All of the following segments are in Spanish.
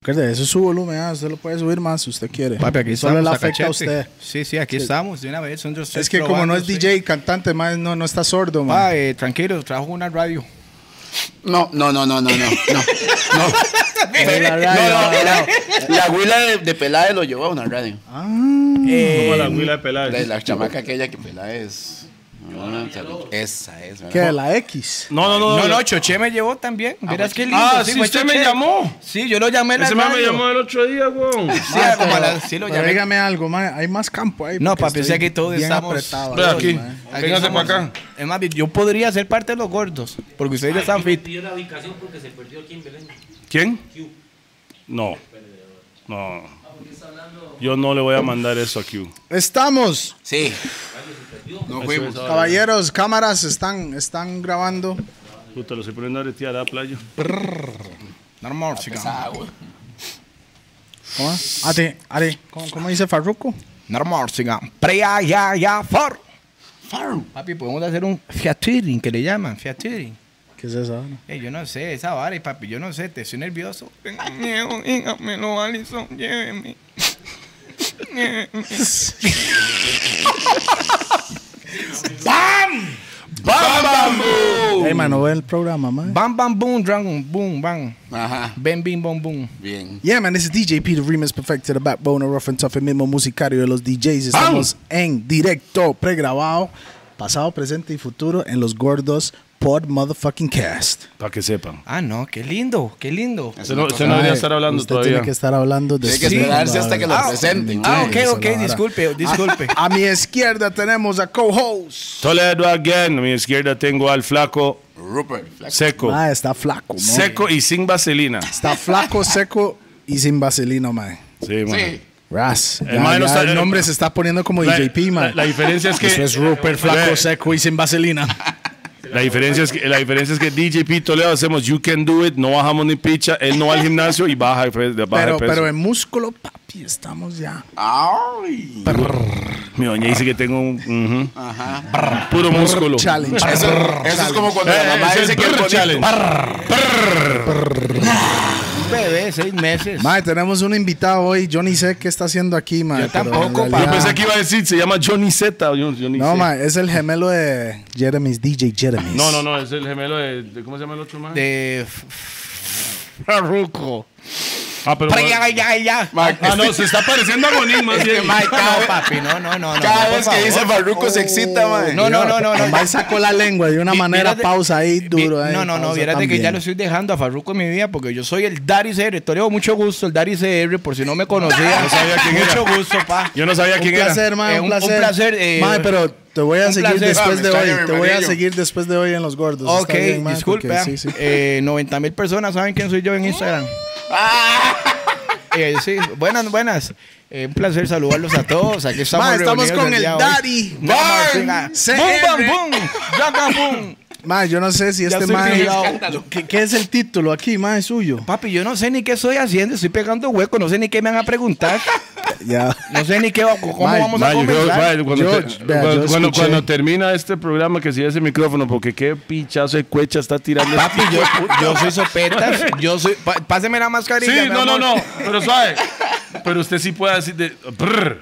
Recuerde, ese es su volumen, ah, usted lo puede subir más si usted quiere. Papi, aquí Solo estamos. le a afecta a cachete. usted. Sí, sí, aquí Sí. estamos. De una vez. son dos, Es tres que como no es probando, sí. DJ, cantante, más no, no está sordo, man. Pa, eh, tranquilo, trabajo en una radio. No, no, no, no, no, no. No, no. Pero la radio, No, no, Ah, la- la, la abuela de, de Peláez lo llevó a una radio. Como Eh, la huila de La, Peláez. la chamaca aquella que Peláez. no, no, salud. esa es. ¿verdad? ¿Qué? de la X. No, no, no. No, yo- no, Choché me llevó también. pues. Verás qué lindo. Ah, sí, sí, fue usted me Choché. llamó. Sí, yo lo llamé en la Ese man me radio. llamó el otro día, weón. Sí, como a la- sí lo Pero llamé. dígame algo, man. Hay más campo ahí. No, porque papi, estoy sé que todos bien estamos- apretado Ve hoy, aquí. man. Aquí Véngase estamos- para acá. Es más, yo podría ser parte de los gordos, porque ustedes ya están fit. pidió la ubicación porque se perdió aquí en Belén. ¿Quién? No. No. Yo no le voy a mandar eso a Q. Estamos. Sí. No fuimos. Caballeros, cámaras están, están grabando. Puta, lo estoy poniendo a la playa. Normal, chica. ¿Cómo? Ate, are, ¿cómo, cómo dice Farruko? Normal, chica. Prea, ya, ya, for. Farm. Papi, podemos hacer un featuring, que le llaman, featuring. ¿Qué es eso? no? Ey, Eh, yo no sé, esa vara, y papi, yo no sé, te estoy nervioso. Tengo miedo, dígamelo, Alison, lléveme. ¡Bam, bam, boom! Ey, man, no ve el programa, man. Bam, bam, boom, drum, boom, bam. Ajá. Ben, bim, bom, boom. Bien. Yeah, man, this is DJ Peter Remix Perfected, the backbone of Rough and Tough, el mismo musicario de los DJs. Estamos en directo, pregrabado, pasado, presente y futuro en los gordos Pod Motherfucking Cast. Para que sepan. Ah, no, qué lindo, qué lindo. Es Usted una no, cosa- usted no debería Ay, estar hablando usted todavía. Tiene que estar hablando de Tiene que esperarse hasta que lo presenten. Ah, güey. ok, ok, disculpe, disculpe. A, mi izquierda tenemos a co-host. Toledo again. A mi izquierda tengo al flaco Rupert. Flaco. seco. Ah, está flaco, man. Seco y sin vaselina. Está flaco, seco y sin vaselina, man. Sí, man. Sí. Ras. El ya- man no ya está- el nombre se está poniendo como La, DJP, la- man. la diferencia es que. Eso es Rupert, flaco, Ve, seco y sin vaselina. La diferencia es que, la diferencia es que DJP Toledo hacemos You Can Do It, no bajamos ni picha, él no va al gimnasio y baja, de pre- de- baja Pero, de peso. pero en músculo, papi, estamos ya. Ah, Ay. Mi doña dice que tengo un ujú. puro músculo. Challenge. Eso, eso es como cuando Eh, la mamá ese es dice que el es bonito. challenge. Un bebé, seis meses. Mae, tenemos un invitado hoy. Yo ni sé qué está haciendo aquí, mae. Yo pero tampoco, en pa. Yo realidad- pensé que iba a decir, se llama Johnny Z. Yo- yo ni No, sé. mae, es el gemelo de Jeremy's, DJ Jeremy's. no, no, no, es el gemelo de, de- ¿Cómo se llama el otro man? De Farruko. Ah, pero. Ya, ya, ya. Mike, Ah, no, se está pareciendo a Bonín más bien. Mike, No, cada, papi, no, no, no. no cada no, vez por que dice favor. Farruko se excita, man. No, no, no, no. El no. mae sacó la lengua de una Vi- manera vírate- pausa ahí, vi- duro. ahí, no, no, no, pausa fíjate que ya también. lo estoy dejando a Farruko en mi vida porque yo soy el Daddy CR. Te leo mucho gusto, el Daddy CR, por si no me conocía. No sabía quién era. mucho gusto, pa. Yo no sabía quién un era. placer, mae, Eh, un, un- un placer. placer, eh, Mae, pero te voy a un seguir placer. después de Ah, me extraña hoy. mi Te voy a hermanillo. seguir después de hoy en Los Gordos. Está Ok, bien, mae, disculpe. porque ah. sí, sí. Eh, 90 mil personas saben quién soy yo en Instagram. Eh, sí, buenas, buenas. Eh, un placer saludarlos a todos. Aquí estamos, Ma, estamos reunidos con el día de hoy. Daddy No, Barn Martina. CR. Boom, bam, boom. Yaca, boom. Mae, yo no sé si este estoy mae. pillado. ¿Qué, qué es el título aquí, mae, suyo? Papi, yo no sé ni qué estoy haciendo. Estoy pegando hueco. No sé ni qué me van a preguntar. Ya. No sé ni qué, va- cómo Mae, vamos Ma, a yo creo- comenzar. ma, cuando, Yo- te- vea, cuando- yo cuando- escuché- cuando termina este programa que sigue ese micrófono, porque qué pichazo de cuecha está tirando. Papi, yo, yo soy sopetas. Yo soy. pa- páseme la mascarilla. Sí, mi no, no, amor. no. Pero suave. Pero usted sí puede decir de. brr.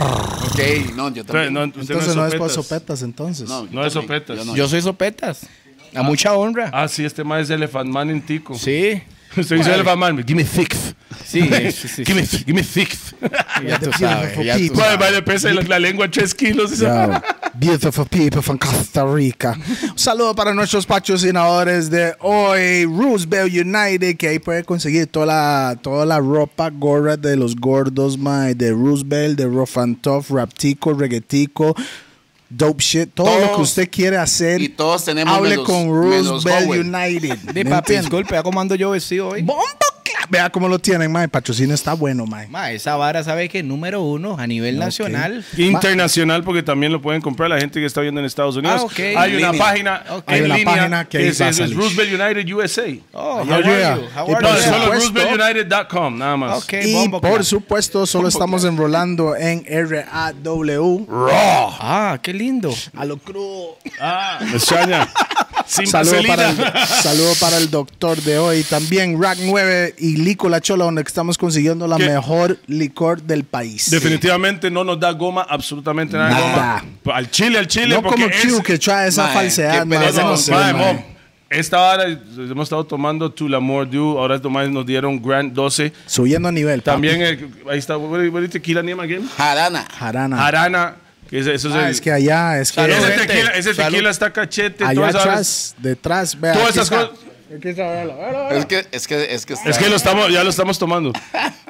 Ok, no, yo Usted también. no, usted Entonces no es por sopetas. sopetas, entonces. No, yo No es también, sopetas. yo no. Yo soy sopetas. A mucha honra. Ah, sí, este man es Elephant Man en tico. Sí. Usted dice Elephant Man. Give me six. Sí, sí, sí. Give me, give me six. Ya tú sabes. Ya tú Beautiful sabes. Madre, madre, pesa la, la lengua 3 kilos. esa Yo, madre. beautiful people from Costa Rica. Un saludo para nuestros patrocinadores de hoy, Roosevelt United, que ahí puede conseguir toda la, toda la ropa gorra de los gordos, mae, de Roosevelt, de Rough and Tough, Raptico, Reggaetico, Dope Shit, todo Todos- lo que usted quiere hacer. y todos tenemos Hable menos- con menos Roosevelt Howell. United. Di, ¿me papi, entiende? disculpe, ¿cómo ando yo vestido hoy? Bombo clap. Vea cómo lo tienen, mae. Patrocinio está bueno, mae. Ma, esa vara sabe que número uno a nivel nacional. Internacional, porque también lo pueden comprar la gente que está viendo en Estados Unidos. Ah, ok. Hay En una línea. página Ok. en Hay una línea página que ahí es, va a es- es salir. Roosevelt United USA. How Oh, are you? How Y are por No, you? es solo supuesto. RooseveltUnited.com, nada más. Ok, y bombo por clap. supuesto, solo estamos enrolando en RAW. Ah, qué lindo. A lo crudo. Me Ah, extraña. Sin Saludo para, vaselina. el, saludo para el doctor de hoy. También Rack 9 y Licola Chola, donde estamos consiguiendo la ¿Qué? mejor licor del país. Definitivamente no nos da goma, absolutamente nada. de Nada. Goma. Al chile, al chile. no porque como es- Q que trae esa Mae, falsedad. qué mae, pereza no No, con sé, Q, mae, mae. mom, Esta hora eh, hemos estado tomando To L'amour Du, ahora nomás nos dieron Grand 12. Subiendo a nivel. papi. También, eh, ahí está, what is- what is tequila name again? Jarana. Jarana. Arana, que es, eso es, Ah, el- es que allá, es que Salud, ese gente. tequila, ese Salud. tequila está cachete, allá todas esas- atrás, detrás. vea, todas aquí esas está. cosas. Es que, es que, es que. Es que lo estamos, ya lo estamos tomando.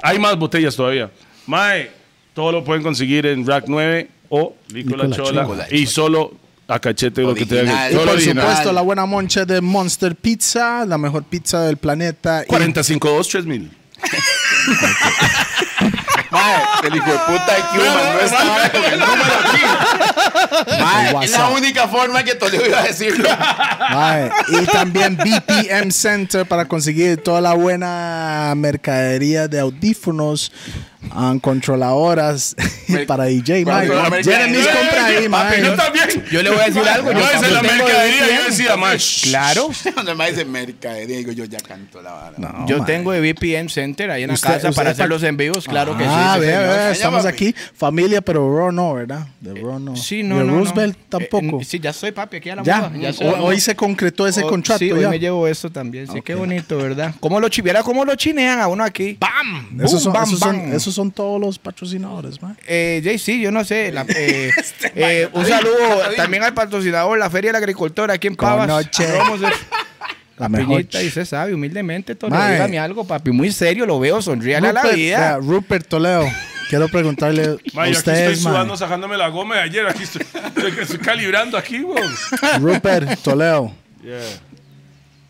Hay más botellas todavía. Mae, todo lo pueden conseguir en Rack 9 o Nicola Nicola Chola. Chola. Y solo a cachete lo que te Original. dan. Y Y Solo por original. supuesto, la buena moncha de Monster Pizza, la mejor pizza del planeta. Y 45, 2, 3 mil. Mae, el hijo de puta IQ, man, no está ahora con el número aquí. Mae, es la WhatsApp. única forma que Toledo iba a decirlo. Mae, y también BPM Center para conseguir toda la buena mercadería de audífonos, um, controladoras para DJ. mae. Controla- Jeremy's mercadería. compra ahí, mae. Yo también. Yo le voy a decir algo. Yo Yo, desde la yo tengo mercadería yo de BPM. decía, mae. Claro. Cuando el mae dice mercadería, digo yo ya canto la vara. No, Yo mae. tengo de VPN Center ahí en Oh, la Usted- casa usted para está- hacer los envíos. Claro que sí. Ah, sí, vea, señor. vea, estamos papi. aquí. Familia, pero bro no, ¿verdad? De bro no. Sí, De no, no. Roosevelt no. tampoco. Eh, eh, sí, ya soy papi aquí a la ya, moda, soy hoy, la hoy moda. se concretó ese Oh, contrato. Sí, hoy ya. me llevo eso también. Sí, qué bonito, ¿verdad? ¿Cómo lo chiviera? ¿Cómo lo chinean a uno aquí? ¡Bam! Esos Boom, son, bam, esos son- bam. esos son todos los patrocinadores, mae. Eh, Jay, sí, yo no sé. la- eh, Este eh, un saludo también al patrocinador, la Feria del Agricultor aquí en Pavas. Ah, Conoche. Arrobamos el- La mejor. Piñita, y se sabe, humildemente, todo. Mae. pues, Dígame algo, papi. Muy serio, lo veo, sonríale a la vea, vida. Rupert Toledo, quiero preguntarle a Mae, yo aquí estoy ustedes, mae. sudando, sacándome la goma de ayer. Aquí estoy, estoy- estoy calibrando aquí, weón. Rupert Toledo,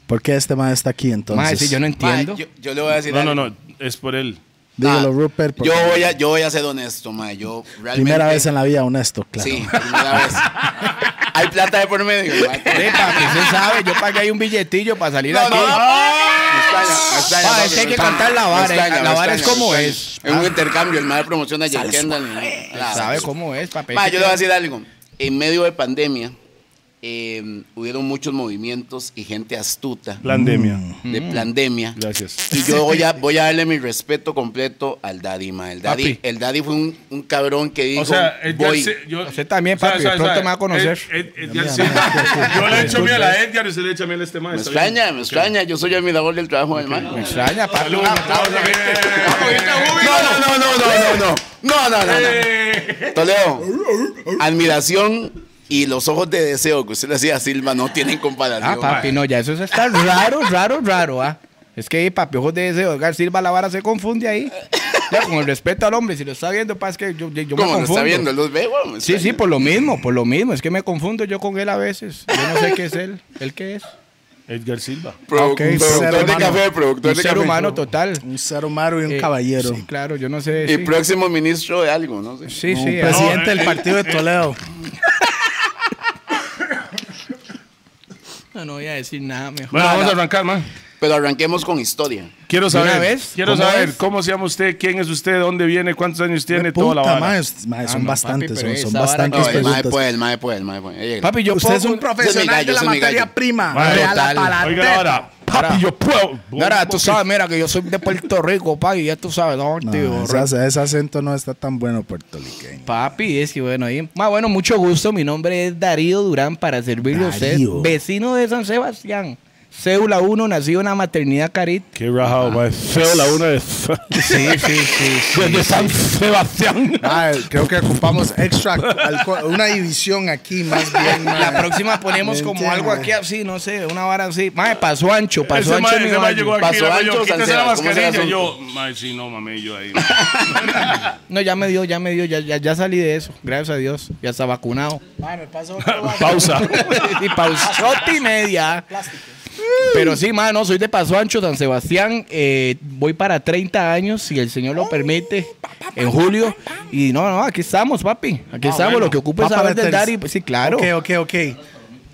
¿por qué este mae está aquí entonces? Mae, sí, yo no Mae, entiendo. yo, yo le voy a decir No, no, algo. no, es por él. Dígalo, Ah, Rupert. porque Yo voy, a, yo voy a ser honesto, mae. Yo realmente. Primera vez en la vida, honesto, claro. Sí, primera vez. Hay plata de por medio. mae. Sí, papi, se sabe, yo pagué ahí un billetillo para salir No, aquí. no, no. Me extraña, me extraña, Ah, papi, es que hay me que extraña. cantar la vara, Me eh. extraña, La me vara es extraña, como me es. extraña. Es un intercambio, el mae promociona a Jack Kendall. la- ¿Sabe cómo es, papi? Ma, yo le voy a decir algo. En medio de pandemia, eh, hubieron muchos movimientos y gente astuta Pandemia. Mm, de Mm. pandemia. Gracias. Y yo voy a, voy a darle mi respeto completo al Daddy, ma. El Daddy, Papi. el daddy fue un, un cabrón que dijo, O sea, Edgar voy. Si- yo, Usted también, papi, de pronto me va a conocer. Ed- Ed- Edgar Silva. yo le echo miel a la Edgar y se le echa miel a este Me maestro. extraña, me extraña. Yo soy admirador del trabajo del man. Me extraña, papi. Ah, Saludos, aplausos. No, no, no, no, no, no. No, no, no, no. uh. Eh, Toledo, admiración y los ojos de deseo que usted le hacía a Silva no tienen comparación. Ah, papi, no, ya eso está raro, raro, raro, ¿ah? Es que, papi, ojos de ese Oscar Silva la vara se confunde ahí. Ya, con el respeto al hombre, si lo está viendo, pa, es que yo, yo- yo me Como lo confundo. está viendo, los ve, weón, me Sí, sí, extraña. por lo mismo, por lo mismo. Es que me confundo yo con él a veces. Yo no sé qué es él. ¿Él qué es? Edgar Silva. Produ- Ok, ser productor de humano. café, productor Un de ser café. humano total. Un ser humano y un Eh, caballero. Sí, claro, yo no sé. Y Sí, próximo ministro de algo, no sé. sí. Un sí, ah, presidente No, eh, del partido de Toledo. no, no voy a decir nada mejor. Bueno, vamos a arrancar, man. Pero arranquemos con historia. Quiero ¿De una saber, vez? quiero ¿Cómo saber es? cómo se llama usted, quién es usted, dónde viene, cuántos años tiene, toda la Puta, vara. mae, es- mae, son no, bastantes, papi, pero son, son esa vara- bastantes No, el mae pues, preguntas. puede, el mae puede, el mae puede. Ella llega. Papi, yo Usted es puedo- un profesional gallo, de la ese es mi materia gallo. prima. Mae, Real total. apalante. Oiga ahora, Ahora. papi, yo puedo. Mira, tú sabes, mira, que yo soy de Puerto Rico, papi, ya tú sabes, no, No, tío. ese, ac- ese acento no está tan bueno puertorriqueño. Papi, es que bueno, ahí. Más bueno, mucho gusto. Mi nombre es Darío Durán para servirle a usted. Darío. Vecino de San Sebastián. Cédula 1, nacido en la maternidad Carit. Qué Ah. rajado, mae. Feo la una de, Sí, sí, sí. de San Sebastián. Mae, Ah, creo que ocupamos extra alcohol- una división aquí más bien. mae. La próxima ponemos Me como entiendo. algo aquí así, no sé, una vara así. Mae, pasó ancho, pasó Ese ancho. mae mi ese mae baño. llegó aquí, Pasó le ancho, yo, quítese Sancea, la ¿cómo es el mascarilla. asunto? Yo, mae, sí, no, mami, yo ahí. No, ya me dio, ya me dio, ya, ya, ya salí de eso. Gracias a Dios. Ya está vacunado. Mae, me pasó otro vaso. Pausa. y pausota y media. Pero sí, mano, soy de Paso Ancho, San Sebastián. eh, voy para 30 años, si el Señor Oh, lo permite, en julio. Y no, no, aquí estamos, papi. Aquí estamos, bueno. lo que ocupa Ah, Va es para saber del terc- Dari. pues, Sí, claro. Ok, ok, ok.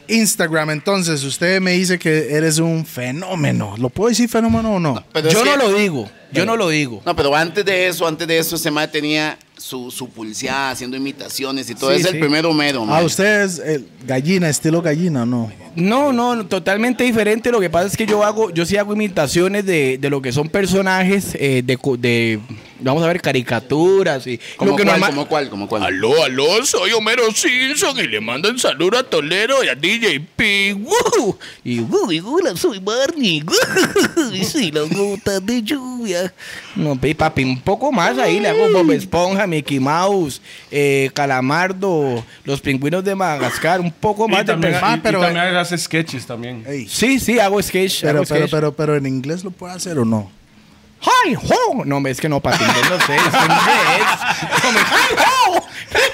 Instagram, entonces, usted me dice que eres un fenómeno. ¿Lo puedo decir fenómeno o no? Ah, Pero yo es no que- lo digo, yo no lo digo. No, pero antes de eso, antes de eso, ese mae tenía su, su pulseada, haciendo imitaciones y todo. Sí, es sí. el primer Ah, Homero, A mae. ustedes, eh, gallina, estilo gallina, ¿no? No, no, no, totalmente diferente. Lo que pasa es que yo hago, yo sí hago imitaciones de, de lo que son personajes eh, de, co- de, vamos a ver, caricaturas y ¿Cómo lo que cuál, normal- Ah, ¿Cómo cuál? ¿Cómo cuál? Aló, aló, soy Homero Simpson y le mandan saludo a Tolero y a DJ P. ¡Woo! Y uy, hola, soy Barney. y sí, la gota de lluvia. No, pe- papi, un poco más ahí. Le hago Bob Esponja, Mickey Mouse, eh, Calamardo, los pingüinos de Madagascar. Un poco más Y de también, personaje. y- y también hace sketches también. eh. Ey, Sí, sí, hago sketch. pero, hago pero, sketch. pero, pero, ¿en inglés lo puede hacer o no? ¡Hi, ho! No, es que no, papi, yo no sé. Es inglés. Como, ¡Hi, ho! ¡Hi,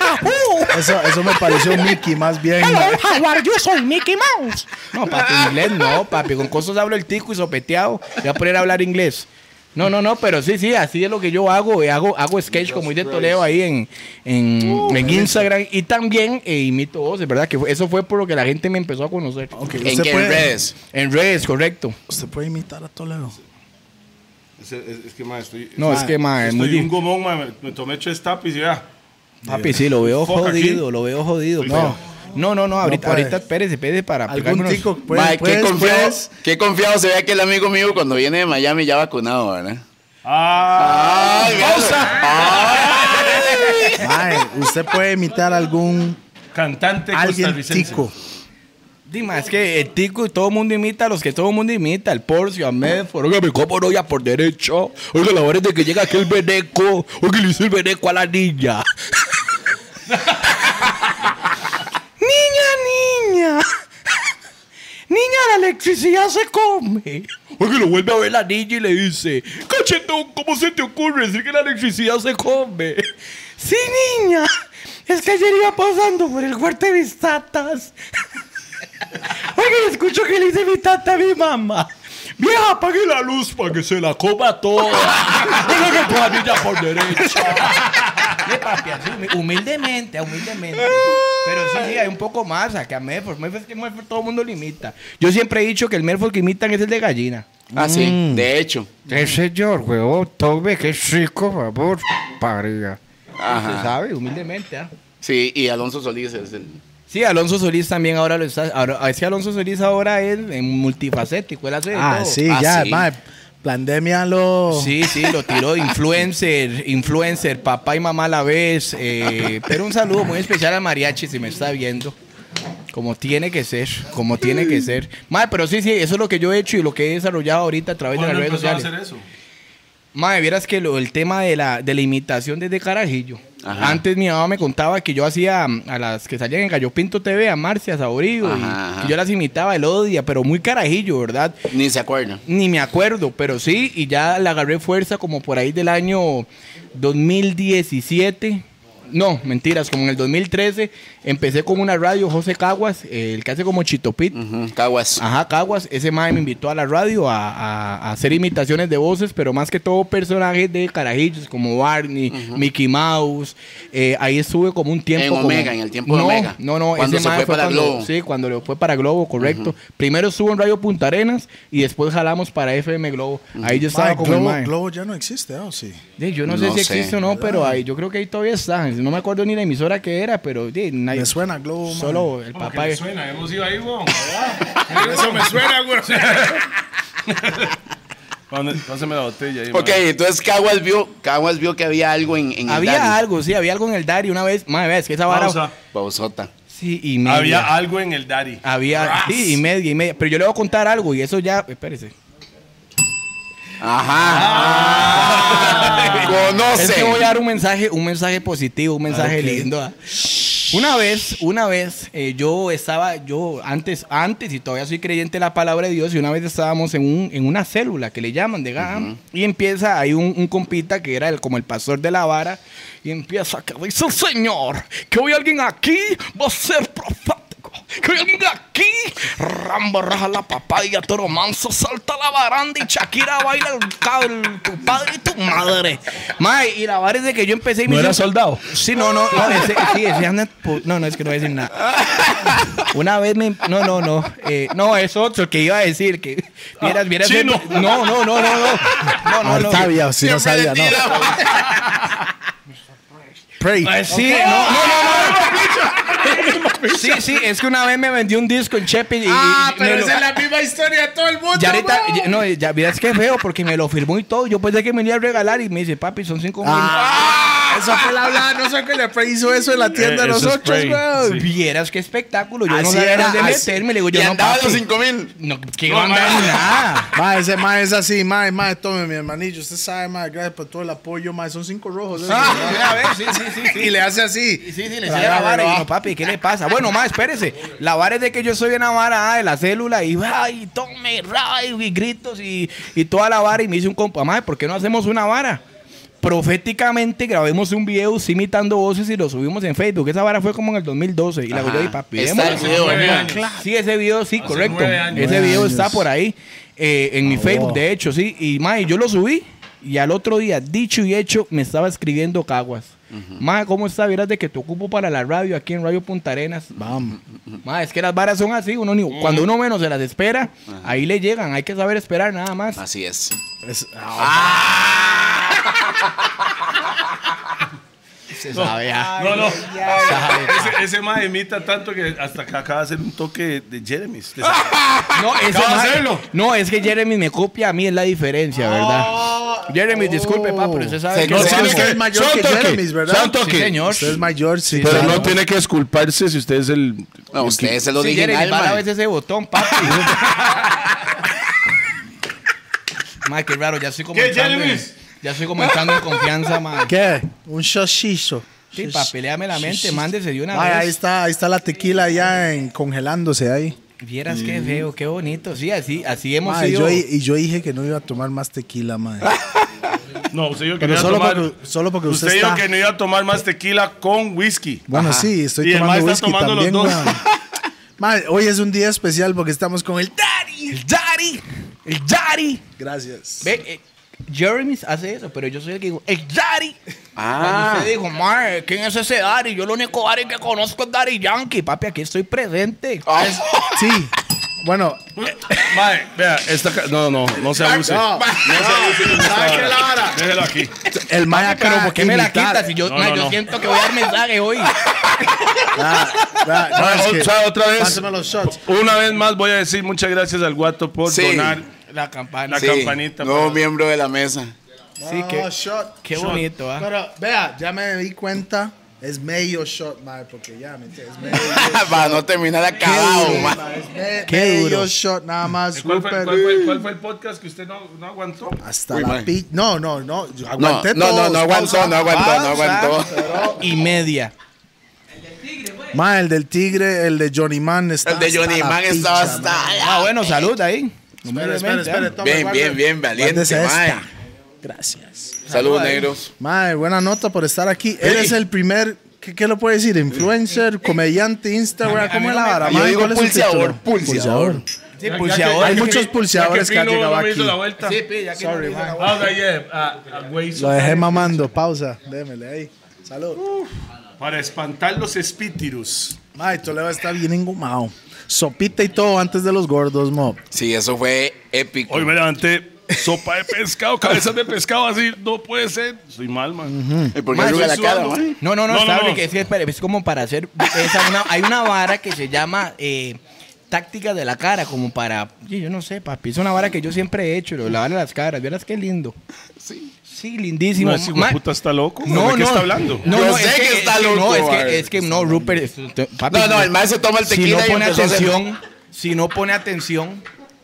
ho! Eso, eso me pareció Mickey más bien. Hello, how are you? Soy Mickey Mouse. No, papi, inglés no, papi. Con cosas hablo el tico y sopeteado. Voy a poner a hablar inglés. No, no, no, pero sí, sí, así es lo que yo hago. eh, Hago, hago sketch como dice Toledo ahí en, en, en Instagram. Y también eh, imito voces, ¿verdad? Que fue- eso fue por lo que la gente me empezó a conocer. Ok, ¿En qué puede, redes? En redes, correcto. Usted puede imitar a Toledo. Es, es- es que, ma, estoy. No, es que, ma, es estoy muy un difícil. gomón, ma, me- Me tomé tres tapis y ya. Papi, sí, lo veo Fuck aquí. jodido, lo veo jodido. No, no, no, no ahorita, No puede. ahorita espérese, espérese para Algún pegarnos- tico puede. Mae, qué, puedes, confiado, puedes. qué confiado se ve aquel amigo mío cuando viene de Miami ya vacunado, ¿verdad? Ah, ¡Ay, mira. ¡Ay! Mae, usted puede imitar algún cantante alguien costarricense. tico. Dima, es que el tico y todo el mundo imita a los que todo el mundo imita, el Porcio, a Medford, oiga, mi copo no ya por derecho, oiga, la hora de que llega aquel veneco, oiga, le hizo el veneco a la niña. niña, niña, niña, la electricidad se come. Oiga, lo vuelve a ver la niña y le dice, cachetón, ¿cómo se te ocurre decir que la electricidad se come? Sí, niña, es que ayer iba pasando por el huerto de mis tatas. Oiga, escucho que le dice mi tata a mi mamá. Vieja, apague la luz para que se la coma toda. Oiga, que toda niña por derecho. Humildemente, humildemente. Pero sí, sí, hay un poco más acá a Medford. Medford es que Medford todo el mundo lo imita. Yo siempre he dicho que el Medford que imitan es el de gallina. Ah, Mm. sí, de hecho. El señor, huevón, tome, qué chico, por favor, paría. Se Ajá. sabe, humildemente, ¿ah? Sí, y Alonso Solís es el. Sí, Alonso Solís también ahora lo está. Ahora, es que Alonso Solís ahora es eh, multifacético, él hace de Ah, todo. sí, Ah, ya, sí. mae. Pandemia lo. Sí, sí, lo tiró de influencer, influencer, papá y mamá a la vez. eh, pero un saludo muy especial a Mariachi si me está viendo. Como tiene que ser, como tiene que ser. Mae, pero sí, sí, eso es lo que yo he hecho y lo que he desarrollado ahorita a través de las ¿Cuándo redes empezó a sociales. hacer eso? Mae, vieras que lo- el tema de la, de la imitación desde Carajillo. Ajá. Antes mi mamá me contaba que yo hacía mm, a las que salían en Gallo Pinto TV, a Marcia, a Saborío, y Ajá, ajá. que yo las imitaba, el odia, pero muy Carajillo, ¿verdad? Ni se acuerda. Ni me acuerdo, pero sí, y ya la agarré fuerza como por ahí del año 2017. No, mentiras, como en el 2013 empecé con una radio, José Caguas, eh, el que hace como Chitopit. Ujú, Caguas. Ajá, Caguas, ese mae me invitó a la radio a, a- a hacer imitaciones de voces, pero más que todo personajes de carajillos como Barney, Mickey Mouse. eh, ahí estuve como un tiempo. En como- Omega, en el tiempo de no, Omega. No, no, Cuando ese se mae fue para cuando, Globo. Sí, cuando le fue para Globo, correcto. Primero estuvo en Radio Punta Arenas y después jalamos para FM Globo. Ahí yo estaba Mae, como Globo, mae. Globo ya no existe, ¿ah? ¿o sí? Sí, yo no, sé No si sé. existe o no, pero ahí yo creo que ahí todavía está. No me acuerdo ni la emisora que era, pero sí, nadie- Me suena Globo, mae. solo el Como que papá. me suena, hemos ido ahí, weón. Eso me suena, güey. Cuando- Pásame la botella ahí, Ok, entonces Caguas vio, Caguas vio que había algo en, en el Había Dari. algo, sí, había algo en el Dari una vez. Madre mía, es que esa ma. vara. Pausa. Pausota. Sí, y media. Había algo en el daddy. Había- sí, y media, y media. Pero yo le voy a contar algo y eso ya. Espérese. Ajá. Ah. Conoce. Es que voy a dar un mensaje, un mensaje positivo, un mensaje lindo. ah. Una vez, una vez, eh, yo estaba, yo antes, antes, y todavía soy creyente de la palabra de Dios, y una vez estábamos en, un, en una célula que le llaman de GAM, y empieza, hay un, un compita que era el, como el pastor de la vara, y empieza, que dice el Señor, que hoy alguien aquí va a ser profético, que hoy alguien aquí, Rambo raja la papaya, Toro Manso salta la baranda y Shakira baila el, cable, tu padre y tu madre. Mae, y la vara es de que yo empecé y me hice- soldado? Sí, no, no, no, ese- sí, ese anda pu- no, no, es que no voy a decir nada. Una vez me, no, no, no, eh, no, es otro que iba a decir que vieras, vieras, chino. no, no, no, Ah, no, no, no, no, no. Ahorita había, si no sabía, no. Prey. Eh, sí, no, no, no, no. Sí, sí, es que una vez me vendió un disco en Chepe y, y- Ah, me pero lo- esa es la misma historia de todo el mundo. ya ahorita, weón. ya- no, ya miras que feo porque me lo firmó y todo. Yo pensé que me iba a regalar y me dice, papi, son cinco mil. Ah, esa fue la hablada. No sé que le Prey hizo eso en la tienda de Eh, eso es nosotros, Prey, weón. Vieras qué espectáculo. Yo no Así sabía era, dónde así. meterme. Le digo, Y yo no, andaba papi. los 5 mil. No, que iba a andar en nada. Ma, ah, ese ma es así, ma, ma, tome mi hermanillo, usted sabe, ma, gracias por todo el apoyo, ma, son cinco rojos. ¿eh? a ver, sí, sí, sí. y le hace así. Sí, sí, Le le decía a la vara y yo, papi, ¿qué le pasa? Bueno, ma, espérese. La vara es de que yo soy una vara ah, de la célula y, ay, tome, rayo, y gritos y, y toda la vara. Y me dice un compa, ma, ¿por qué no hacemos una vara? Proféticamente grabemos un video sí, imitando voces y lo subimos en Facebook. Esa vara fue como en el 2012. Y la Ajá. yo y papi, Está el démosle". video, Nueve mira. años. Sí, ese video sí, correcto. nueve años. Ese Nueve video años. Oh. está por ahí eh, en mi Facebook, de hecho, sí. Y mae, yo lo subí y al otro día, dicho y hecho, me estaba escribiendo Caguas. Mae, ¿cómo está? Vieras de que te ocupo para la radio aquí en Radio Punta Arenas. Vamos. Mae, es que las varas son así. Uno ni- Cuando uno menos se las espera, ahí le llegan. Hay que saber esperar nada más. Así es. Se sabe, ah. No, no. Ese, ese mae imita tanto que hasta que acaba de hacer un toque de Jeremy. Ah. No, ese Acaba de mae- hacerlo. no, es que Jeremy me copia a mí, es la diferencia, ¿verdad? Jeremy, disculpe, pa, pero usted sabe Se que no lo tiene amo. Usted es mayor Son que toque, Jeremy's, ¿verdad? son toque. Sí, señor. Usted es mayor, sí. Pero claro. no tiene que exculparse si usted es el. No, usted es el Sí, original, Jeremy, para a man. veces ese botón, papi. ma, qué raro, ya estoy como ¿Qué, entrando en- Jeremy? Ya estoy como entrando en confianza, ma. ¿Qué? Un shoshizo. Sí, pa, peleame la mente, mándese de una Ay, ahí vez. está, ahí está la tequila ya en- congelándose ahí. Vieras qué feo, qué bonito. Sí, así, así hemos Ma, y, sido. yo, y yo dije que no iba a tomar más tequila, madre. No, usted dijo que Pero no iba a solo tomar. porque- solo porque usted dijo está- que no iba a tomar más tequila con whisky. Bueno, sí, estoy Y el tomando mae está whisky tomando los también, dos. weón. Ma, hoy es un día especial porque estamos con el Daddy. El daddy, el daddy. Gracias. Ve, eh, Jeremy hace eso, pero yo soy el que digo, el daddy. Cuando Ah, usted dijo, Mar, ¿quién es ese daddy? Yo lo único daddy que conozco es daddy Yankee. Papi, aquí estoy presente. Sí. Bueno, Mae, vea, esta. ca- No, no, no se abuse. no, Déjelo aquí. el mae Papi, acá pero Pues, ¿por qué me la imitar- quitas? Si yo, No, ma, no, yo no. siento que voy a dar mensaje hoy. Ah, ah, no, Mae, es que- otra, otra vez. Pásame los shots. Una vez más voy a decir muchas gracias al guato por Sí. donar La campana. la sí. campanita. Nuevo miembro de la mesa. Sí, que- No, shot. Qué shot. bonito, ¿ah? Pero vea, ya me di cuenta. Es medio shot, mae, porque ya, ¿me entiendes? Es medio Para no terminar acabado, Sí, man. mae, es me- Qué medio duro. shot, nada más. ¿Cuál fue, súper- cuál fue- cuál fue el podcast que usted no, no aguantó? Hasta Uy, la mae. pi... No, no, no. yo No, aguanté no, no, todos, no aguantó, pausa. no aguantó, no aguantó. Y media. Mae, el del tigre, el de Johnny Man está El de hasta Johnny la Man picha, estaba mae. hasta allá. Ah, bueno, salud ahí. Espera, espera, espera, tome, Bien, guarde. bien, bien, valiente, Guárdese esta. man. Gracias. Saludos, negros. Mae, buena nota por estar aquí. Eres el primer... ¿Qué, qué lo puede decir? Influencer, comediante, Instagram. ¿Cómo es la vara? Yo mae? digo ¿Cuál es su pulseador, título? pulseador. Sí, Hay pulseador. muchos pulseadores que han llegado me aquí. hizo la vuelta. Sorry, man. Ah, de ayer, a- a güey, Lo dejé mamando. Pausa. Démele ahí. Salud. Para espantar los espíritus. Mae, Toledo está bien engomado. Sopita y todo antes de los gordos, mob. Sí, eso fue épico. Hoy me levanté sopa de pescado, cabezas de pescado, así, no puede ser. Soy mal, man. ¿Y por qué arruga la cara, man? No, no, no, No, está no, bien, no. que es que espere, es como para hacer. esa una- hay una vara que se llama eh, táctica de la cara, como para. Yo, yo no sé, papi. Es una vara que yo siempre he hecho, lo lavar las caras. Vieras qué lindo. Sí. Sí, lindísimo. No, ese hijo Ma- de puta está loco. No, ¿De qué no. está hablando? No, Yo no, sé es que está es loco, No, es Aaron. que, es que no, Rupert. es- te- papi, No, no, el man se toma el Si no tequila y pone empezó a hacer- atención, si no pone atención,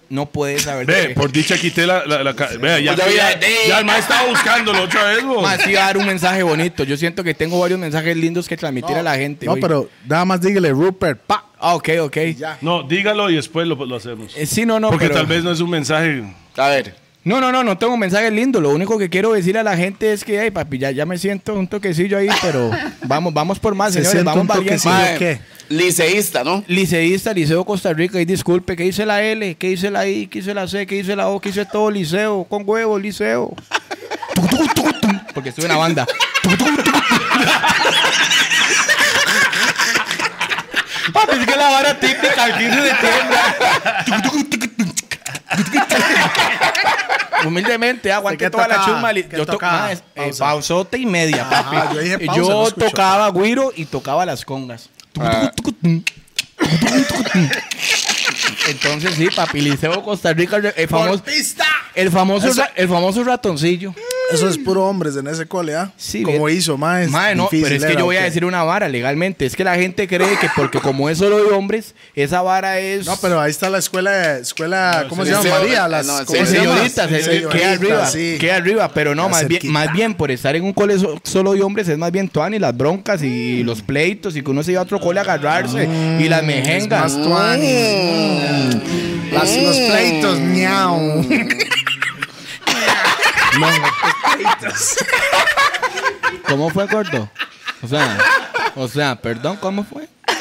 no puede saber. Ve, qué- por dicha quité la, la, la ca- Vea, ya, Pues ya ya, vi la- ya el maestro estaba buscándolo otra vez, bo. Ma, sí va a dar un mensaje bonito. Yo siento que tengo varios mensajes lindos que transmitir a la gente. No, hoy. pero nada más dígale Rupert. Pa. Ah, ok, ok. No, dígalo y después lo, lo hacemos. Eh, sí, no, no, Porque pero- tal vez no es un mensaje. A ver. No, no, no, no tengo mensajes lindos. Lo único que quiero decirle a la gente es que, ay, papi, ya, ya me siento un toquecillo ahí, pero vamos, vamos por más, Se señores. siente vamos un valientes. toquecillo. mae, qué? Liceísta, ¿no? Liceísta, Liceo Costa Rica, y disculpe, ¿qué hice la L? ¿Qué hice la I? ¿Qué hice la C? ¿Qué hice la O? ¿Qué hice todo? Liceo, con huevo, Liceo. Tucu, tucu, tucu, tum, Porque estuve en la banda. Tucu, tucu, tucu, tum. Papi, es que la vara típica el 15 de septiembre. Tucu, tucu, tucu, tum, tucu, tucu, tucu. humildemente, aguanté ¿Qué toda la tocaba? chusma. li- ¿Qué Yo to- tocaba? ma, es- eh, Pausa. pausote y media, papi. Ajá, yo dije pausa, Yo no escucho. tocaba guiro y tocaba las congas. Entonces sí, papi, Liceo Costa Rica, el famoso, ¡Golpista! el famoso, ra- el famoso ratoncillo. Eso es puro hombres en ese cole, ¿ah? Sí, Como bien. hizo, más. Mae, no, pero es que yo voy a decir una vara legalmente. Es que la gente cree que porque como es solo de hombres, esa vara es... No, pero ahí está la escuela, escuela, ¿cómo se llama? liceo, María, eh, las no, el ¿cómo Eh, liceo, se llama? señoritas, eh, Señoritas, queda arriba, sí. queda arriba, pero no, Más más bien, cerquita. más bien por estar en un cole so- solo de hombres es más bien tuani, las broncas y los pleitos y que uno se iba a otro cole a agarrarse y las mejengas. Más tuanis. Mm. Las, los pleitos, miau. ¿Cómo fue, corto? O sea, o sea, perdón, ¿cómo fue?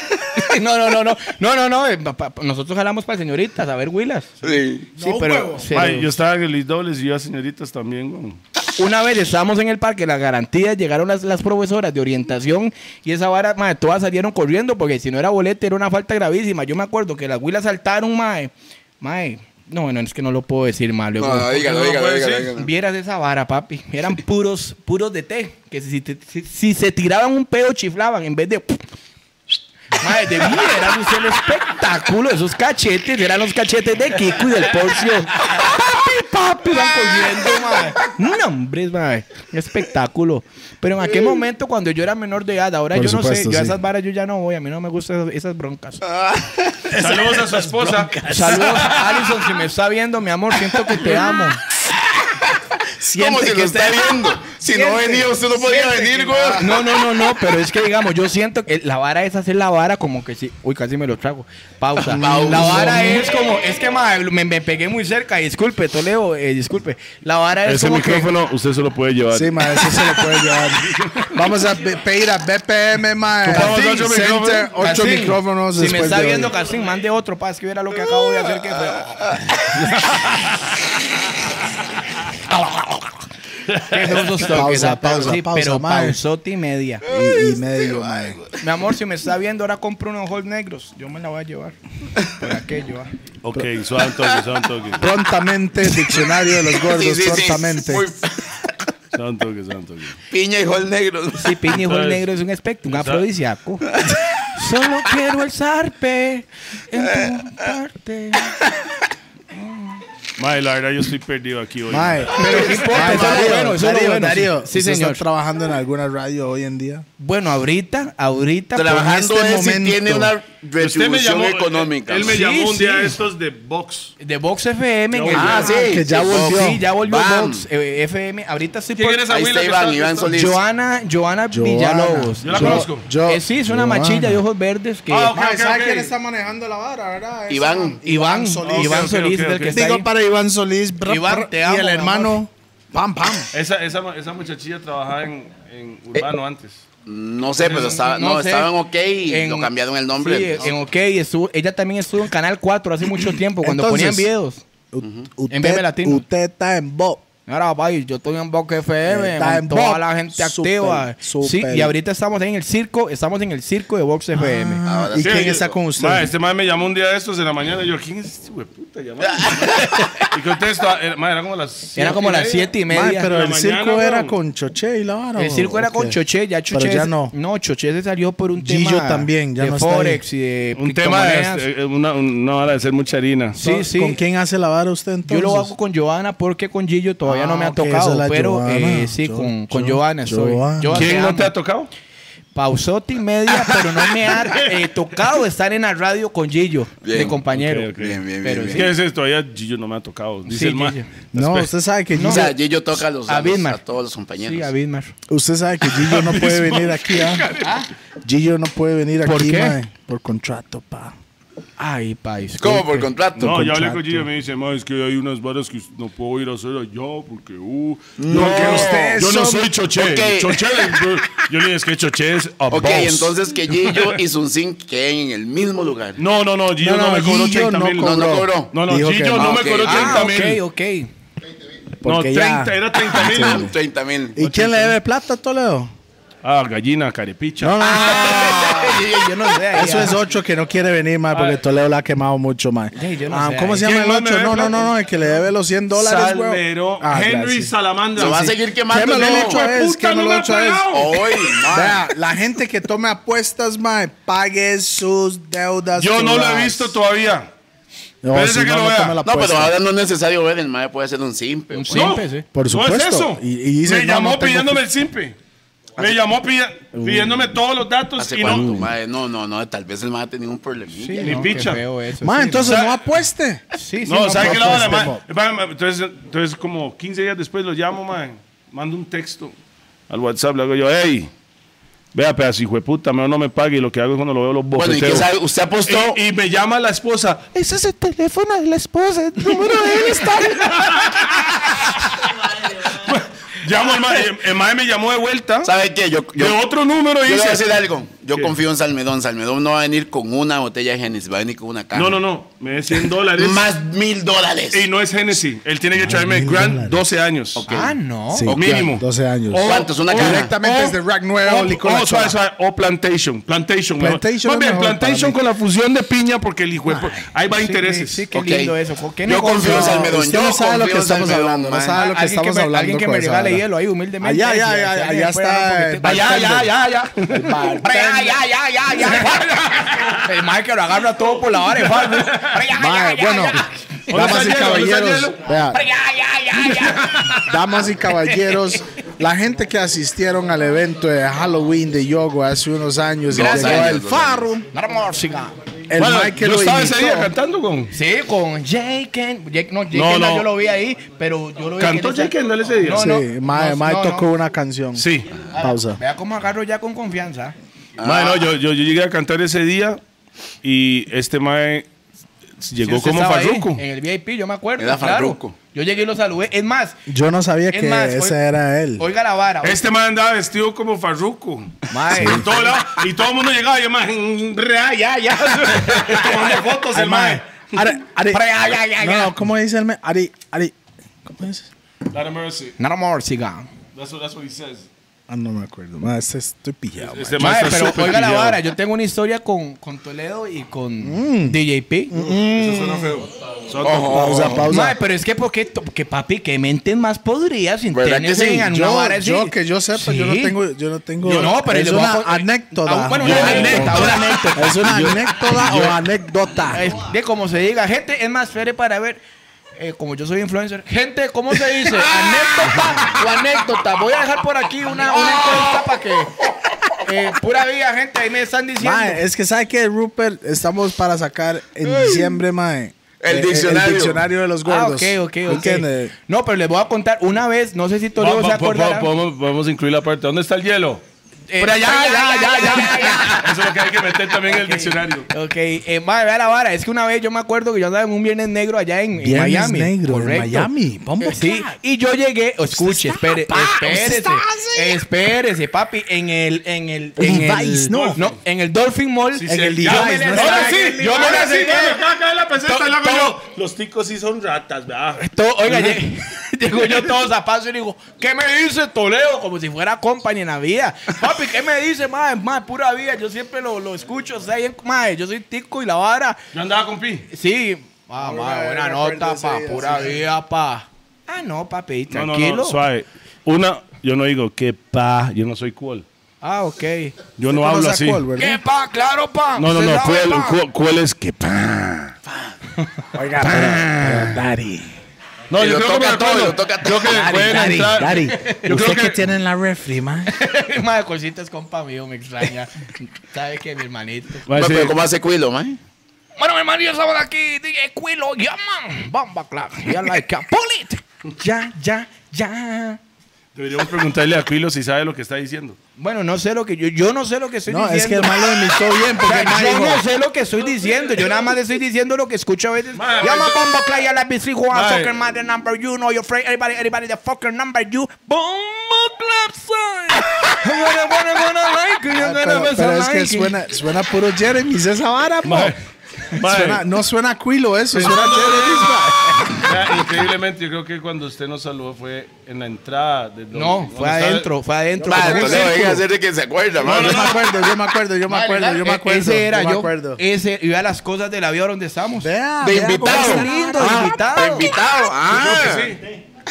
No, no, no, no, no, no, no, eh, pa- pa- nosotros jalamos para señoritas, a ver, Willas. Sí. Sí, pero, pero- Ay, yo estaba en Luis Dobles y yo a señoritas también, güey. Una vez estábamos en el parque, las garantías, llegaron las, las profesoras de orientación y esa vara, mae, todas salieron corriendo porque si no era bolete era una falta gravísima. Yo me acuerdo que las huilas saltaron, mae. Mae, no, bueno, es que no lo puedo decir, mae. Luego, No, dígalo, dígalo, dígalo, dígalo. Vieras esa vara, papi. Eran puros, puros de té. Que si, te- si- si se tiraban un pedo, chiflaban en vez de. Madre de mí, era usted el espectáculo. Esos cachetes eran los cachetes de Kiko y del Porcio. Papi, papi, van corriendo, madre. No, hombre, madre. Un espectáculo. Pero en aquel momento, cuando yo era menor de edad, ahora Por yo no sé. supuesto, Yo a sí. esas varas yo ya no voy. A mí no me gustan esas, esas broncas. Saludos a su esposa. Saludos, Alison, si me está viendo, mi amor, siento que te amo. ¿Cómo Siente se que lo está viendo? Si no venía, usted no podía venir, güey. No, no, no, no, pero es que digamos, yo siento que la vara es hacer la vara como que sí. Uy, casi me lo trago. Pausa. La vara es como, es que ma, me, me pegué muy cerca, disculpe, Toledo, eh, disculpe. La vara es Ese como micrófono usted se lo puede llevar. Sí, ma, eso se lo puede llevar. Vamos a pe- pedir a BPM, ma. Ocupamos Casting ocho Center, micrófonos. que. Ocho Casín, micrófonos Si me después está de hoy. viendo Casín, mande otro, paz, que viera lo que acabo de hacer. Que fue. Qué grosos toques, Pausa, ah, pero pausa, sí, pausa, pero mae. pausota y media. Y, y medio, ma. Mi amor, si me está viendo, ahora compro unos ojos negros. Yo me la voy a llevar. Por aquello. ah. Ok, suave un toque, suave un toque. Prontamente, diccionario de los gordos, Sí, sí, sí. prontamente. Muy- Suave un toque, suave un toque. Piña y Jol Negro. Sí, piña y jol Entonces- negro es un espectro, un afrodisíaco. Solo quiero el zarpe en Eh. tu parte. Mae, la verdad, yo estoy perdido aquí hoy. Mae, Pero ¿qué importa? mae, Eso es lo Darío, bueno, eso es lo Darío, bueno, sí. Darío, ¿usted Sí, está señor. trabajando en alguna radio hoy en día? Bueno, ahorita, ahorita. Trabajando este es si momento. tiene una Usted me retribución llamó, económica. Él, él me Sí, llamó un día sí. estos de box. De Vox FM. en el- Ah, sí. que ya sí, volvió. Sí, ya volvió Bam. Vox eh, FM. Ahorita estoy ¿Quién por... era esa Ahí abuela está que Iván, estaba- Iván Solís. Joana, Joana Villalobos. Yo la conozco. Yo- Eh, sí, es una Joana. machilla de ojos verdes que... Ah, ok, Mae, ok, ¿sabe ok. quién está manejando la vara, verdad? Es- Iván. Iván, Iván Solís, Ok, ok, del ok, ok. que está ahí. Digo para Iván Solís, bra- Iván, te y amo, el mi hermano. Pam, pam. Esa, esa, ma- esa muchachilla trabajaba en, en Eh, Urbano antes. No sé, pero estaba, no, sé. estaban ok y En- lo cambiaron el nombre. Sí, en OK. estuvo- ella también estuvo en Canal 4 hace mucho tiempo, cuando Entonces- ponían videos. U- En BM Usted, Latino. usted está en Bob. Ahora, papi, yo estoy en Boca FM, Está en con toda Vox. la gente Súper, activa. Sí, súper. y ahorita estamos en el circo, estamos en el circo de Box FM. ¿Y Sí, quién yo- está con usted? Mae, este mae me llamó un día de estos en la mañana. Y yo, ¿quién es este hueputa llamando? y contesto, ah, era, mae, era como las siete Era como y las media. 7 y media. Mae, pero La el mañana, circo era weón. con Choche y la vara. el circo era con Choché, ya Choché. Ah, Pero ya se- no. No, Choché se salió por un Gillo tema. también, ya de no está ahí. Forex y de. Un tema de criptomonedas. este, eh, una, un- una hora de hacer mucha harina. Sí, sí. ¿Con quién hace la vara usted Yo entonces? lo hago con Giovanna porque con Gillo todavía Ah, no me ha ok, esa es tocado. la Pero Giovanna. eh, sí, Yo- con, con yo- Giovanna estoy. Giovanna. Giovanna, ¿Quién no amo. te ha tocado? Pausota y media, pero no me ha eh, tocado estar en la radio con Gillo, Bien, de compañero. ok, ok. Bien, bien, Pero bien. Es bien. que ese todavía Gillo no me ha tocado. Dice Sí, el mae. Gillo. No, Espe- usted sabe que O Gillo, sea, Gillo toca a, los, A a, los- Bismarck. a todos los Sí, a compañeros. Bismark. usted sabe que Gillo no puede venir aquí, ¿ah? Gillo no puede venir aquí, ¿Por qué? mae, por contrato, pa. Ay, país. ¿Cómo? ¿Por contrato? No, yo hablé contrato. con Gillo y me dice, "Ma, es que hay unas varas que no puedo ir a hacer allá porque, uh, No, que ustedes yo no son- soy choche. Ok. Choche, yo le dije, es que choche es a Ok, boss". entonces que Gillo y Sunsin queden en el mismo lugar. No, no, no, Gillo no, me cobró 30 mil. cobró. No, no cobró. No, no, Dijo que no. Gillo no Ah, me ok. cobró 30 Ah, mil. ok, ok. No, Porque 30, ya- era 30 mil. 30 mil. ¿Y quién le debe plata, Toledo? Ah, gallina, carepicha. No, no, no. yo, yo no sé. ahí, Eso ah. es 8 que no quiere venir, más Ah. porque Toledo la ha quemado mucho, más. Sí, yo no sé, ¿Cómo ahí. se llama ¿Quién el más me 8? ve No, no, plata? no, no, el que le debe los 100 dólares, weón. Salmero Ah, Henry gracias. Salamandra. Se va a Sí. seguir quemando. Quémalo no. ocho veces, puta, no quémalo me ha ocho veces. pagado. Hoy, Vea, la gente que tome apuestas, mae, pague sus deudas. Yo no lo todas. he visto todavía. No, Espérese que lo vea. tome la No, pero apuesta. ahora no es necesario ver, el mae puede ser un simple. Un pues. simple. No, sí. Por No es supuesto. eso. Y- y dice, me no, llamó no tengo pidiéndome que- Uh. el simple. Me llamó pidi- pidiéndome todos los datos ¿Hace y cuánto, no. mae? No, no, no, tal vez el mae ha tenido un problemilla. Ni no, picha. Qué feo eso. Mae, sí, entonces no apueste. Sí, sí, No, eh. ¿sabes no, qué la vara, pues, man? Man, man, Entonces, entonces, como 15 días después lo llamo, man. Mando un texto al WhatsApp. Le hago yo, hey, vea, pedazo, hijo de puta, mejor no me pague. Y lo que hago es cuando lo veo los Bueno, ¿y qué bofeteos. sabe? Usted apostó. y, y me llama la esposa. Ese es el teléfono de la esposa. El número de él está. Llamo al ma- el, el mae me llamó de vuelta. ¿Sabe qué? Yo, yo, de otro número yo le voy a dice. decir algo. Yo ¿Qué? confío en Salmedón. Salmedón no va a venir con una botella de Genesis, va a venir con una caja. No, no, no. Me de 100 dólares. Más mil dólares. Y no es Genesis. Él tiene que traerme Grant 12 años. Ah, no. Sí, mínimo. 12 años. O- ¿Cuántos? Una o- caja. Directamente o- desde Rack Nueva, o- licor o- la suave, chava. suave, o Plantation. Plantation. mejor. Plantation Más es bien, mejor para Plantation mí. con la fusión de piña porque el hijo de pu- Ahí va intereses. Sí, qué Ok. lindo eso. ¿Qué Yo negocio? confío en Salmedón. Usted Yo no sabe lo confío que en estamos Salmedón, hablando. No man. sabe lo que Alguien que estamos me- hablando. Alguien que con me esa regale vara. hielo ahí humildemente. Allá, allá, Si allá, alguien allá puede dar un está. poquitito. allá, allá, allá, Ya, ya, ya, ya, ya. El mae que lo agarra todo por la vara. de falda. Mae, bueno, damas y hielo? ¿Dónde está caballeros, hielo? vea, damas y caballeros, la gente que asistieron al evento de Halloween de Yogo hace unos años y Dos llegó años, el dos Farro, Nada más, siga. el Bueno, Mike que yo lo estaba ese día invitó. cantando con. Sí, con Jake. and- Jake no, Jake No, Kendall no. yo lo vi ahí, pero yo lo vi. ¿Cantó en esa- Jake Kendall ese día? No, Sí, no, Mae no, Mae no, tocó no. una canción. Sí. Pausa. Vea cómo agarro ya con confianza. Mae, no, yo, yo, yo llegué a cantar ese día y este mae llegó Yo como Farruko. En el VIP, yo me acuerdo. Era claro. Farruko. Yo llegué y lo saludé. Es más, Yo no sabía Es que más, hoy- ese era él. oiga la vara. Este mae andaba vestido como Farruko. Mae. En todo lado, y todo el mundo llegaba y yo, ah, mae, ya, ya. Tomando fotos el mae. Are- are- Pre- ay, ay, ay, no, ay. no, ¿cómo dice el mae? Ari, Ari, ¿cómo dice? Lord have mercy. Nada más, siga. That's what, that's what he says. Ah, no me acuerdo. Mae, este- estoy pillado. mae. Este mae Mae, está pero súper oiga la pillado. vara. Yo tengo una historia con, con Toledo y Mm. con DJP. Eso suena feo. Suena Pausa, Mae, pausa. pero es que porque, to- que papi, que mentes más podrías ¿Verdad que sí? en una Yo, vara así. yo que yo sepa, yo no Sí. tengo, yo no tengo. Yo no, pero es le voy a una co- anécdota. Ah, bueno, una Yo- anécdota, una anécdota. Es una anécdota o anécdota. Es Ah, de como se diga, gente, es más fere para ver. eh, como yo soy influencer, gente, ¿cómo se dice? anécdota o anécdota. Voy a dejar por aquí una, una encuesta para que. eh, pura vida, gente, ahí me están diciendo. Mae, es que sabe que Rupert estamos para sacar en diciembre, mae. El eh, diccionario. El diccionario de los ah, gordos. ok, ok, ok. ¿Entiende? No, pero les voy a contar una vez, no sé si Toledo se Va- va- acordará. po- podemos, podemos incluir la parte. ¿Dónde está el hielo? Eh, Por allá, ya, ya, ya, ya, ya. Eso es lo que hay que meter también en el Ok. diccionario. Ok, eh, mae, vea la vara. Es que una vez yo me acuerdo que yo andaba en un viernes negro allá en, en Viernes Miami. negro en correcto. Miami, bombo Eh, sí, crack. y yo llegué, o escuche, espere, espérese, está así. espérese, papi, en el, en el, en Levi's, el, no. en el Dolphin Mall, Sí, en sí, el ya Levi's, me ¿no? le- Ahora sí, yo me ahora la sí, sé, ya me acaba de caer la peseta, To- la hago to- yo. Los ticos sí son ratas, ¿verdad? To- oiga, lle- llego yo todo zapazo y digo, ¿qué me dice Toledo? Como si fuera compañía en la vida. Papi, ¿qué me dice? Mae, mae, pura vida. Yo siempre lo, lo escucho. O sea, y- mae, yo soy tico y la vara. Yo andaba con Pi. Sí. Ah, mae, buena nota, pa. Pura vida, pa. Ah, no, papi, No, tranquilo. no, no, suave. Una, yo no digo que pa, yo no soy cool. Ah, ok. Yo no hablo así. ¿Qué, pa? Claro, pa. No, no, Usted no, sabe, cool, pa. cool- cool es que pa. Oiga, pero, pero, Daddy. No, Y yo lo creo que me toca todo, acuerdo. lo toca Creo que Daddy, pueden daddy, entrar. daddy. Yo creo Usted que que- tiene en la refri, mae. Mae, cosita es compa mío, me extraña. Sabe que mi hermanito. Va a Bueno, decir, Pues, pero ¿cómo hace Cuilo, mae? Bueno, mi hermano, yo estaba aquí. DJ Quilo, yeah, man. Bomba clap. Yeah, like a bullet. Ya, ya, ya. Deberíamos preguntarle a Quilo si sabe lo que está diciendo. Bueno, no sé lo que yo, yo no sé lo que estoy No, diciendo. es que el mae lo imitó bien O porque sea, el mae yo dijo, no sé lo que estoy diciendo. Yo nada más estoy diciendo lo que escucho a veces. Madre, Llama yo- bomba clap, ya la bici, Juan, Madre. soccer, madre, number you, know your friend, everybody, everybody, the fucker number you. Bomba clap sign. I'm gonna, gonna, gonna like you, I'm gonna Ah, Pero, gonna pero es like que you. suena, suena puro Jeremy esa vara, po. Mae. Mae. Suena- no suena Quilo eso, suena Jeremy. Vea, increíblemente, yo creo que cuando usted nos saludó fue en la entrada. de donde- No, donde fue estaba- adentro, fue adentro. Ma, como un Toledo, círculo. venga a hacer de que se acuerda, ma. Yo me acuerdo, yo me acuerdo, yo me acuerdo, Ah, yo me E- acuerdo. Ese era me yo. E-, acuerdo. Ese, y vea las cosas de la vida donde estamos. Vea, De vea cómo invitado. se- pues, lindo, Ah, De invitado. invitado. Ah.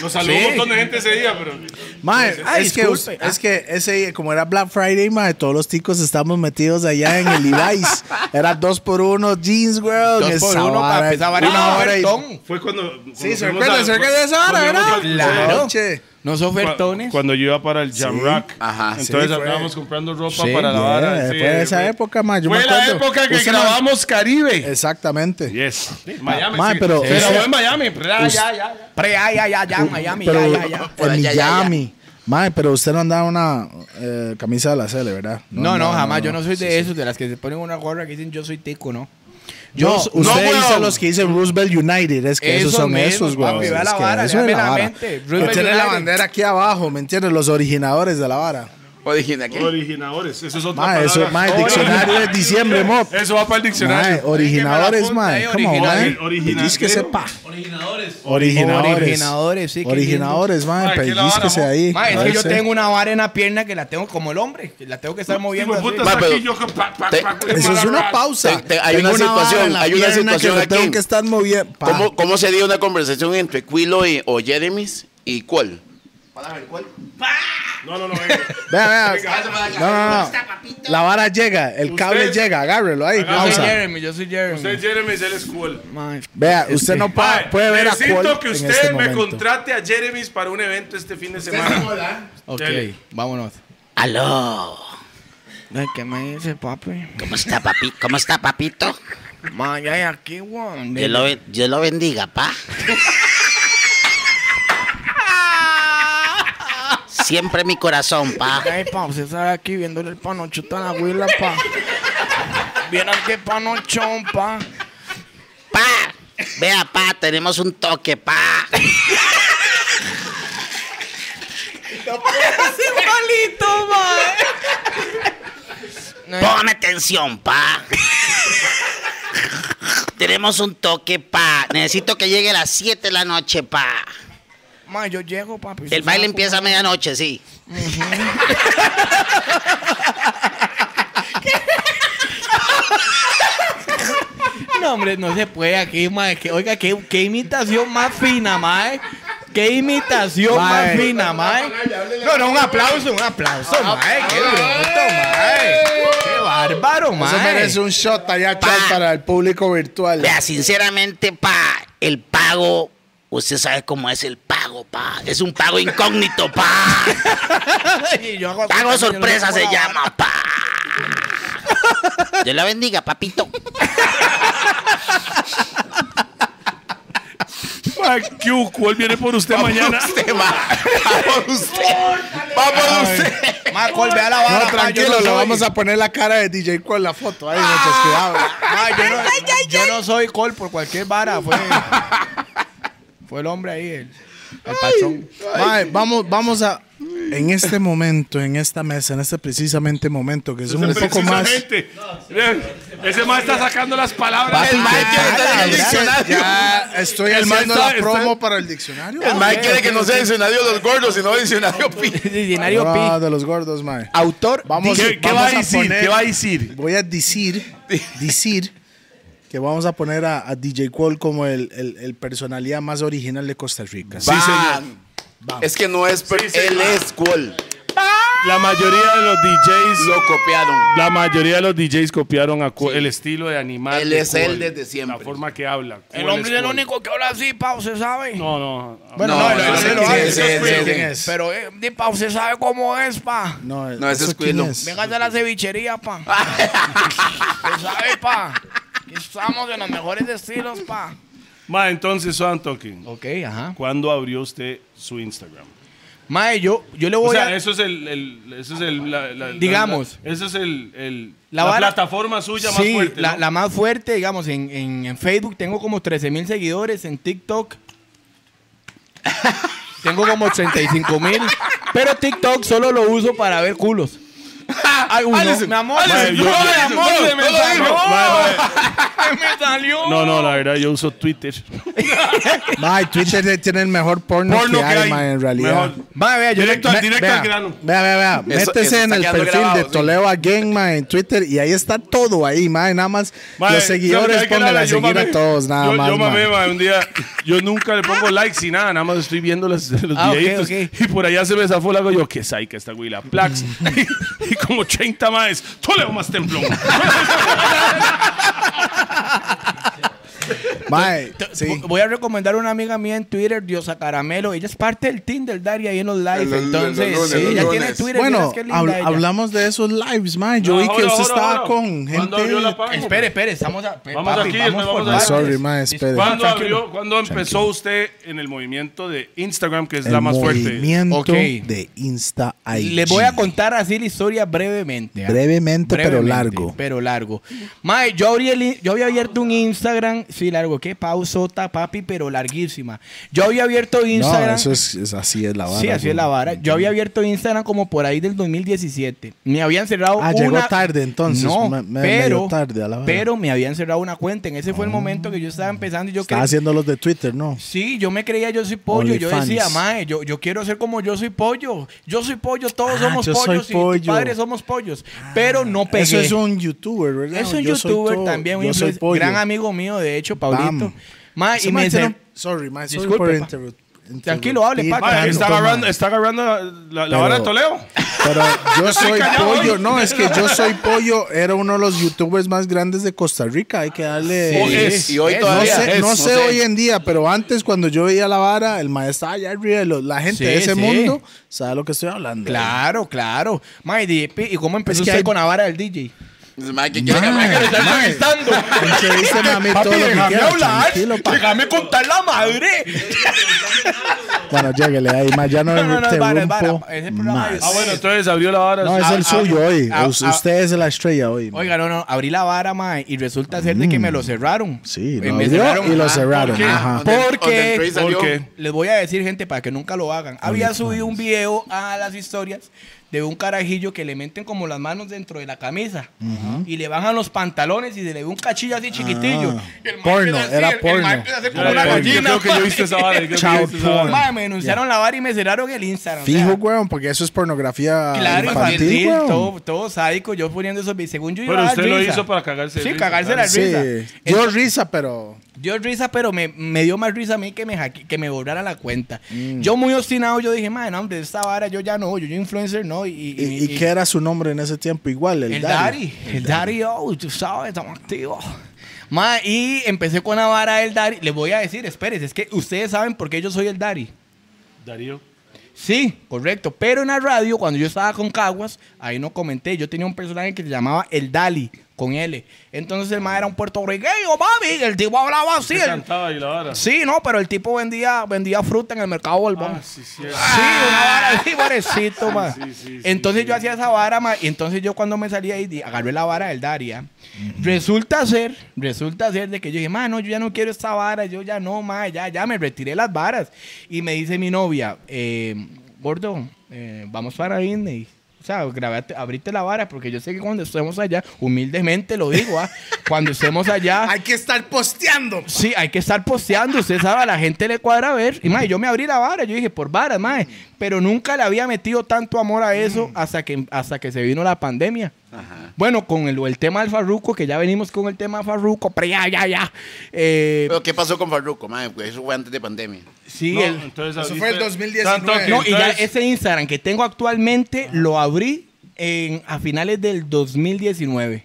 Nos saludó Sí. un montón de gente ese día, pero. Mae, Ay, es, que, disculpe. es que ese, como era Black Friday, mae, todos los ticos estábamos metidos allá en el Levi's. era dos por uno, jeans, weón. Dos por esa uno, vara, papi, esa vara era una un hora y- ofertón. Fue cuando. cuando Sí, se fuimos recuerda, a- se recuerda de esa vara, cuando ¿verdad? fuimos a- Claro. Noche. No son ofertones. Cuando yo iba para el Jam Rack. Ajá, Entonces sí, fue. andábamos comprando ropa Sí, para la yeah, vara. fue esa época, ma, yo Fue me la acuerdo. época que Usted no- grabamos Caribe. Exactamente. Yes. Miami. Ma, sí. pero- Se ese- grabó en Miami. pero ya, ya, ya. Pre, ya, ya, ya, ya, Miami, pero ya, ya, ya. en Allá, ya, ya. Miami. Mae, pero usted no andaba una eh, camisa de la Cele, ¿verdad? No, no, jamás. Yo no soy de esos, de las que se ponen una gorra que dicen yo soy tico, ¿no? Yo, Yo, usted dice los que dicen Roosevelt United, es que esos Esos son mismos, esos, papi, güey. vea la vara, eso es léame la la vara. mente. Que Roosevelt tiene la United. bandera aquí abajo, ¿me entiendes? Los originadores de la vara. Original. ¿qué? Originadores. Eso es otra Ma, palabra. eso, ma, el diccionario es diciembre, mo. Eso va para el Ma, diccionario. originadores, Déjeme la ma. punta eh, ahí, Come on, original- ma. original- Pellizquese, pa. Originadores. Originadores. Originadores, sí, qué Originadores, ma. Ay, qué la vara, Pellizquese mo. ahí. Ma, es A que ver yo si- tengo una vara en la pierna que la tengo como el hombre, que la tengo que estar moviendo. Hijo de así. puta, Ma, está pero- aquí, yo, pa, pa, pa, Te- pa, Eso es una pa, pausa. Te- te- hay Tengo una vara situación, en la hay una pierna que situación la tengo aquí. que estar moviendo. pa. ¿Cómo, ¿Cómo se dio una conversación entre Quilo y, o Jeremis? ¿Y cuál? No, no, no. venga. Vea, vea. No, no, no. La vara llega, el cable Usted- llega, agárrelo ahí. Agárrelo. Yo soy Pausa. Jeremy, yo soy Jeremy. Usted, Jeremy, es el school. Ma, Vea, Este, usted no pa- Mae, puede ver a necesito cuál que en usted este me momento. contrate a Jeremy's para un evento este fin de semana. Ok, Dele. vámonos. Aló, ¿Qué me dice, papi? ¿cómo está papi? ¿Cómo está papito? Ma, ya hay aquí, weón. Dios lo, ben- Dios lo bendiga, pa. Siempre mi corazón, pa. Ay, pa, usted sabe aquí viéndole el panocho está la huila, pa. Vieran qué panochón, pa. Pa. Vea, pa, tenemos un toque, pa. Póngame tensión, pa. tenemos un toque, pa. Necesito que llegue a las 7 de la noche, pa. Ma, yo llego, papi. El baile empieza a medianoche, sí. No, hombre, no se puede aquí, ma. Que, oiga, qué, qué imitación más fina, ma. Qué imitación más Mae. fina, ma. No, no, un aplauso, un aplauso, Ah, ma. Qué bruto, ma. Qué bárbaro, ma. Eso merece un shot allá chat Pa. para el público virtual. Vea, sinceramente, pa, el pago, usted sabe cómo es el pago, pa. Es un pago incógnito, pa. Y yo hago- Pago sorpresa yo se le pongo la llama, pa. Dios la bendiga, papito. Q, ¿cuál viene por usted mañana? Este Vamos usted. Ma, Col, vea la No, vara, ma, yo tranquilo, no le soy- vamos a poner la cara de DJ con la foto. Ah. Ahí, muchas cuidado. Ma, yo, no, yo no soy Col por cualquier vara. Fue, fue el hombre ahí, el, el pachón. Mae, vamos, vamos a. En este momento, en esta mesa, en este precisamente momento, que es un poco más. Este Precisamente. Vean, Ese man está sacando las palabras. Papi, del man ya, que está en el ya, diccionario. ya estoy Ese armando está- la está- promo para el diccionario. El Mike quiere que no sea diccionario de los gordos, sino diccionario pi. Diccionario Ah, Pi. de los gordos, mae. Autor. Vamos, ¿Qué, qué vamos va a decir? poner- ¿Qué va a decir? Voy a decir, decir que vamos a poner a, a DJ Qual como el, el- el personalidad más original de Costa Rica. Sí, Es que no es, pero él es cool. La mayoría de los DJs, Lo copiaron. la mayoría de los DJs copiaron a Cuol, el estilo de animal. Él de es él Cuol, desde siempre. La forma que habla. El Cuol hombre es es el Cuol. único que habla así, pa, usted sabe. No, no. Bueno, No, no, no, no, ese no, lo sí, hace, sí, ese sí, es sí. quién es. Pero, eh, di, pa, usted sabe cómo es, pa. No, No, ese ¿eso es quién Quilo. Venga de la cevichería, pa. usted sabe, pa. Que estamos en los mejores estilos, pa. Ma, entonces, so I'm talking. Ok, ajá. ¿Cuándo abrió usted su Instagram? Mae, yo, yo le voy O sea, a... eso es el, el- eso es el la- la- la- Digamos. la- eso es el, el- La la, vara- plataforma suya más sí, fuerte. la, ¿no? la más fuerte, digamos, en, en, en Facebook tengo como 13 mil seguidores, en TikTok tengo como 35 mil, pero TikTok solo lo uso para ver culos. Ay, uno, mi amor, no, Alison, no, mi amor, Alison, de no, no, mensaje, no, no. no, no, no, me salió. No, no, la verdad, yo uso Twitter. Mae, Twitter tiene el mejor porno, Porno que hay, mae, en realidad. Mejor. Mae, vea, yo Directo, al, Ve- directo vea, al grano. Vea, vea, vea. Eso- Métese eso en está el quedando perfil de grabado, sí. Toledo a Gang, mae, en Twitter. Y ahí está todo ahí, mae. Nada más Mae, los seguidores ¿sabe qué? pónganle a Nada, yo seguir mamé. a todos, nada yo, más. Yo mae. mamé, Ah, mae, un día. Yo nunca le pongo likes y nada, nada más estoy viendo las- los Ah, ok, videitos. ok. Y por allá se me zafó la hago yo, qué saica esta güey, la plax. Mm. y como 80 más. Toledo más templón. Mae, Vo- sí. Voy a recomendar a una amiga mía en Twitter, Diosa Caramelo. Ella es parte del team del Dari ahí en los live. En los- entonces, en los lunes, sí, en los ella tiene lunes. Twitter. Bueno, miras qué linda habl- ella. hablamos de esos lives, mae. Yo vi que Ahora, usted ahora, estaba ahora. con ¿Cuándo abrió la gente. Pango? Espere, espere, estamos a, pe- Vamos papi, aquí, vamos nos por vamos partes. a- Sorry, mae, espere. ¿Cuándo, Tranquilo. abrió, ¿cuándo empezó usted en el movimiento de Instagram, que es El la más fuerte? movimiento Ok. de Insta IG. Le voy a contar así la historia brevemente. ¿ah? Brevemente, pero largo. Pero largo. Mae, yo, abrí el in- yo había abierto un Instagram. Sí, largo. Qué pausota, papi, pero larguísima. Yo había abierto Instagram. No, eso es, es- así es la vara. Sí, así güey. es la vara. Yo había abierto Instagram como por ahí del 2017. Me habían cerrado Ah, una... llegó tarde, entonces. No, Me- me- pero, medio tarde, a la vara. Ah. pero me habían cerrado una cuenta. En ese fue el momento que yo estaba empezando y yo Estaba cre- haciendo los de Twitter, ¿no? Sí, yo me creía yo soy pollo. yo OnlyFans. decía, mae, yo, yo quiero ser como yo soy pollo. Yo soy pollo, todos Ah, somos yo soy pollos y pollo. Ah, padres somos pollos. pero no pegué. Eso es un youtuber, ¿verdad? Es un Yo soy youtuber todo- también, un yo soy influencer, pollo. gran amigo mío, de hecho, Paulito. Bam. Mae, Ese y man me tiene dice, un- Sorry, man, sorry Disculpe, por pa. interru- interrumpir Tranquilo, hable, pa. Mae, tanto, está, man. agarrando, está agarrando la, la- la vara de Toledo. Pero yo soy callado pollo. hoy. No, es que yo soy pollo. Era uno de los youtubers más grandes de Costa Rica. Hay que darle. O es. Y hoy Es, No todavía. sé, es, no sé hoy en día, pero antes cuando yo veía la vara, el maestro allá arriba, de los- la gente Sí, de ese sí. mundo sabe de lo que estoy hablando. claro, claro. Mae, di- pi- ¿y cómo empezó Es que usted hay- con la vara del DJ? Mae, que quiere Mae, que- mae, Entrevísteme a mí todo lo que quiera, tranquilo, pa. déjame contar la madre. Bueno, lléguele ahí, ma, ya no, No, no, no, es vara, es vara. interrumpo Ese programa más. es- Ah, bueno, entonces abrió la vara. No, es el suyo hoy. ah, Us- ah. usted es la estrella hoy. ma. Oiga, no, no, abrí la vara, mae, y resulta ser de que me lo cerraron. Sí, Eh, lo me abrió y lo ah, cerraron. qué? Ajá. Donde- donde Porque- el Trey salió. porque- Les voy a decir, gente, para que nunca lo hagan. Había subido un video a las historias de un carajillo que le meten como las manos dentro de la camisa y le bajan los pantalones y se le ve un cachillo así chiquitillo. Y el mae Porno, empieza así, era el- el porno. mae empieza a hacer como Ya, una ya, ya, gallina, Yo creo que yo mae. viste esa vara. yo creo que Child yo viste esa vara. porn. Mae, me denunciaron la vara y me cerraron el Instagram. o sea, Fijo, weón, porque eso es pornografía Claro, Ah, infantil, infantil, weón. todo, todo sádico, yo poniendo eso, y según yo iba a Pero dar usted lo risa. hizo para cagarse. de Sí, risa, cagarse la ¿sabes? Sí. risa. Yo risa, pero. Dio risa, pero me, me dio más risa a mí que me, hacke- que me borrara la cuenta. Mm. Yo muy obstinado, yo dije, madre, no, hombre, esta vara yo ya no, yo, yo influencer no. Y, y, ¿Y, y qué era su nombre en ese tiempo? Igual, el, El Daddy. Dari, el Dari, oh, tú sabes, estamos activos. Ma, y empecé con la vara del Dari. Les voy a decir, espérense, es que ustedes saben por qué yo soy el Dari. Darío. Sí, correcto. Pero en la radio, cuando yo estaba con Caguas, ahí no comenté. Yo tenía un personaje que se llamaba El Dali, con L. Entonces el ma era un puertorriqueño, mami. El tipo hablaba así. Se el- cantaba y la vara. Sí, no, pero el tipo vendía, vendía fruta en el mercado del Bom. Ah, sí, Sí, sí. una vara así, pobrecito, ma. Ah. sí, sí, entonces yo hacía esa vara, ma. Y entonces yo cuando me salí ahí, di- agarré la vara del Daria. Resulta ser, resulta ser de que yo dije, ma, no, yo ya no quiero esta vara, yo ya no, ma, ya, ya me retiré las varas. Y me dice mi novia, eh, gordo, eh, vamos para Disney. O sea, grabate, abrite la vara, porque yo sé que cuando estemos allá, humildemente lo digo, ah, cuando estemos allá, que estar posteando. Sí, hay que estar posteando. Usted sabe, a la gente le cuadra ver. Y mae, yo me abrí la vara. Yo dije, por vara, mae. Pero nunca le había metido tanto amor a Mm. eso hasta que, hasta que se vino la pandemia. Bueno, con el, el tema del farruco, que ya venimos con el tema farruco, pero ya, ya, ya. Eh, Pero, ¿Qué pasó con Farruko? mae? Porque eso fue antes de pandemia. sí, No, el- entonces Eso abriste- fue el 2019. Tanto que no, y ya entonces- ese Instagram que tengo actualmente lo abrí en, a finales del 2019.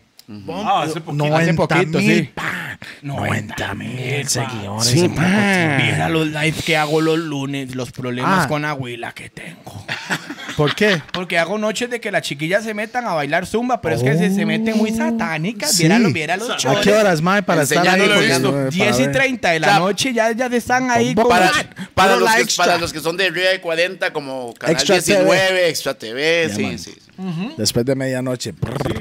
Ah, hace poquito. 90 poquito, mil, sí. pa. 90 mil seguidores. Sí, pa. Mira los lives que hago los lunes, los problemas Ah. con Aguila que tengo. ¿Por qué? Porque hago noches de que las chiquillas se metan a bailar zumba, pero es que se, se meten muy satánicas. Sí. Viera los, viera los ¿A choles. qué horas, mae, para estar ahí? Enseñándolo Porque esto. no, para 10 y ver. 30 de la noche ya, ya están ahí Para- con... Para, para, Puro los que, likes, para chat. los que son de arriba de 40, como Canal Extra 19, Extra TV, Ya, sí, man. sí. Mm. Después de medianoche. Brr.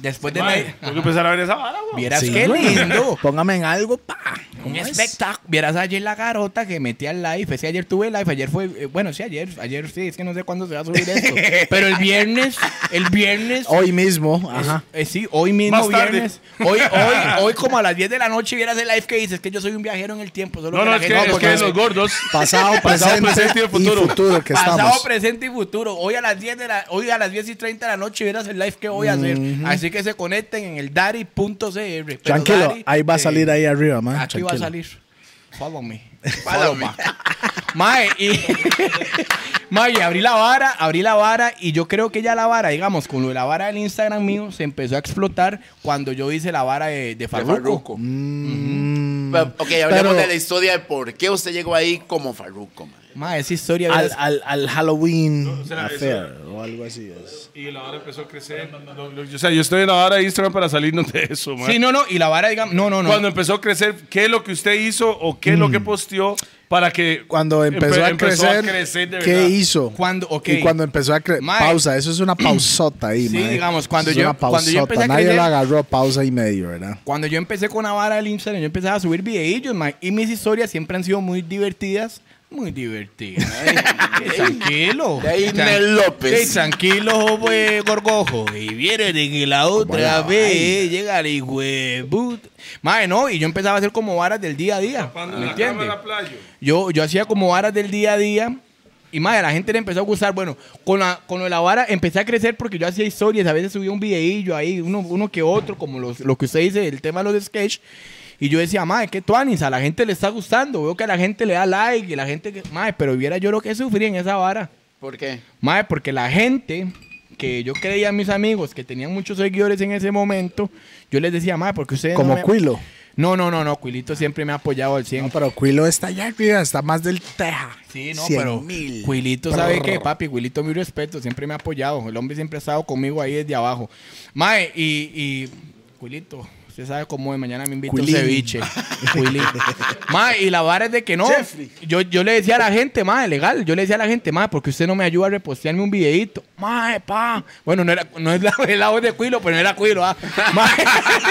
Después de... Mae, media- Tengo que empezar a ver esa vara, güey. Vieras Sí, qué güey. lindo. Póngame en algo, pa. Un es? espectáculo. Vieras ayer la garota que metí al live. Sí, ayer tuve live. Ayer fue. eh, bueno, sí, ayer. Ayer sí, es que no sé cuándo se va a subir esto. Pero el viernes. El viernes. Hoy mismo, ajá. eh, sí, hoy mismo Más tarde. viernes. Hoy, hoy, hoy, como a las 10 de la noche, vieras el live que dices que yo soy un viajero en el tiempo. Solo No, no, la es que, gente- es porque que es- los gordos. Pasado, Pasado, presente, presente y y futuro. futuro. que Pasado, estamos. presente y futuro. Hoy a las 10 de la, hoy a las 10 y 30 de la noche verás el live que voy a hacer. Así que se conecten en el dari.cr. Pero Tranquilo, Dari, ahí va a eh, salir ahí arriba, man. Aquí va a Ah, tranquilo. salir. Follow me. Follow me. Mae, y, Mae, y abrí la vara, abrí la vara y yo creo que ya la vara, digamos, con lo de la vara del Instagram mío, se empezó a explotar cuando yo hice la vara de, de Farruko. Farruko. Mm. Pero, ok, hablemos Pero- de la historia de por qué usted llegó ahí como Farruko, man. Mae, esa historia... Al, vieras- al, al Halloween será eso. affair o algo así. Es. Y la hora empezó a crecer. Lo- lo- yo- o sea, yo estoy en la hora de Instagram para salirnos de eso, man. sí, no, no, y la vara, digamos... No, Mm. no, no. Cuando empezó a crecer, ¿qué es lo que usted hizo o qué es lo que posteó para que. Cuando empezó, empe- a, crecer, de ¿qué verdad? hizo? Cuando- ok. Y cuando empezó a crecer, Mae. pausa, eso es una pausota ahí, Sí, mae. digamos, cuando Eso es yo- una cuando yo empecé a pausota. Nadie crecer- la agarró pausa y medio, ¿verdad? Cuando yo empecé con la vara del Instagram, yo empezaba a subir videillos, man, y mis historias siempre han sido muy divertidas. Muy divertidas. Ay, tranquilo. De ahí Tran- Nel López. Sí, tranquilo, güey, gorgojo. Y viene de que la otra vez llega el hijo de put- Mae, no, y yo empezaba a hacer como varas del día a día. ¿Me entiendes? Yo, yo hacía como varas del día a día. Y madre, a la gente le empezó a gustar. Bueno, con, la, con lo de la vara empecé a crecer porque yo hacía historias. A veces subía un videillo ahí, uno, uno que otro, como los, lo que usted dice, el tema de los sketch. Y yo decía, madre, qué tuanis, a la gente le está gustando. Veo que a la gente le da like y la gente que. Madre, pero viera yo lo que sufrí en esa vara. ¿Por qué? Madre, porque la gente que yo creía mis amigos que tenían muchos seguidores en ese momento, yo les decía, madre, porque ustedes. no Como me- Quilo. No, no, no, no. Cuilito siempre me ha apoyado al 100. No, pero Quilo está allá arriba, está más del teja. Sí, no, 100 pero mil. Wilito sabe que, papi, Wilito, mi respeto, siempre me ha apoyado. El hombre siempre ha estado conmigo ahí desde abajo. Mae, y, y Wilito, usted sabe cómo de mañana me invita a un Wilín. ceviche. Wilín. Mae, y la vara es de que no. Yo, yo le decía a la gente, mae, legal, yo le decía a la gente, mae, porque usted no me ayuda a repostearme un videito. Mae, pa. Bueno, no era, no es la, es la voz de Cuilo, pero no era Cuilo, ah. Mae.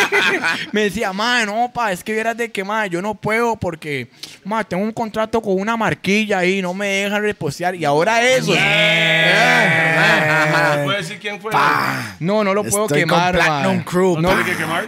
me decía, mae, no, pa, es que vieras de que, mae, yo no puedo porque, mae, tengo un contrato con una marquilla ahí, no me dejan repostear. Y ahora eso. Eh, mae. Ah, ¿Puede decir quién fue? No, no lo puedo Estoy quemar, con Platinum mae. Crew. ¿No pa. tiene que quemar?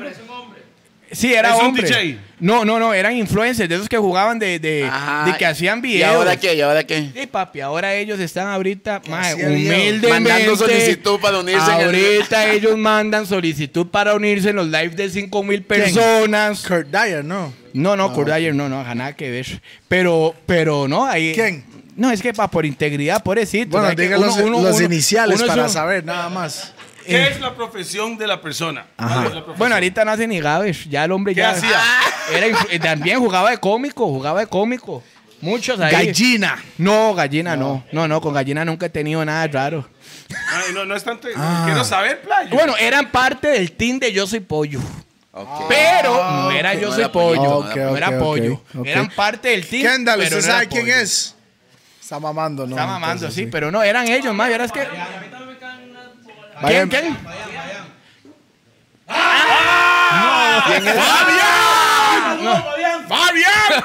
Sí, era ¿Es un hombre. DJ? No, no, no, eran influencers, de esos que jugaban de, de, Ajá. de que hacían videos. ¿Y ahora qué? ¿Y ahora qué? Sí, papi, ahora ellos están ahorita, mae, hacía humildemente. Mandando solicitud para unirse en el- Ahorita ellos mandan solicitud para unirse en los lives de 5 mil personas. Kurt Dyer, ¿no? No, no, Kurt Dyer, no, no, ajá, nada que ver. Pero, pero no, ahí... ¿Quién? No, es que pa, por integridad, pobrecito. Bueno, ¿sabes qué? diga Uno- los, uno- los uno- iniciales uno es para un- saber nada más. ¿Qué Eh. es la profesión de la persona? ¿Cuál es la profesión? Bueno, ahorita no hace ni Gavish, ya el hombre ¿Qué ya... hacía? Era influ- eh, también jugaba de cómico, jugaba de cómico. Muchos ahí. Gallina. No, gallina no. no. No, con gallina nunca he tenido nada raro. Ay, no, no es tanto. Quiero saber, playo. Bueno, eran parte del team de Yo Soy Pollo. Ok. Pero no era ok. Yo No Soy era Pollo. pollo, Ah, no no era era pollo. Pollo. Ok, ok, Eran ok. parte del team. Kendall, pero ¿usted no era sabe quién pollo. es? Está mamando, ¿no? Está mamando, Entonces, sí, pero no, eran ellos, más. Verás que. Vayan- ¿Quién, quién?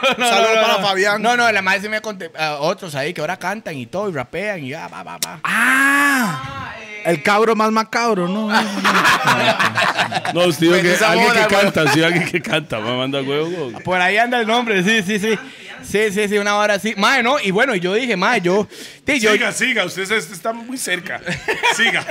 Saludos para Fabián. No, no, la madre se me conté. a otros ahí que ahora cantan y todo, y rapean y ya, va, va, va. Ah, el cabro más macabro, ¿no? No, usted dijo que Esa alguien bola, que güey. canta, sí, alguien que canta, me manda huevo. güey. Por ahí anda el nombre, sí, sí, sí. Sí, sí, sí, una hora así. Mae, no, y bueno, yo dije, mae, yo. sí, yo- Siga, siga, usted se- está muy cerca. Siga.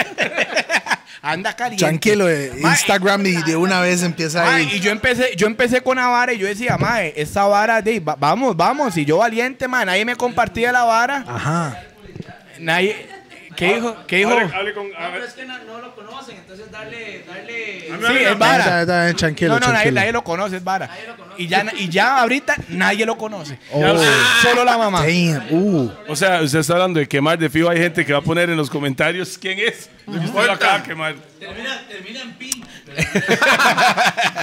anda caliente. Tranquilo, eh, Mae, Instagram y de una vez empieza Mae, y ahí. yo empecé, yo empecé con la vara y yo decía, mae, esta vara, de, va- vamos, vamos. Y yo valiente, mae, nadie me compartía la vara. Ajá. Nadie. Ah. ¿Qué dijo? ¿Qué dijo? Hable- hable con- a No, pero ver. es que no, no lo conocen, entonces darle, A darle. mí me- es me- vara. Está- está bien, Tranquilo, no, no, nadie, tranquilo. nadie lo conoce, es vara. Y ya, na- y ya ahorita nadie lo conoce. Oh. Solo la mamá. Damn, uh. O sea, usted está hablando de quemar de fijo. Hay gente que va a poner en los comentarios quién es. Usted lo acaba de quemar. Termina, termina en pin.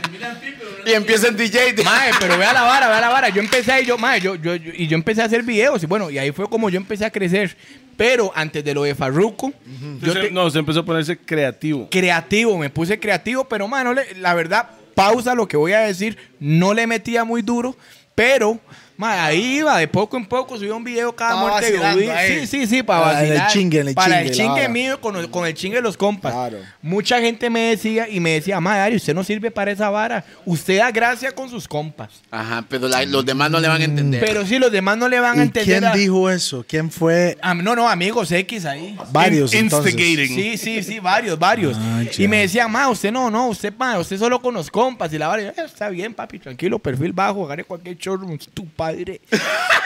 termina en pin, pero no Y empieza el DJ. de- Mae, pero vea la vara, vea la vara. Yo empecé ahí, yo, mae, yo, yo, yo- y yo empecé a hacer videos. Y bueno, y ahí fue como yo empecé a crecer. Pero antes de lo de Farruko, yo Usted- te- No, usted empezó a ponerse creativo. creativo, me puse creativo, pero mano, le- la verdad, pausa lo que voy a decir. No le metía muy duro, pero ma, ahí iba, de poco en poco subía un video cada Estaba muerte. que vacilando huí. ahí. Sí, sí, sí, para Para el vacilar. chingue, el Para chingue, el la chingue vara. mío, con el, con el chingue de los compas. Claro. Mucha gente me decía y me decía, ma, Dario, usted no sirve para esa vara. Usted da gracia con sus compas. Ajá, pero la- los demás no le van a entender. Pero sí, los demás no le van a ¿Y entender. quién a- dijo eso? ¿Quién fue? a- no, no, amigos X ahí. Varios, In- entonces. Instigating. Sí, sí, sí, varios, varios. Ah, ya. y me decían, ma, usted no, no, usted, ma, usted solo con los compas y la vara. Y yo, "Eh, está bien, papi, tranquilo, perfil bajo, agarre cualquier chorro, es tu padre.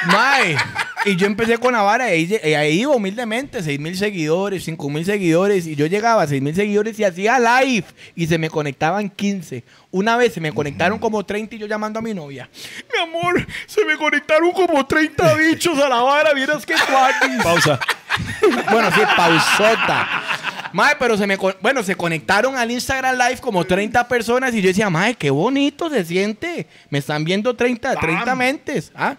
Mae. Y yo empecé con la vara y ahí, lle- y ahí iba humildemente, seis mil seguidores, cinco mil seguidores. Y yo llegaba a seis mil seguidores y hacía live. Y se me conectaban 15. Una vez se me conectaron como 30 y yo llamando a mi novia. Mi amor, se me conectaron como 30 bichos a la vara, vieras que cuatis. Pausa. Bueno, sí, pausota. Mae, pero se me con- bueno, se conectaron al Instagram Live como 30 personas y yo decía, "Mae, qué bonito se siente. Me están viendo 30, 30 mentes." Ah,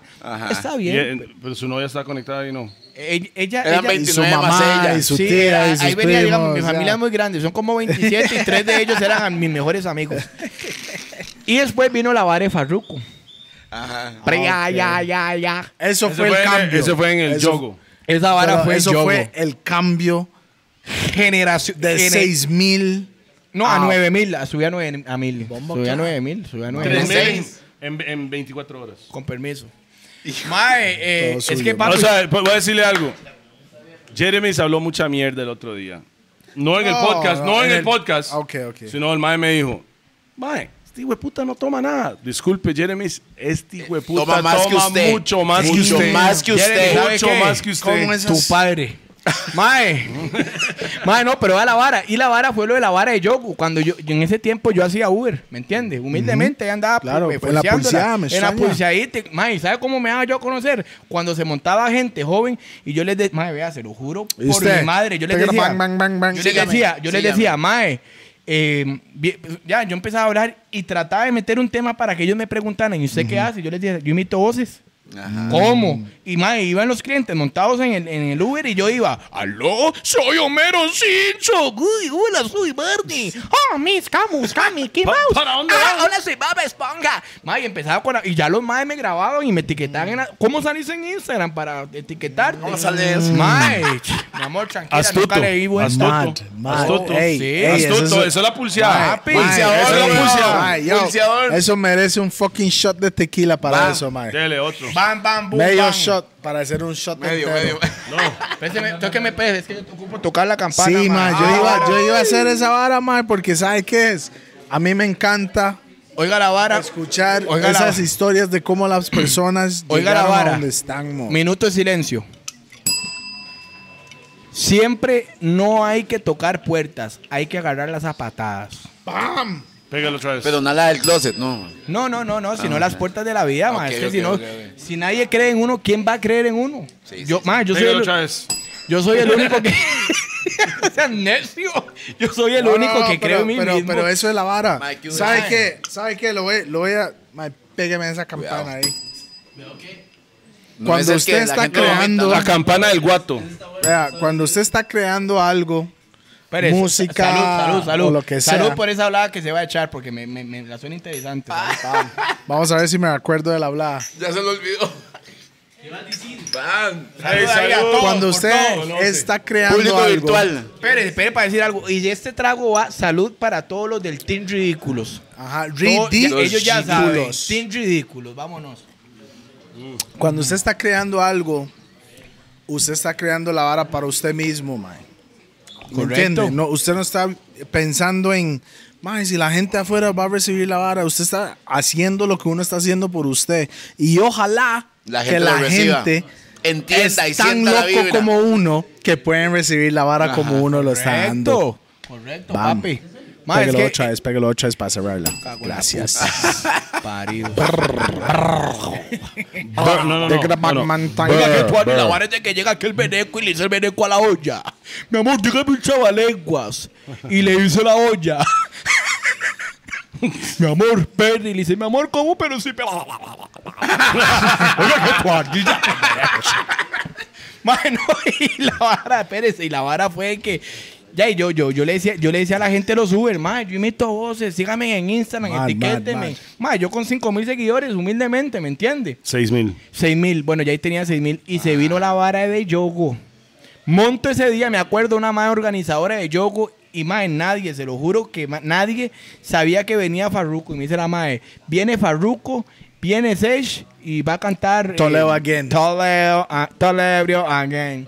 está Y, bien. eh, pero su novia está conectada y no. E- ella Eran ella- 20 Y su 29 más mamá, ella. y su sí, tía, y ahí sus venía, primos, digamos, mi o familia sea. es muy grande, son como 27 y tres de ellos eran mis mejores amigos. Y después vino la vara de Farruko. Ajá. Pre- ya, Ah, ok. ya, ya, ya. Eso, Eso fue el cambio. eso fue en el Eso- yogo. Esa vara Pero fue eso yogo. fue el cambio generación de 6000 No, Ah. a 9000, a- subí a 9 a 1000. Subí a 9000, subí a 9000. Tres Tres mil seis. en, en 24 horas. Con permiso. Mae, eh, Todo es suyo, que ¿no? papi, O sea, pues, voy a decirle algo. Jeremy se habló mucha mierda el otro día. No en el No, podcast, no, en, el, podcast. Ah, ok, ok. Sino el mae me dijo, mae, este hijo de puta no toma nada. Disculpe, Jeremy, este hijo de puta Toma toma, más que usted. mucho más Mucho que usted. más que Jeremy, usted. ¿Sabe mucho qué? más que usted. ¿Cómo es? tu padre. Mae. Mae, no, pero a la vara. Y la vara fue lo de la vara de Yogu. Cuando yo, yo en ese tiempo yo hacía Uber, ¿me entiendes? Humildemente ahí andaba Claro, pues, fue la pulseándola. pulseada, me En la extraña. pulseadita. Mae, ¿sabe cómo me daba yo a conocer? Cuando se montaba gente joven y yo les decía, mae, vea, se lo juro por ¿Y usted? mi madre. Yo les Pégale, decía, bang, bang, bang, bang. yo les Sígame, decía, yo les sígame. decía, mae, eh, vi- ya, yo empezaba a hablar y trataba de meter un tema para que ellos me preguntaran, ¿y usted qué hace? Yo les decía, yo imito voces. ¿Cómo? Y mae, iban los clientes montados en el, en el Uber y yo iba, ¡Aló! ¡Soy Homero Simpson! ¡Uy, hola, soy Barney! ¡Oh, mis camus, cami, qué Pa- mouse! ¿para dónde ¡Ah, vas? hola, soy Bob Esponja! Mae, y empezaba con... la- y ya los mae me grababan y me etiquetaban en la- ¿Cómo salís en Instagram para etiquetarte? ¿Cómo sale eso? Mae, ch- mi amor, tranquila, nunca Astuto. le di buen- Astuto. Mad, mad. Astuto. Ey, Sí. ey, Astuto. eso Eso es- es la pulseada. Papi, Eso es la Ay, pulseada. ay, yo, Pulseador. Eso merece un fucking shot de tequila para Va. eso, mae. Dele otro. Bam, bam, boom, Medio bam. shot para hacer un shot Medio, entero. medio. Péseme, tóqueme, pés, es que yo te ocupo tocar la campana. Sí, mae, ma. yo, Ah, iba, vara. yo iba a hacer esa vara, mae, porque ¿sabe qué es? A mí me encanta Oiga la vara. escuchar Oiga la- esas historias de cómo las personas Oiga la llegaron a vara. donde están, mo. Minuto de silencio. Siempre no hay que tocar puertas, hay que agarrar las zapatadas. Pégalo otra vez. Pero nada del closet, no. No, no, no, no, sino las puertas de la vida, ma. Ah, Ok, Es que ok, si no, ok, ok. si nadie cree en uno, ¿quién va a creer en uno? Sí, yo, sí, ma, yo soy Pégalo el, otra vez. yo soy el único que O sea, necio. Yo soy el No, no, único no, que pero, creo en mí pero, mismo. pero eso es la vara. Mae, ¿qué hubo? ¿Sabe Mae. qué? ¿Sabe qué? Lo voy, lo voy a... Mae, pégame esa campana Cuidado. ahí. No Cuando es el usted que la está gente lo meta, creando- La campana del guato. Vea, cuando usted está creando algo, Pérez, música salud, salud, salud. o lo que sea. Salud por esa hablada que se va a echar porque me, me- me- la suena interesante. Ah. vamos a ver si me acuerdo de la hablada. Ya se lo olvidó. Van. Ay, ahí a salud. todos. Cuando por usted todo, no sé. está creando Público algo, virtual. Espere, espere Ah, para decir algo. Y este trago va salud para todos los del Team Ridículos. Ajá, Todo- ya- ridículos. ellos ya saben. Team Ridículos, vámonos. Cuando usted está creando algo, usted está creando la vara para usted mismo, man. ¿Me Correcto. entiende? No, usted no está pensando en, man, si la gente afuera va a recibir la vara, usted está haciendo lo que uno está haciendo por usted. Y ojalá La que gente la lo reciba. gente es Entienda y tan sienta la loco vibra. como uno que pueden recibir la vara como uno lo está dando. Correcto. Correcto, Bam. papi. Ma, es Pégalo que- otra vez, pégalo otra vez para cerrarla. Cago en la Gracias. Parido. No, no, no. Take the back no, no. man time. Oiga, que tuani, la vara es de que llega aquel veneco y le hizo el veneco a la olla. Mi amor, llega mi chavalenguas y le hizo la olla. mi amor, Perry, le dice, mi amor, ¿cómo? Pero sí, pero... Oiga, que tuani, ya. Mano, y la vara, espérese, y la vara fue que Ya, y yo, yo, yo, le decía, yo le decía a la gente de los Uber, ma, yo imito voces, síganme en Instagram, Mal, mal, etiquétenme. mal. Ma, yo con 5 mil seguidores, humildemente, ¿me entiende? 6 mil. 6 mil, bueno, ya ahí tenía 6 mil y se vino la vara de yogo. Monto ese día, me acuerdo, una madre organizadora de yogo y más nadie, se lo juro que ma- nadie sabía que venía Farruko. Y me dice la madre, viene Farruko, viene Sesh y va a cantar... eh, Toledo again. Toledo, ah, Toledo again.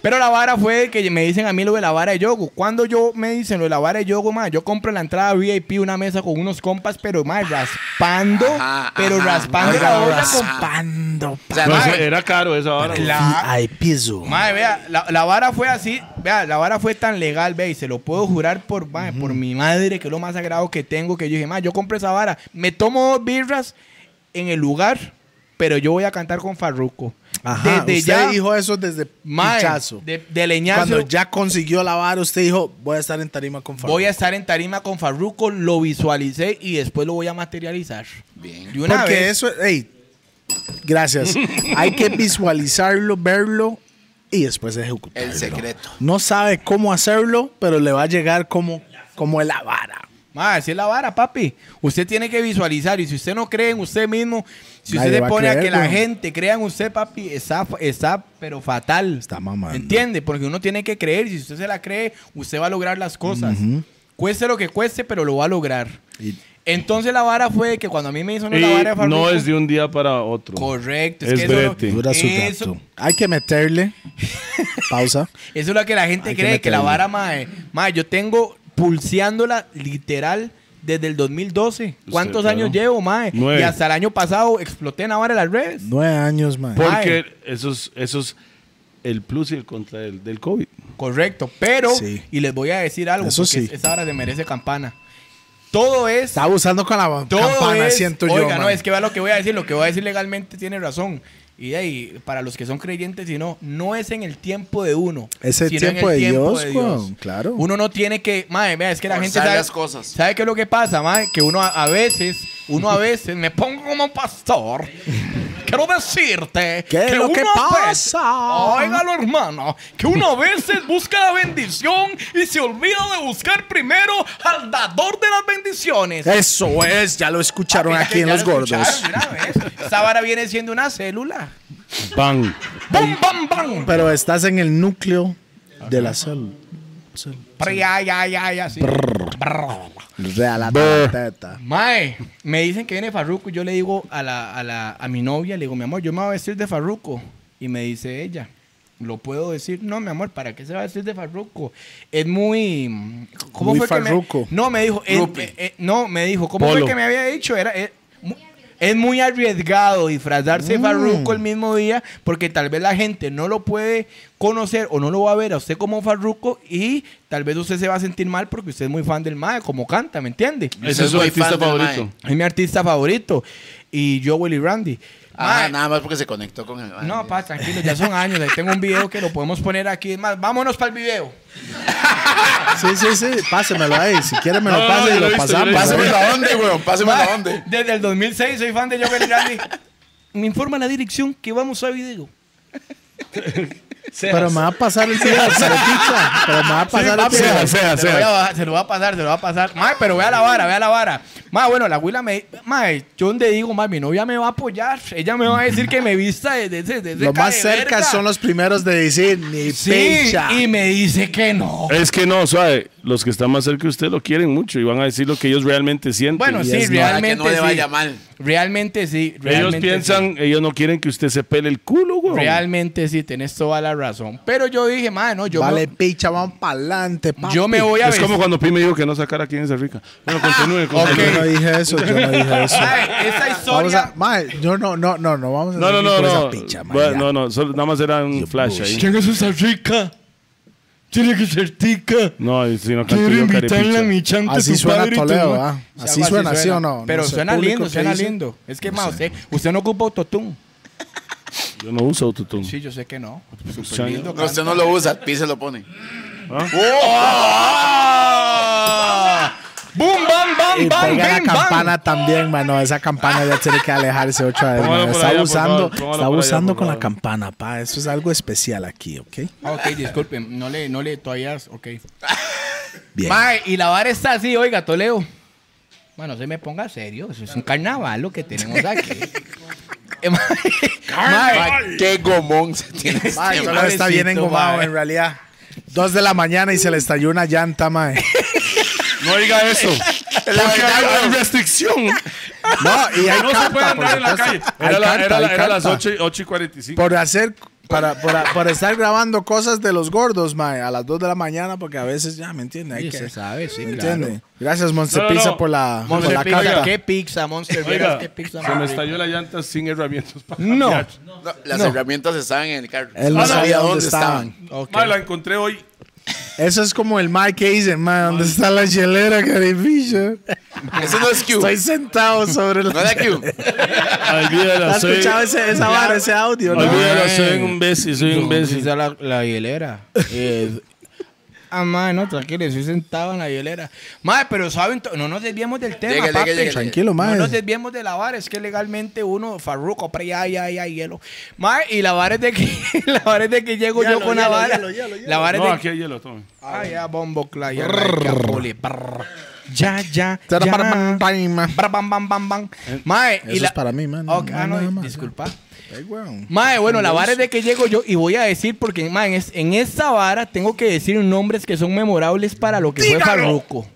pero la vara fue que me dicen a mí lo de la vara de yogo. Cuando yo me dicen lo de la vara de yogo, mae, yo compro la entrada VIP, una mesa con unos compas, pero mae, raspando, Ajá, pero ajá. raspando la olla con pan. O sea, No, mae, ese- Pues, era caro esa hora. Ay, piso. Mae, vea, la, la vara fue así, vea, la vara fue tan legal, ve, y se lo puedo jurar por, mae, por mi madre, que es lo más sagrado que tengo, que yo dije, mae, yo compré esa vara, me tomo dos birras en el lugar, pero yo voy a cantar con Farruko. Ajá, Desde usted ya, dijo eso desde mae, pichazo. de, de leñazo, Cuando ya consiguió la vara, usted dijo, voy a estar en tarima con Fabio. voy a estar en tarima con Farruko, lo visualicé y después lo voy a materializar. Bien. De una Porque vez, eso, hey, gracias. Hay que visualizarlo, verlo y después ejecutarlo. El secreto. No sabe cómo hacerlo, pero le va a llegar como, como la vara. Mae, así es la vara, papi. Usted tiene que visualizar. Y si usted no cree en usted mismo, si Nadie usted va se a pone a, creer, que la weón. gente crea en usted, papi, está, está pero fatal. Está mamando. ¿Entiende? Porque uno tiene que creer. y Si usted se la cree, usted va a lograr las cosas. Cueste lo que cueste, pero lo va a lograr. Entonces la vara fue que cuando a mí me hizo la vara de Y no Farruko- es de un día para otro. Correcto. Es que eso lo- brete. Dura su eso- rato. Hay que meterle. Pausa. Eso es lo que la gente Hay que cree, que, la meterle. vara, mae. Mae, yo tengo pulseándola literal desde el 2012. ¿Cuántos claro. años llevo, mae? Nueve. Y hasta el año pasado exploté en la vara de las redes. Nueve años, man. Porque eso es, eso es el plus y el contra del, del COVID. Correcto. Pero, Sí. y les voy a decir algo, Eso porque sí. esa vara se merece campana. Todo es... Está abusando con la todo campana, es- siento yo. Oiga, no, man. es que vea lo que voy a decir. Lo que voy a decir legalmente tiene razón. Y de ahí, para los que son creyentes y no, no es en el tiempo de uno. Es el sino en tiempo de Dios, weón, claro. Uno no tiene que, madre, vea, es que la Forzar gente sabe las cosas. ¿Sabe qué es lo que pasa, madre? Que uno a, a veces, uno a veces, me pongo como un pastor. Quiero decirte ¿Qué es lo que uno a veces- pasa? Óigalo, hermano, que uno a veces busca la bendición y se olvida de buscar primero al dador de las bendiciones. Eso es, ya lo escucharon aquí en Ya Los lo Gordos. escucharon de una vez. Esa vara viene siendo una célula. Bang. ¡Bum, bam, bam! Pero estás en el núcleo de la célula. Prr, ya, ya, ya, ya, sí. Real a la teta. Mae, me dicen que viene Farruko y yo le digo a, la, a, la, a mi novia, le digo, mi amor, yo me voy a vestir de Farruko. Y me dice ella, ¿lo puedo decir? No, mi amor, ¿para qué se va a vestir de Farruko? Es muy... ¿Cómo Muy fue que farruco. me, No, me dijo, es- eh, eh, no, me dijo, ¿cómo Polo. fue que me había dicho? Era... eh, mu- es muy arriesgado disfrazarse de Farruko el mismo día porque tal vez la gente no lo puede conocer o no lo va a ver a usted como Farruko y tal vez usted se va a sentir mal porque usted es muy fan del Mae, como canta, ¿me entiende? Ese es su soy artista fan del favorito. mae. Es mi artista favorito. Y yo, Willy Randy. Ah, Mae, nada más porque se conectó con el. no, pa, tranquilo, ya son años. Ahí tengo un video que lo podemos poner aquí. Es más, vámonos para el video. Sí, sí, sí. Pásemelo ahí. Si quiere me No, lo no, pase yo y lo lo he visto, yo lo he pasamos. visto. ¿eh? Pásame la onda, weón. Pásame Mae, la onda. Desde el 2006 soy fan de yo, Willy Randy. Me informa la dirección que vamos a video. Pero me va a pasar el día, pero picha. Pero me va a pasar el sea, día. sea, se, lo voy sea. a- se lo va a pasar, se lo va a pasar. Mae, pero vea la vara, vea la vara. Mae, bueno, la Willa me. Mae, yo donde digo, mae, mi novia me va a apoyar. Ella me va a decir que me vista de, de, de- de Lo más cara de cerca verga. son los primeros de decir ni Sí, picha. y me dice que no. Es que no, suave. Los que están más cerca de usted lo quieren mucho y van a decir lo que ellos realmente sienten. Bueno, sí, es Para realmente que no le sí. vaya mal. Realmente sí. ellos realmente piensan, ellos no quieren que usted se pele el culo, sí. güey. Realmente sí, tenés toda la razón. Pero yo dije, mano, yo, Vale, me, picha, vamos para adelante, yo me voy a Es como vestir". cuando Pi me dijo que no sacara aquí en esa rica. Bueno, continúe. continúe. Yo no dije eso, yo no dije eso. Mae, esa Vamos historia. a, mae, yo no, no, no, no, vamos a No, no, seguir no, con esa no. picha, mae, Bueno, ya. no, no, solo- nada más era un flash ahí. ¿Quién es esa rica? Tiene que ser tica. No, sino que Quiero invitarle a mi chante Así tu suena padre y tu Toledo, madre. ¿ah? Sí, Así algo suena, ¿sí o no? No Pero sé, suena público, lindo, ¿qué suena dice? lindo. Es que, más, usted, usted no ocupa autotune. Yo no uso autotune. pues, Sí, yo sé que no. Chan- lindo. No, usted no lo usa, Pi se lo pone. ¿Ah? ¡Oh! ¡Bum, bam, Y bam, bam, pega la bim, bam! campana también, mano. Esa campana ya tiene que alejarse otra vez. Póngalo mano. por Está allá, por abusando, favor, póngalo está por allá, abusando por con la favor. campana, pa. Eso es algo especial aquí, ¿ok? Ah, Ok, disculpen. No le, no le, todavía, ok. Bien. Mae, y la vara está así, oiga, Toledo. Bueno, se me ponga serio. Eso es un carnaval lo que tenemos aquí. Eh, mae, mae, Qué gomón se tiene. Ay, Toledo Este está madrecito, bien engomado, mae. en realidad. Dos de la mañana y se le estalló una llanta, mae. No diga eso. Porque hay, hay pues. restricción. No, y hay no se puede carta, por andar en la supuesto. calle. Hay Era, la- carta, era la- hay era las carta. 8, y- 8 y 45. Por hacer, para, por, por estar grabando cosas de los gordos, mae, a las 2 de la mañana, porque a veces ya, ¿me entiende? Hay Sí, que- se sabe, sí, ¿Me claro. entiende? Gracias, Monster No, no, no. Pizza, por la, por Monster la Pizza, carta. ¿Qué pizza, Monster Vegas? Oiga, ¿Qué pizza? se me más estalló la llanta sin herramientas. para No. cambiar. No, las herramientas estaban en el carro. Él no sabía dónde estaban. rica? Ok. Ma, la encontré hoy. Eso es como el Mike que dice, man, ¿dónde está la hielera, caribicho? Eso no es Q. Estoy sentado sobre la... No era Q. Olvídala, ¿Has escuchado ese, esa vara, ese audio? no? Olvídalo, soy un imbécil, soy un Entonces, imbécil. a la, la hielera. Eh, ah, madre, no, tranquilo, estoy sentado en la hielera. Madre, pero saben, to- no nos desviemos del tema, Llegue, papi. llegue, llegue. Tranquilo, mae. No nos desviemos de la vara, es que legalmente uno, farruco, pre, ya, ya, ya, hielo. Mae, y la vara es de que, la vara es de que llego yo con la vara. La vara es No, de aquí hay hielo, tome. Ah, ya, bombo, clay, ya, ya, poli, brr. ya, ya, ya. Tara para man, pan, man. Bra, bam, bam, bam, bam. Mae, Eh, Eso es para mí, man. Ok, ah, No, no, nada más. disculpa. Ay, weón. Mae, bueno, la vara es de que llego yo y voy a decir, porque mae, en, es- en esta vara tengo que decir nombres que son memorables para lo que fue Farruko.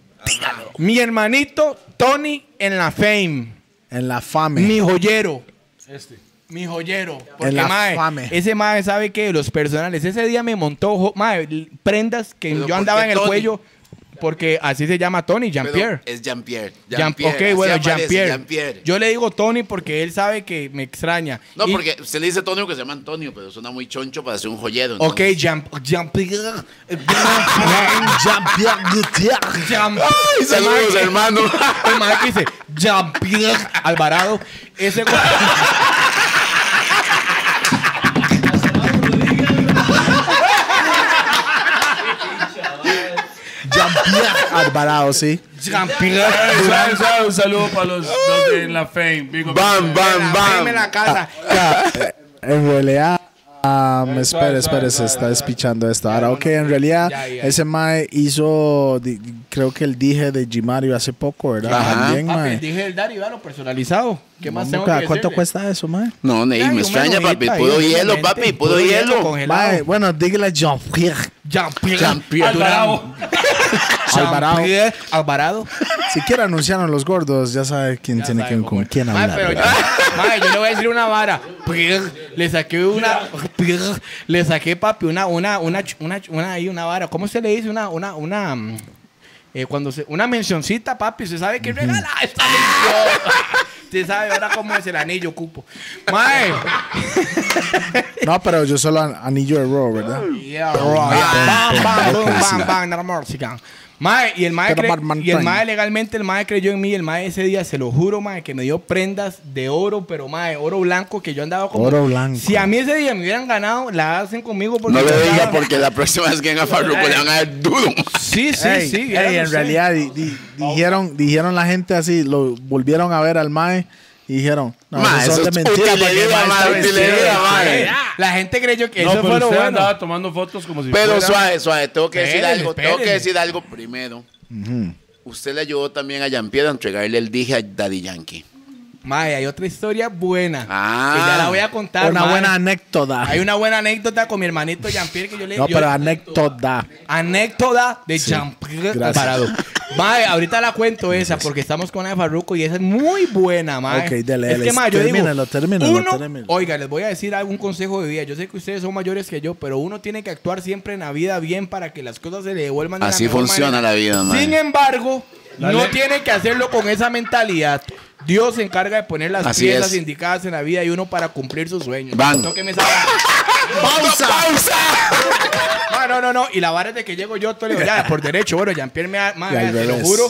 Mi hermanito Tony en la fame. En la fame. Mi joyero. Este. Mi joyero. Porque, En la mae, fame. ese mae sabe que los personales. Ese día me montó jo- mae, l- prendas que Pero yo ¿por andaba qué en el Tony? cuello. Porque así se llama Tony, Pero Jean-Pierre. Es Jean-Pierre. Jean- Jean-Pierre. ok, así bueno, aparece, Jean-Pierre. Jean-Pierre. Yo le digo Tony porque él sabe que me extraña. No, Y- porque usted le dice Antonio que se llama Antonio, pero suena muy choncho para ser un joyero. Ok, entonces. Jean- Jean-Pierre. Jean-Pierre Gutiérrez. Ay, saludos, Jean- hermano. El mae que dice Jean-Pierre Alvarado. Ese güey. Jean-Pierre Alvarado, sí. Jean-Pierre. Un saludo para los, los de la fame. Big up. Bam, bam, Dame bam. la casa. eh, En realidad. ah, me espera, suave, espera, se suave, está despichando esto. Ahora, ok, en realidad, Ya, ya. ese Mae hizo, di- creo que el dije de Jimario hace poco, ¿verdad? Ajá. También, Papi, Mae. dije el Dari, vea, lo personalizado. ¿Qué más tengo Nunca- que ¿Cuánto decirle? cuesta eso, Mae? No, Ney, Ay, me un extraña, papi. menudito ahí, Pudo un hielo, menudito, papi. Pudo hielo. congelado. Mae, bueno, dígale Jean-Pierre Jean-Pierre. Jean-Pierre. Alvarado. Alvarado. Jean-Pierre Alvarado. Si quiere anunciarnos los gordos, ya sabe quién tiene que con quién Mae, hablar. pero yo, ¿verdad? mae, yo le voy a decir una vara. Prr, Le saqué una. prr, Le saqué, papi, una, una, una, ch- una, ch- una, ahí, una vara. ¿Cómo se le dice? Una, una, una. mm, eh, cuando se, una mencioncita, papi, se sabe que regala esta mención. Usted sabe ahora cómo es el anillo, cupo. Mae. No, pero yo solo an- anillo de Raw, ¿verdad? Yeah, right. Bam, bam, boom, bam, bam, nada más, sí, can. Mae, y el mae, Pero cre- Batman y el Prime. mae legalmente, el mae creyó en mí. El mae ese día, se lo juro, mae, que me dio prendas de oro, pero mae, oro blanco, que yo andaba como. Oro blanco. Si a mí ese día me hubieran ganado, la hacen conmigo porque. No yo le diga andaba- porque la próxima vez que venga Farruko le van a dar duro. Sí, sí, Ey, sí. ey, vieran en ustedes. realidad di- di- dijeron, dijeron la gente así, lo volvieron a ver al Mae y dijeron, no, esos Ma, eso son es de mentira porque el utilería, mae ma, está vestido. utilería, ma. Eh, La gente creyó que No, eso fue pero lo usted bueno. andaba tomando fotos como si Pero fuera... suave, suave, tengo que decir Espérense, algo, tengo que espérense. decir algo primero. Usted le ayudó también a Jean-Pierre a entregarle el dije a Daddy Yankee. Mae, hay otra historia buena. Ah. que ya la voy a contar. Una mae. buena anécdota. Hay una buena anécdota con mi hermanito Jean-Pierre que yo le No, yo- pero anécdota. Anécdota de Jean-Pierre gracias. Alvarado. Mae, ahorita la cuento esa porque estamos con la de Farruko y esa es muy buena, mae. Ok, dele, es dele. que, mae, yo digo, Termínalo, termínalo, uno- termínalo. Oiga, les voy a decir algún consejo de vida. Yo sé que ustedes son mayores que yo, pero uno tiene que actuar siempre en la vida bien para que las cosas se le devuelvan de la Así mejor funciona manera. la vida, mae. Sin embargo, La no ley- tiene que hacerlo con esa mentalidad. Dios se encarga de poner las Así piezas es. indicadas en la vida y uno para cumplir sus sueños. Van. Tóqueme esa- ¡Pausa! ¡Pausa! Mae, no, no, no. Y la vara es de que llego yo, todo le digo, ya, por derecho. Bueno, Jean-Pierre me ha, madre, Y al te lo revés. juro.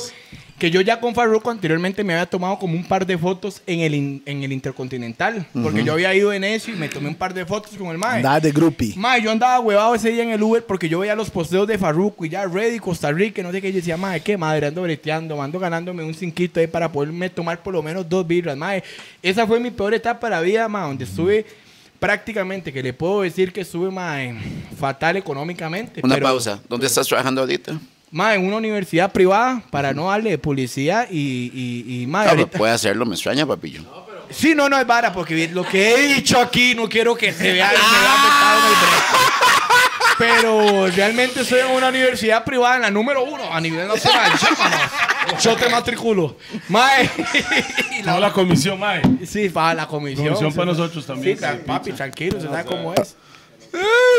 Que yo ya con Farruko anteriormente me había tomado como un par de fotos en el, in- en el Intercontinental. Porque yo había ido en eso y me tomé un par de fotos con el mae. Andaba de groupie. Mae, yo andaba huevado ese día en el Uber porque yo veía los posteos de Farruko y ya ready, Costa Rica, y no sé qué. Yo decía, mae, qué madre, ando breteando, ando ganándome un cinquito ahí para poderme tomar por lo menos dos birras, mae. Esa fue mi peor etapa de la vida, mae, donde estuve prácticamente, que le puedo decir que estuve, mae, fatal económicamente. Una pero- pausa. ¿Dónde estás trabajando ahorita? Mae, en una universidad privada para no darle de publicidad y, y, y mae, Claro, ahorita- puede hacerlo, me extraña, papillo. Sí, no, no es vara, porque lo que he dicho aquí no quiero que se vea, se vea afectado en el brete. Pero realmente estoy en una universidad privada, en la número uno, a nivel nacional. Chápanos. Yo te matriculo. Mae. No la comisión, mae. Sí, para la comisión. Comisión para Sí, nosotros también, Sí, tra- sí, papi, tranquilo, se sabe cómo es.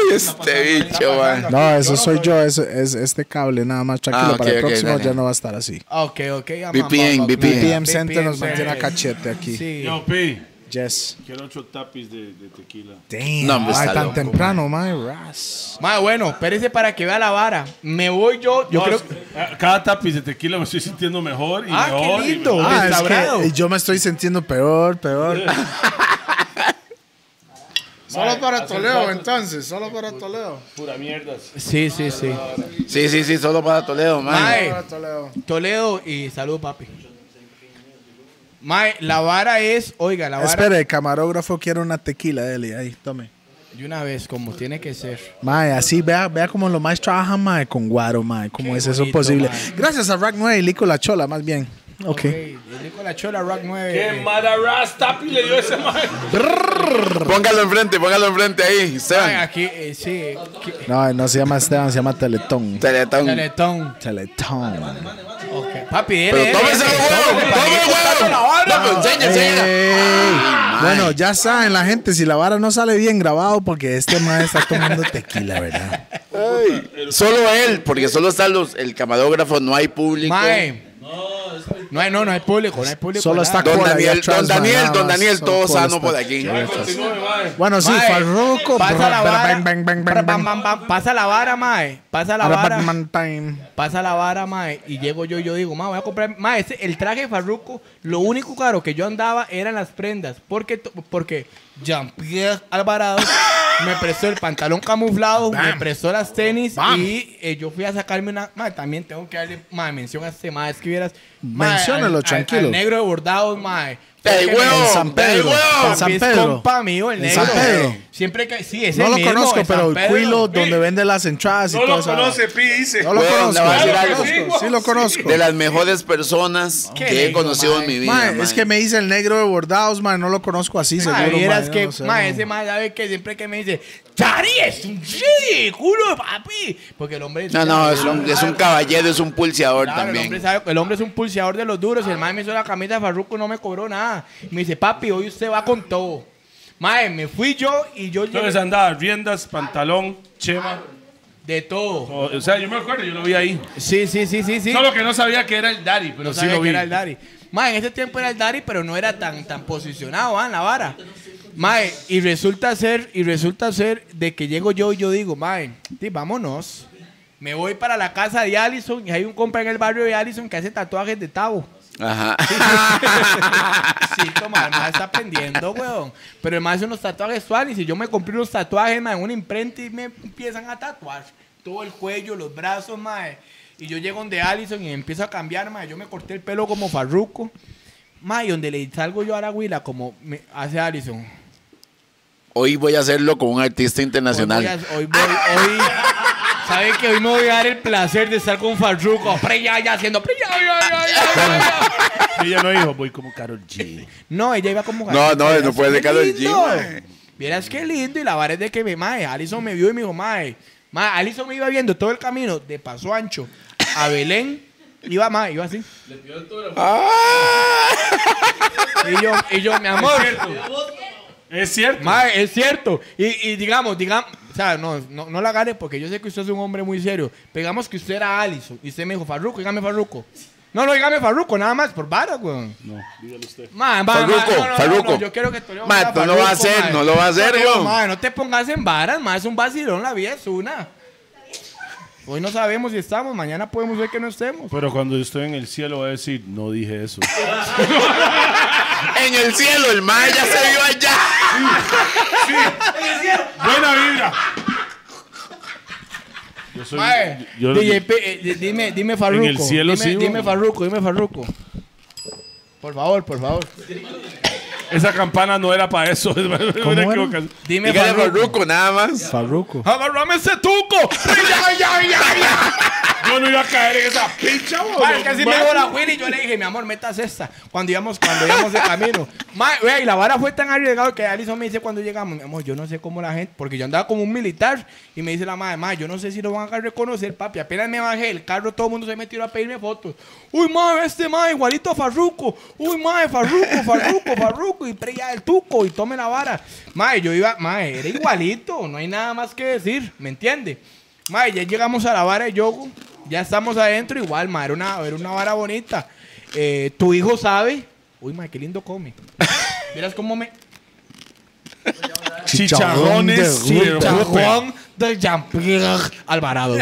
Este bicho, man. No, eso soy yo, eso es este cable nada más. Tranquilo, Ah, ok, para el ok, próximo dale. ya no va a estar así. Ah, Ok, ok. ah, VPN, mamá, VPN. papá. PM Center nos VPN, mantiene a sí. cachete aquí. Sí. Yo, Pi. Yes. Quiero ocho tapis de, de tequila. Damn, No, hombre, ay, está tan loco, temprano, my ras. Mae, bueno, espérese para que vea la vara. Me voy yo. Yo No, creo es- eh, Cada tapiz de tequila me estoy sintiendo mejor y Ah, qué mejor. y lindo. mejor. Ah, es Deshabrado. que yo me estoy sintiendo peor, peor. Mae, hace rato- entonces, solo para Toledo. Pura mierdas. Sí, sí, sí. Sí, sí, sí, solo para Toledo, man. Mae, Toledo y salud, papi. Mae, la vara es, oiga, la vara. Espere, el camarógrafo quiere una tequila, dele, ahí, tome. De una vez, como tiene que ser. Mae, así vea, vea cómo los más trabajan, mae, con guaro, mae, cómo Qué es eso bonito, posible. mae. Gracias a Rack 9 y Lico La Chola, más bien. Ok. la Chola Rock 9. Qué mala ras tapi le dio ese mae. Póngalo enfrente, póngalo enfrente ahí, Mae, Esteban. aquí, eh, sí. que- No, no se llama Esteban, se llama Teletón. Teletón. Teletón. Teletón. Ok. Papi, dele, Pero dele, tómese el dele. huevo, Tómele, tome el manito, huevo. tanto la vara. No, pero enseña, enseña. Ey. Ah. Bueno, ya saben la gente, si la vara no sale bien grabado, porque este mae está tomando tequila, ¿verdad? Solo él, porque solo está los, el camarógrafo, no hay público. Mae. No, hay- no, no hay público, no hay público. Solo está nada. Don Cola, Daniel, ya atrás, don Daniel, nada don más, Daniel, son todo cola sano está- por aquí. Continúe, mae. Bueno, sí, Mae, Farruko. Pasa la bra- bra- vara. bang, bang, bang, bra- bang, bam, bam, bam. Pasa la vara, mae. Pasa la bra- vara. bang, bang. Pasa la vara, mae, y llego yo y yo digo, mae, voy a comprar. Mae, ese- el traje de Farruko, lo único caro que yo andaba eran las prendas. Porque, to- porque Jean-Pierre Alvarado me prestó el pantalón camuflado, me prestó las tenis y eh, yo fui a sacarme una. Mae, también tengo que darle, mae, mención a este, mae, es que vieras. mae, Menciónalo, al- al- tranquilo. al negro de bordados, mae. ¡Ey, Porque huevo! En San ¡Ey, Pedro. huevo! En San papi, es Pedro. compa mío, el En negro. San Pedro. Siempre que. Sí, ese No lo mismo, conozco, de pero San el Pedro. cuilo donde vende las entradas y No todo lo eso. conoce, Pi, dice. No lo Bueno, conozco. le voy a sí decir lo algo. conozco, Sí lo conozco. De las mejores personas Qué que he lindo, conocido mae. en mi vida. Mae, mae. es que me dice el negro de bordados, mae, no lo conozco así, Ma, seguro. vieras mae, que, no sé, ma, no. ese ma sabe que siempre que me dice, Chari es un ridículo, papi. Porque el hombre. No, no, es un, es un caballero, es un pulseador Claro, El hombre, también. sabe- el hombre es un pulseador de los duros. El mae me hizo la camisa de Farruko y no me cobró nada. Me dice, papi, hoy usted va con todo. Mae, me fui yo y yo Entonces llegué andaba riendas, pantalón, chema. de todo. O, o sea, yo me acuerdo, yo lo vi ahí. Sí, sí, sí, sí, sí. Solo que no sabía que era el Dari, pero No sí sabía lo que vi. era el Dari. Mae, en ese tiempo era el Dari, pero no era tan, tan posicionado ah, en la vara. Mae, y resulta ser, y resulta ser de que llego yo y yo digo, mae, sí, vámonos. Me voy para la casa de Allison y hay un compa en el barrio de Allison que hace tatuajes de tabo. Ajá. Sí, toma, el mae está aprendiendo, weón. Pero el mae hace unos tatuajes suaves. Y si yo me compré unos tatuajes, mae, en una imprenta y me empiezan a tatuar. Todo el cuello, los brazos, mae. Y yo llego donde Allison y empiezo a cambiar, mae. Yo me corté el pelo como farruco. Mae, y donde le salgo yo a Araguila, como me hace Allison. Hoy voy a hacerlo con un artista internacional. Hoy voy, a- hoy voy- hoy- ¿Sabe que hoy me voy a dar el placer de estar con Farruko? Pre ya, ya, haciendo pre ya, ya, ya, ya, ya. Ella no dijo, voy como Carol G. No, ella iba como No, no, no puede Qué dejarlo el G. lindo. mae. Vieras qué lindo y la vara es de que me mae. Alison me vio y me dijo, mae. mae, Alison me iba viendo todo el camino de Paso Ancho a Belén. Iba mae, iba así. Ah. Y yo, y yo, mi amor. Es cierto. Mae, es cierto. Y, y digamos, digamos, o sea, no, no, no la gane porque yo sé que usted es un hombre muy serio. Pero digamos que usted era Alison y usted me dijo, Farruco, dígame Farruco. No, no, dígame Farruco, nada más, por vara, weón. No, dígale usted. Man, Farruko, Farruko. yo quiero que tú le Ma, digas tú no lo vas a hacer, mae. no lo vas a hacer, no, weón. mae, no te pongas en varas, más es un vacilón, la vida es una. Hoy no sabemos si estamos, mañana podemos ver que no estemos. Pero cuando yo estoy en el cielo voy a decir, no dije eso. En el cielo, el mae ya se vio allá. Buena vibra. Yo soy. Mae, yo- DJ P, eh, di- dime, dime Farruko. En el cielo dime, sí, dime bro. Farruko, dime Farruko. Por favor, por favor. esa campana no era para eso. es una era? equivocación. Dime Dígale Farruko. Farruco, nada más. Farruko. ¡Agarrame ese tuco! ¡Ya, ya, ya, ya! Yo no iba a caer en esa pincha, boludo. Mae, es que así me dijo la Willy, yo le dije, mi amor, metas esta. Cuando íbamos, cuando íbamos de camino. Mae, vea, y la vara fue tan arriesgada que Alison me dice cuando llegamos, mi amor, yo no sé cómo la gente, porque yo andaba como un militar y me dice la madre, mae, yo no sé si lo van a reconocer, papi. Apenas me bajé del carro, todo el mundo se metió a pedirme fotos. Uy, mae, este mae, igualito a Farruco. Uy, mae, Farruco, Farruco, Farruco. Y preya el tuco y tome la vara. Mae, yo iba, mae, era igualito, no hay nada más que decir, ¿me entiende? Mae, ya llegamos a la vara de yogo. Ya estamos adentro, igual, ma, era una, era una vara bonita. Eh, tu hijo sabe. Uy, ma, qué lindo come. Miras cómo me. Chicharrones. Chicharrón de de Rupert. Chajón de Jean-Pierre Alvarado.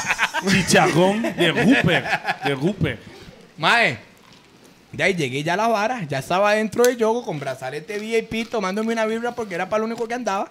Chicharrón de Rupert. De Rupert. Mae. De ahí llegué ya a la vara, ya estaba dentro de yogo con brazalete VIP tomándome una vibra porque era para lo único que andaba.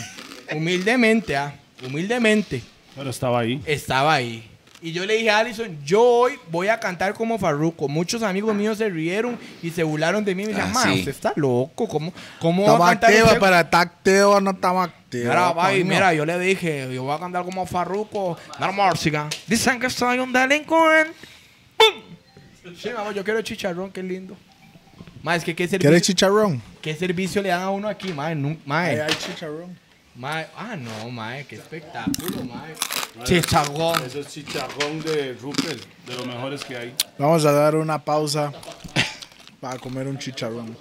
Humildemente, ah, humildemente. Pero estaba ahí. Estaba ahí. Y yo le dije a Alison, yo hoy voy a cantar como Farruko. Muchos amigos míos se rieron y se burlaron de mí. Me decían, Ah, "Ma, sí. usted está loco. ¿Cómo, cómo va Estaba a cantar activa, usted?" pero está activa, no estaba activa. Mira, va, y coño. mira, yo le dije, yo voy a cantar como Farruko. No música. Dicen que soy un delincuente. ¡Pum! Sí, mamá, yo quiero chicharrón, qué lindo. Ma, es que qué ¿Quieres servicio, chicharrón? qué servicio le dan a uno aquí, ma. nun- ma, Ahí hay chicharrón. ma- ah, no, ma, qué espectáculo, ma. Chicharrón. Eso es chicharrón de Rupert. De los mejores que hay. Vamos a dar una pausa para comer un chicharrón.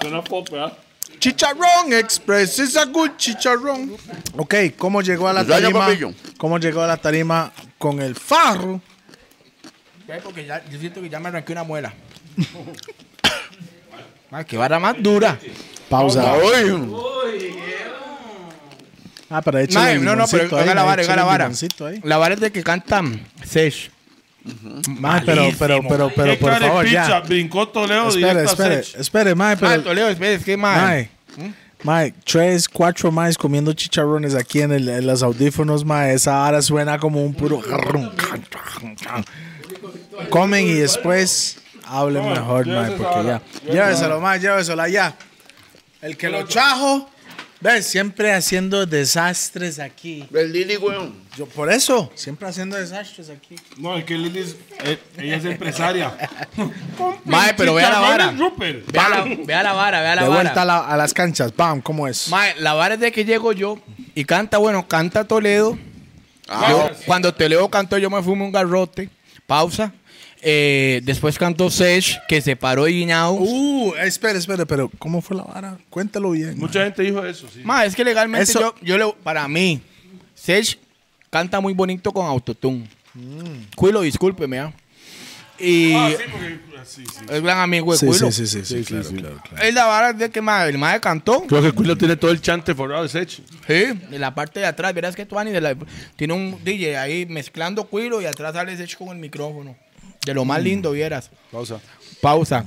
Suena pop, ¿verdad? Chicharrón Express es a good chicharrón. Ok, ¿cómo llegó a la Gracias, tarima? papillo. ¿Cómo llegó a la tarima con el farro? Ya, Porque ya, yo siento que ya me arranqué una muela. Ay, qué vara más dura. Pausa. Ay, Ah, pero Mae, échale no, no, pero limoncito ahí, haga la vara, échale haga la vara. limoncito ahí. La vara es de que cantan Sesh. Mae, pero, pero, pero, pero, por favor, ya. Brincó Toledo Espere, directo a espere, Sech. espere, mae, Ah, pero... Toledo, espera, es que mae. Mae, mae, tres, cuatro maes comiendo chicharrones aquí en, el, en los audífonos, mae. Esa vara suena como un puro... Comen y después hablen mejor, mae, porque ya... Lléveselo, mae, lléveselo allá. El que lo trajo, ves, siempre haciendo desastres aquí. el Lili, weón. Yo por eso, siempre haciendo desastres aquí. No, es que Lili es, eh, ella es empresaria. Mae, pero vea la vara. Chicharrones Rupert. Vea la, vea la vara, vea la De vuelta a, vara. la- a las canchas, bam, ¿cómo es? Mae, la vara es de que llego yo y canta, bueno, canta Toledo. Yo, cuando Toledo cantó, yo me fumé un garrote. Pausa. Eh, después cantó Sesh, que se paró y guiñado. Uh, espera, espera, pero ¿cómo fue la vara? Cuéntalo bien. Mucha gente dijo eso, sí. Ma, es que legalmente Eso- yo, yo le, para mí, Sech canta muy bonito con autotune. Mm. Cuilo, discúlpeme, ¿ah? Y porque- Ah, sí, sí. es gran amigo de Sí, Cuilo. sí, sí, sí, sí, claro, claro, claro. Es la vara de que ma, el mae cantó. Creo que Cuilo tiene todo el chante forrado de Sech. Sí. De la parte de atrás, verás que Tuani de la- tiene un DJ ahí mezclando Cuilo y atrás sale Sech con el micrófono. De lo más lindo, vieras. Pausa. Pausa.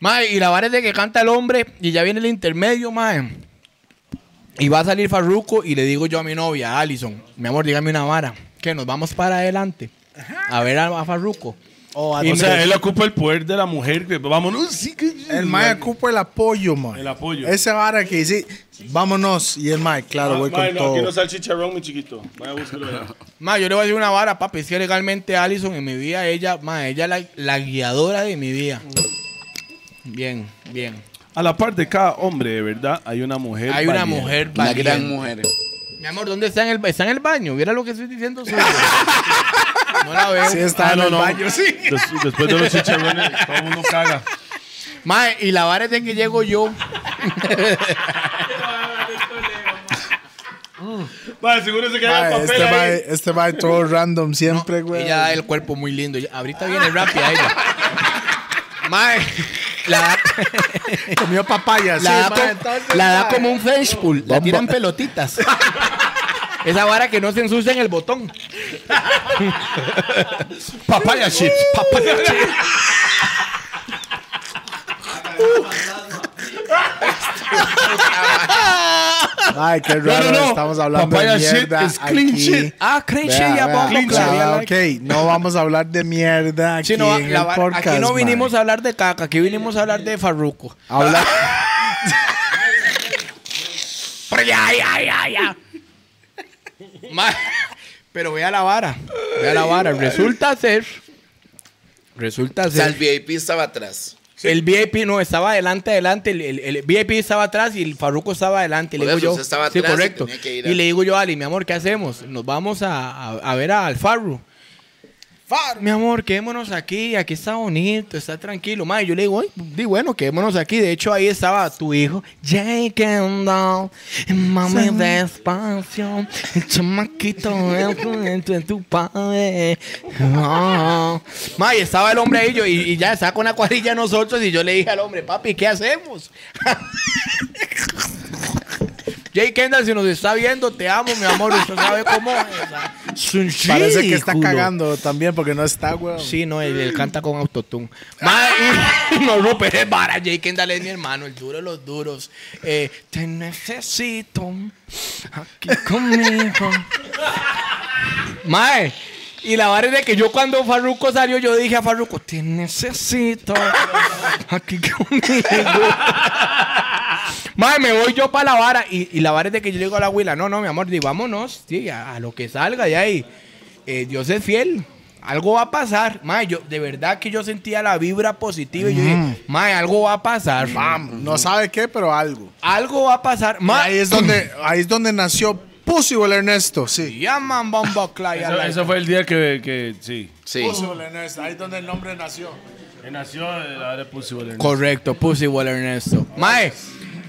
Mae, y la vara es de que canta el hombre y ya viene el intermedio, mae. Y va a salir Farruco y le digo yo a mi novia, Allison, mi amor, dígame una vara, que nos vamos para adelante a ver a, a Farruco. Oh, Y o o Ah, sea, sea, él ocupa el poder de la mujer. que Ah, Vámonos. Sí, que- el Mae ocupa el apoyo, man. El apoyo. Esa vara que dice, vámonos. Y el Mae, claro, voy Ah, mae, con no, todo. Aquí no está el chicharrón, mi chiquito. Vaya, búscalo allá. Mae, yo le voy a decir una vara, papi, es que legalmente Allison en mi vida, ella, mae, ella es la, la guiadora de mi vida. Bien, bien. A la par de cada hombre, de verdad, hay una mujer. Hay una valiente. mujer Una valiente. gran mujer. Mi amor, ¿dónde está en el, ba- está en el baño? ¿Viera lo que estoy diciendo? suyo? no la veo. Sí, está Ah, en no, el no. baño, sí. Des- después de los chicharrones, todo el mundo caga. Mae, y la vara es de que llego yo. Vale, seguro se queda Mae, este Mae, este mae todo random siempre, güey. Ella da el cuerpo muy lindo. Ella- ahorita viene rápida ella. Mae. la da, Comió papaya. sí, la da ma, co- entonces, la da ma. como un french pool. La tiran pelotitas. Esa vara que no se ensucia en el botón. Papaya chips. Papaya chips. Ay, qué raro. no, no. Estamos hablando Papaya de mierda. shit is clean aquí. shit. Ah, cringe Vea, ya vea, vamos. vea, claro. ok, no vamos a hablar de mierda aquí Sí, no, en la el vara- podcast. aquí no man. vinimos a hablar de caca, aquí vinimos a hablar de farruco. Habla- Ma- Pero vea la vara. Vea la vara. Resulta ser. Resulta O sea, el ser. VIP estaba atrás. El VIP no estaba adelante, adelante. El, el- el VIP estaba atrás y el Farruco estaba adelante. Y le Por digo eso, yo. usted estaba sí, atrás y correcto. tenía que ir a- Y le digo yo, Ali, mi amor, ¿qué hacemos? Nos vamos a, a- a ver al Farru. Mi amor, quedémonos aquí, aquí está bonito, está tranquilo. Ma, y yo le digo, "Ay, di bueno, quedémonos aquí. De hecho, ahí estaba tu hijo, Jake Kendall, mami despacio, el chamaquito es tu, es tu padre. Ah. Ma, y estaba el hombre ahí, yo, y, y ya estaba con la cuadrilla de nosotros, y yo le dije al hombre, papi, ¿qué hacemos? Jake Kendall, si nos está viendo, te amo, mi amor, usted sabe cómo. es. Es un Parece que está ridículo. cagando también porque no está, weón. Sí, no, él, él canta con autotune. Madre, no, no, pero es vara. Jake Kendall es mi hermano, el duro de los duros. Eh, te necesito aquí conmigo. Mae, y la vara es de que yo cuando Farruko salió, yo dije a Farruko, te necesito aquí conmigo. Mae, me voy yo para la vara. Y, y la vara es de que yo le digo a la abuela, no, no, mi amor, di, vámonos, sí, a, a lo que salga de ahí. Eh, Dios es fiel. Algo va a pasar. Mae, yo de verdad que yo sentía la vibra positiva. Y yo dije, mae, algo va a pasar. Mm. Vamos, no sabe qué, pero algo. Algo va a pasar. Y Mae, Ahí es donde, ahí es donde nació Pussywell Ernesto, sí. Llaman bombo clay, Eso, like. eso fue el día que, que sí. Oh, Sí. Ernesto, ahí es donde el nombre nació. Que nació la de Pussy Boiler. Correcto, Pussy Waller Ernesto. Mae,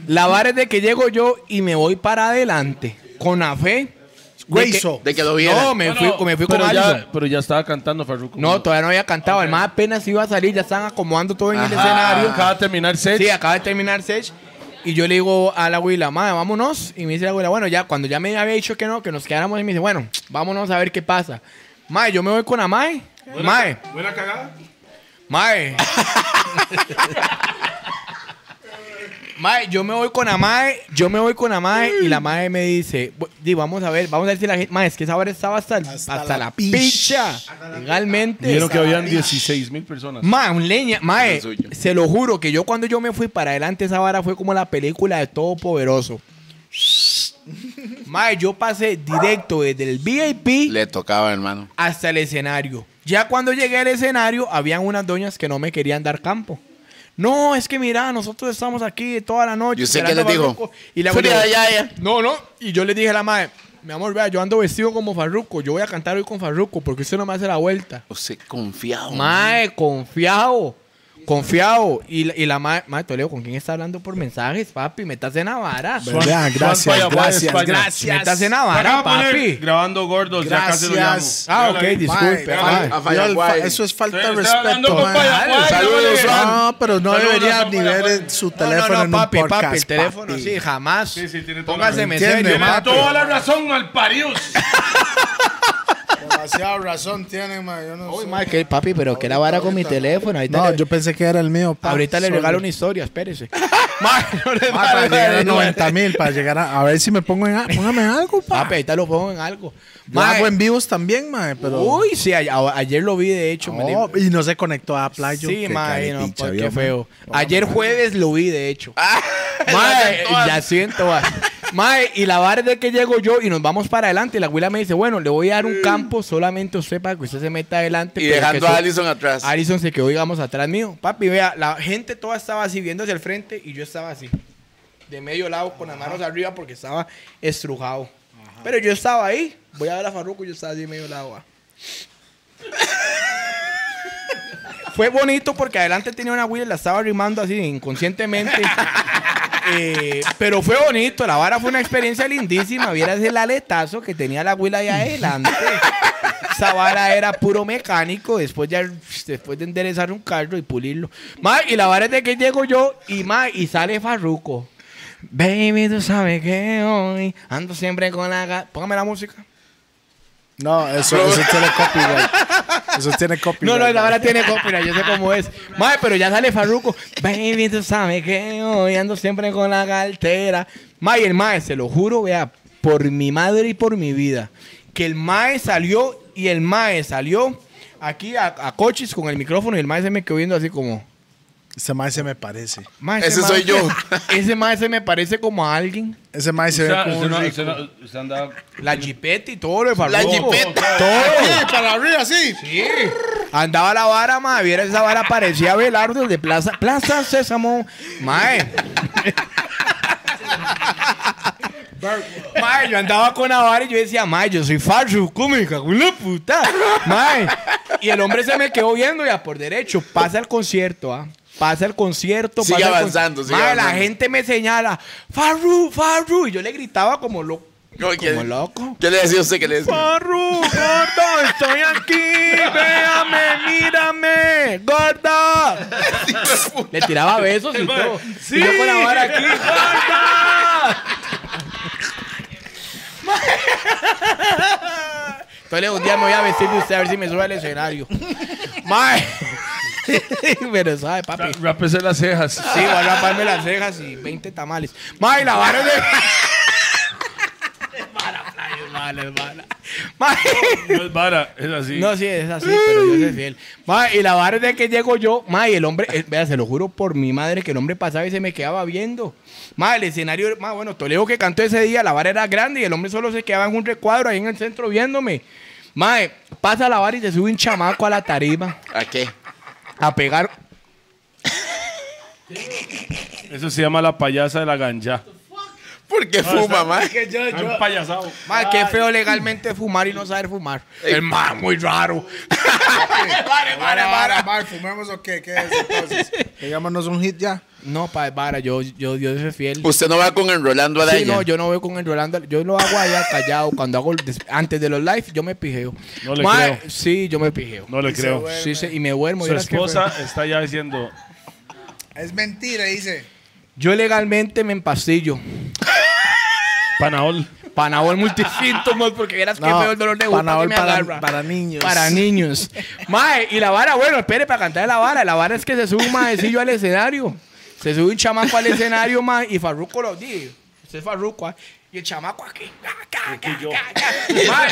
la vara es de que llego yo y me voy para adelante. Con la fe. de que- Grayso. De que lo vieran. No, me fui, me fui con pero Allison. ya, pero ya estaba cantando Farruko. No, todavía no había cantado. El más apenas iba a salir, ya estaban acomodando todo en el escenario. escenario. Ah, Acaba de terminar set. Sí, acaba de terminar Sech. Y yo le digo a la abuela, madre, vámonos. Y me dice la abuela, bueno, ya cuando ya me había dicho que no, que nos quedáramos, y me dice, bueno, vámonos a ver qué pasa. Mae, yo me voy con la mae. Mae, Buena cagada. mae. Mae, yo me voy con la mae, yo me voy con la mae y la mae me dice, "Bu- di, vamos a ver, vamos a ver si la gente, mae, es que esa hora estaba hasta, el- hasta, la, picha, legalmente. Vieron que habían 16 mil personas. Mae, un leña, mae, Es el suyo. se lo juro que yo cuando yo me fui para adelante esa vara fue como la película de Todopoderoso. mae, yo pasé directo desde el VIP Le tocaba, hermano. hasta el escenario. Ya cuando llegué al escenario, habían unas doñas que no me querían dar campo. No, es que mira, nosotros estamos aquí toda la noche. ¿Y usted qué esperando les a dijo? Farruko. Y la Furia de allá, ya. No, no. Y yo le dije a la madre, mi amor, vea, yo ando vestido como Farruco. Yo voy a cantar hoy con Farruco porque usted no me hace la vuelta. Usted confiado. Mae, confiado. Confiado. Y, la- y la mae, mae, Toledo, ¿con quién está hablando por mensajes, papi? Metas en Navarra. Ya, gracias, Juan Payaguá, gracias, España. gracias. Metas en Acaba Navarra, de poner papi. grabando gordos, ya Gracias. casi lo Ah, llamo. ok, Ya Mae, la vi. disculpe. mae, mae. a Payaguay. yo- Eso es falta de Estoy- estoy hablando respeto, con mae. Payaguay, Saludos, ya Juan. No, pero no Saludos, debería Juan Payaguay. nivel su No, teléfono no, en no, un papi, papi, el podcast, teléfono, papi. sí, jamás. Sí, sí, tiene toda la Póngase razón. serio, Entiende, Tiene Mate. toda la razón, malparidos. Demasiada razón tienen, mae. Yo no Uy, sé. mae, que- papi, pero que la vara con mi teléfono. Ahorita No, le, yo pensé que era el mío. pa. ahorita le Sorry. regalo una historia, espérese. mae, no le Ah, para vale, llegar a vale, 90 mil, para llegar a. A ver si me pongo en. a- Póngame algo, pa. Papi, ahorita lo pongo en algo. Yo Ah, Mae, hago en vivos también, mae, pero. Uy, sí, a- a- ayer lo vi, de hecho. me Oh, di- y no se conectó a Playo. Sí, Qué mae, no, careticha, pues, vio, qué mae. feo. Ayer jueves lo vi, de hecho. Mae, ya siento. mae. Mae, y la vara es de que llego yo y nos vamos para adelante. Y la abuela me dice, bueno, le voy a dar un campo solamente a usted para que usted se meta adelante. Y pero dejando que a su- Allison atrás. Alison se quedó, digamos, atrás mío. Papi, vea, la gente toda estaba así viendo hacia el frente y yo estaba así. De medio lado, con las manos arriba porque estaba estrujado. Pero yo estaba ahí. Voy a ver a Farruko y yo estaba así de medio lado. ah. Fue bonito porque adelante tenía una Will, la estaba rimando así inconscientemente. Eh, pero fue bonito, la vara fue una experiencia lindísima. Vieras el aletazo que tenía la Will ahí adelante. esa vara era puro mecánico. Después ya, después de enderezar un carro y pulirlo. Ma, y la vara es de que llego yo y ma, y sale Farruco. Baby, tú sabes que hoy ando siempre con la... ga-". Póngame la música. No, eso, eso tiene copyright. Eso tiene No, copyright. no, la vara tiene copyright, yo sé cómo es. Mae, pero ya sale Farruko. Baby, tú sabes que hoy ando siempre con la cartera. Mae, el mae, se lo juro, vea, por mi madre y por mi vida, que el mae salió y el mae salió aquí a, a coches con el micrófono y el mae se me quedó viendo así como... Ese mae se me parece. "Mae, ese Ese mae- soy yo. Ese mae se me parece como a alguien. Ese mae se ve como un rico. La jipeta y todo lo de Farruko. La jipeta. Todo. para arriba, sí. Sí. Andaba la vara, mae. Viera esa vara, parecía Belardo de Plaza, Plaza Sésamo. Mae. mae, yo andaba con la vara y yo decía, mae, yo soy falso, ¿cómo me cago en la puta? Mae. Y el hombre se me quedó viendo, ya por derecho, pasa al concierto, ¿ah? Pasa el concierto. Sigue pasa al avanzando, con- sigue Mae, la avanzando. gente me señala, Farru, Farru. Y yo le gritaba como loco. No, ¿qué- Como loco. ¿Qué le decía a usted que le decía? Parru, gordo, estoy aquí. Véame, mírame, gordo. Le tiraba besos y todo. Y yo con la vara aquí, gordo. Entonces un día me voy a vestir de usted a ver si me sube al escenario. Mae. Pero sabe, eh. papi. Rápese las cejas. Sí, voy a raparme las cejas y 20 tamales. Mae, la vara de. Es mala, es mala, es mala. Mae. No es vara, es así. No, sí, es así, pero yo soy fiel. Ma, y la vara es de que llego yo, ma, y el hombre, eh, vea, se lo juro por mi madre que el hombre pasaba y se me quedaba viendo. Ma, el escenario, ma, bueno, Toledo que cantó ese día, la vara era grande y el hombre solo se quedaba en un recuadro ahí en el centro viéndome. Ma, eh, pasa la vara y se sube un chamaco a la tarima ¿A qué? a pegar. Eso se llama la payasa de la ganja. ¿Por qué fuma, mae? Está un payasado. Ma, qué feo legalmente fumar y no saber fumar. El ma, muy raro. Para, para, para. ¿Fumemos o qué? ¿Qué es entonces? Pegámonos un hit ya. No, pa, es vara, yo, yo, yo soy fiel. Usted no va con Enrolando a Sí, no, yo no veo con el Rolando. Yo lo hago allá callado. Cuando hago el des- antes de los live, yo me pijeo. No le creo. Sí, yo me pijeo. No le creo. Sí, sí, y me duermo. Su ¿vieras qué fue? esposa está ya diciendo. Es mentira, dice. Yo legalmente me empastillo. Panaol. Panabol multisíntomas, porque vieras que No, feo el dolor de boca Panadol que me para- agarra. para niños. Para niños. Mae, y la vara, bueno, espere para cantar la vara. La vara es que se sube un maecillo al escenario. Se sube un chamaco al escenario, mae, y Farruko lo dice. Usted es Farruko, ah, Y el chamaco aquí. ca, ca, ca, ca, ca. Mae,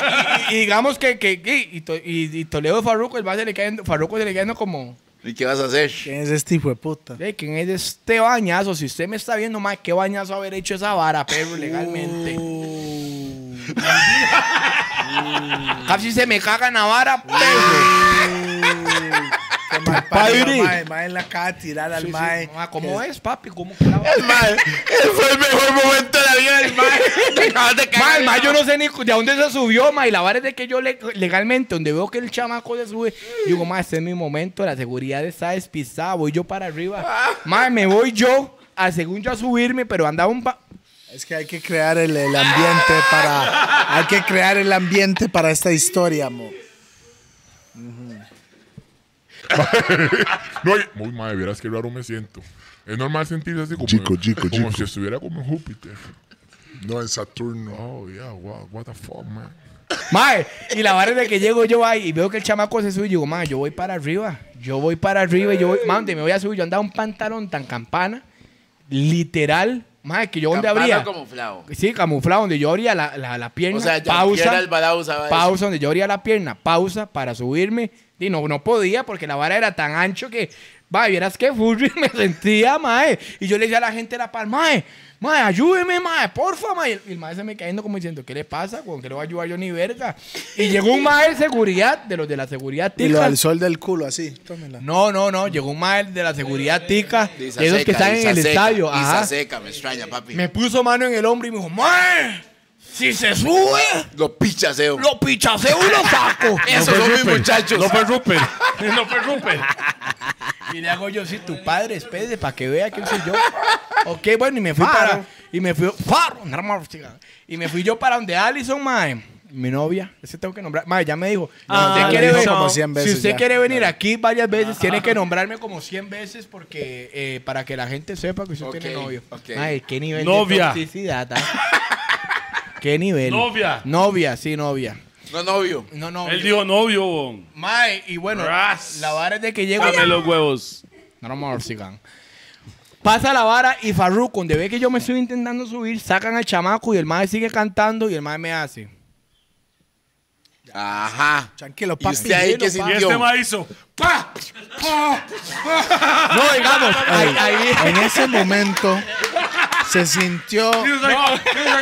y, y- y digamos que, que- que- y, to- y- y Toledo de Farruko, el mae se le cae, Farruko se le cae como... ¿Y qué vas a hacer? ¿Quién es este hijo de puta? Ey, ¿Quién es este bañazo? Si usted me está viendo, mae, qué bañazo haber hecho esa vara, perro, legalmente. Casi se me caga en la vara, perro. Qué mal parido, mae. Mae la acaba de tirar al mae. Ma, Ah, ¿Cómo es, papi? ¿Cómo que la vara? Mae, ese fue el mejor momento de la vida del mae. Te acabas de Ma, cagar. el ma, yo no sé ni cu- de dónde se subió, ma. Y la vara es de que yo le- legalmente, donde veo que el chamaco se sube, digo, ma, este es mi momento, la seguridad está despistada, voy yo para arriba. Ma, me voy yo, a, según yo a subirme, pero andaba un pa- Es que hay que crear el, el ambiente para. Hay que crear el ambiente para esta historia, amor. No, y- muy madre, verás qué raro me siento. Es normal sentirse así como, como si estuviera como en Júpiter. No, en Saturno. Oh, yeah, wow, what the fuck, man. Mae, y la vara es de que llego yo ahí y veo que el chamaco se sube y digo, mae, yo voy para arriba, yo voy para arriba, y yo voy, mae, ¿dónde me voy a subir? Yo andaba un pantalón tan campana, literal, mae, que yo donde abría. camuflado. Sí, camuflado, donde yo abría la, la, la pierna, O sea, yo pausa, Pierre Alvarado usaba eso. pausa, donde yo abría la pierna, pausa para subirme. Y no, no podía porque la vara era tan ancho que, va, vieras que furry me sentía, mae. Y yo le decía a la gente de la palma, mae, mae, ayúdeme, mae, porfa, mae. Y el- Y el mae se me cayendo como diciendo, ¿qué le pasa? ¿Con qué le voy a ayudar yo ni verga? Y llegó un mae de seguridad, de los de la seguridad Y lo tica. al sol del culo, así. Tómela. No, no, no, llegó un mae de la seguridad tica, de Dice esos que Eh, seca, están en dice el seca, estadio. dice Ajá. seca, me extraña, papi. Me puso mano en el hombro y me dijo, mae, si se sube... Lo pichaseo. Lo pichaseo y lo saco. Esos son mis muchachos. No fue Rupert. No fue Rupert. Y le hago yo, sí, tu padre, espérate, para que vea quién soy yo. ok, bueno, y me fui para. Y me fui. Faro, nada más, chica. Y me fui yo para donde Allison, mae. mi novia, ese tengo que nombrar. Madre, ya me dijo. Ah, usted ya quiere lo dijo ver- como 100 veces si usted ya. quiere venir aquí varias veces, tiene que nombrarme como 100 veces porque eh, para que la gente sepa que usted Ok, tiene novio. ok. Madre, qué nivel de Novia. toxicidad. ah. qué nivel. Novia. Novia, sí, novia. No, novio. No, no. Él dijo novio, bon. Mae, y bueno, Ras. la vara es de que llego. Dame los huevos. No, no, amor, sigan. Pasa la vara y Farruko, donde ve que yo me estoy intentando subir, sacan al chamaco y el mae sigue cantando y el mae me hace. Ajá. Tranquilo, ¿Y papi. usted ahí qué Y este sintió? ma hizo. ¡Pa! No, digamos. ahí, ahí- En ese momento se sintió He was like, oh, he was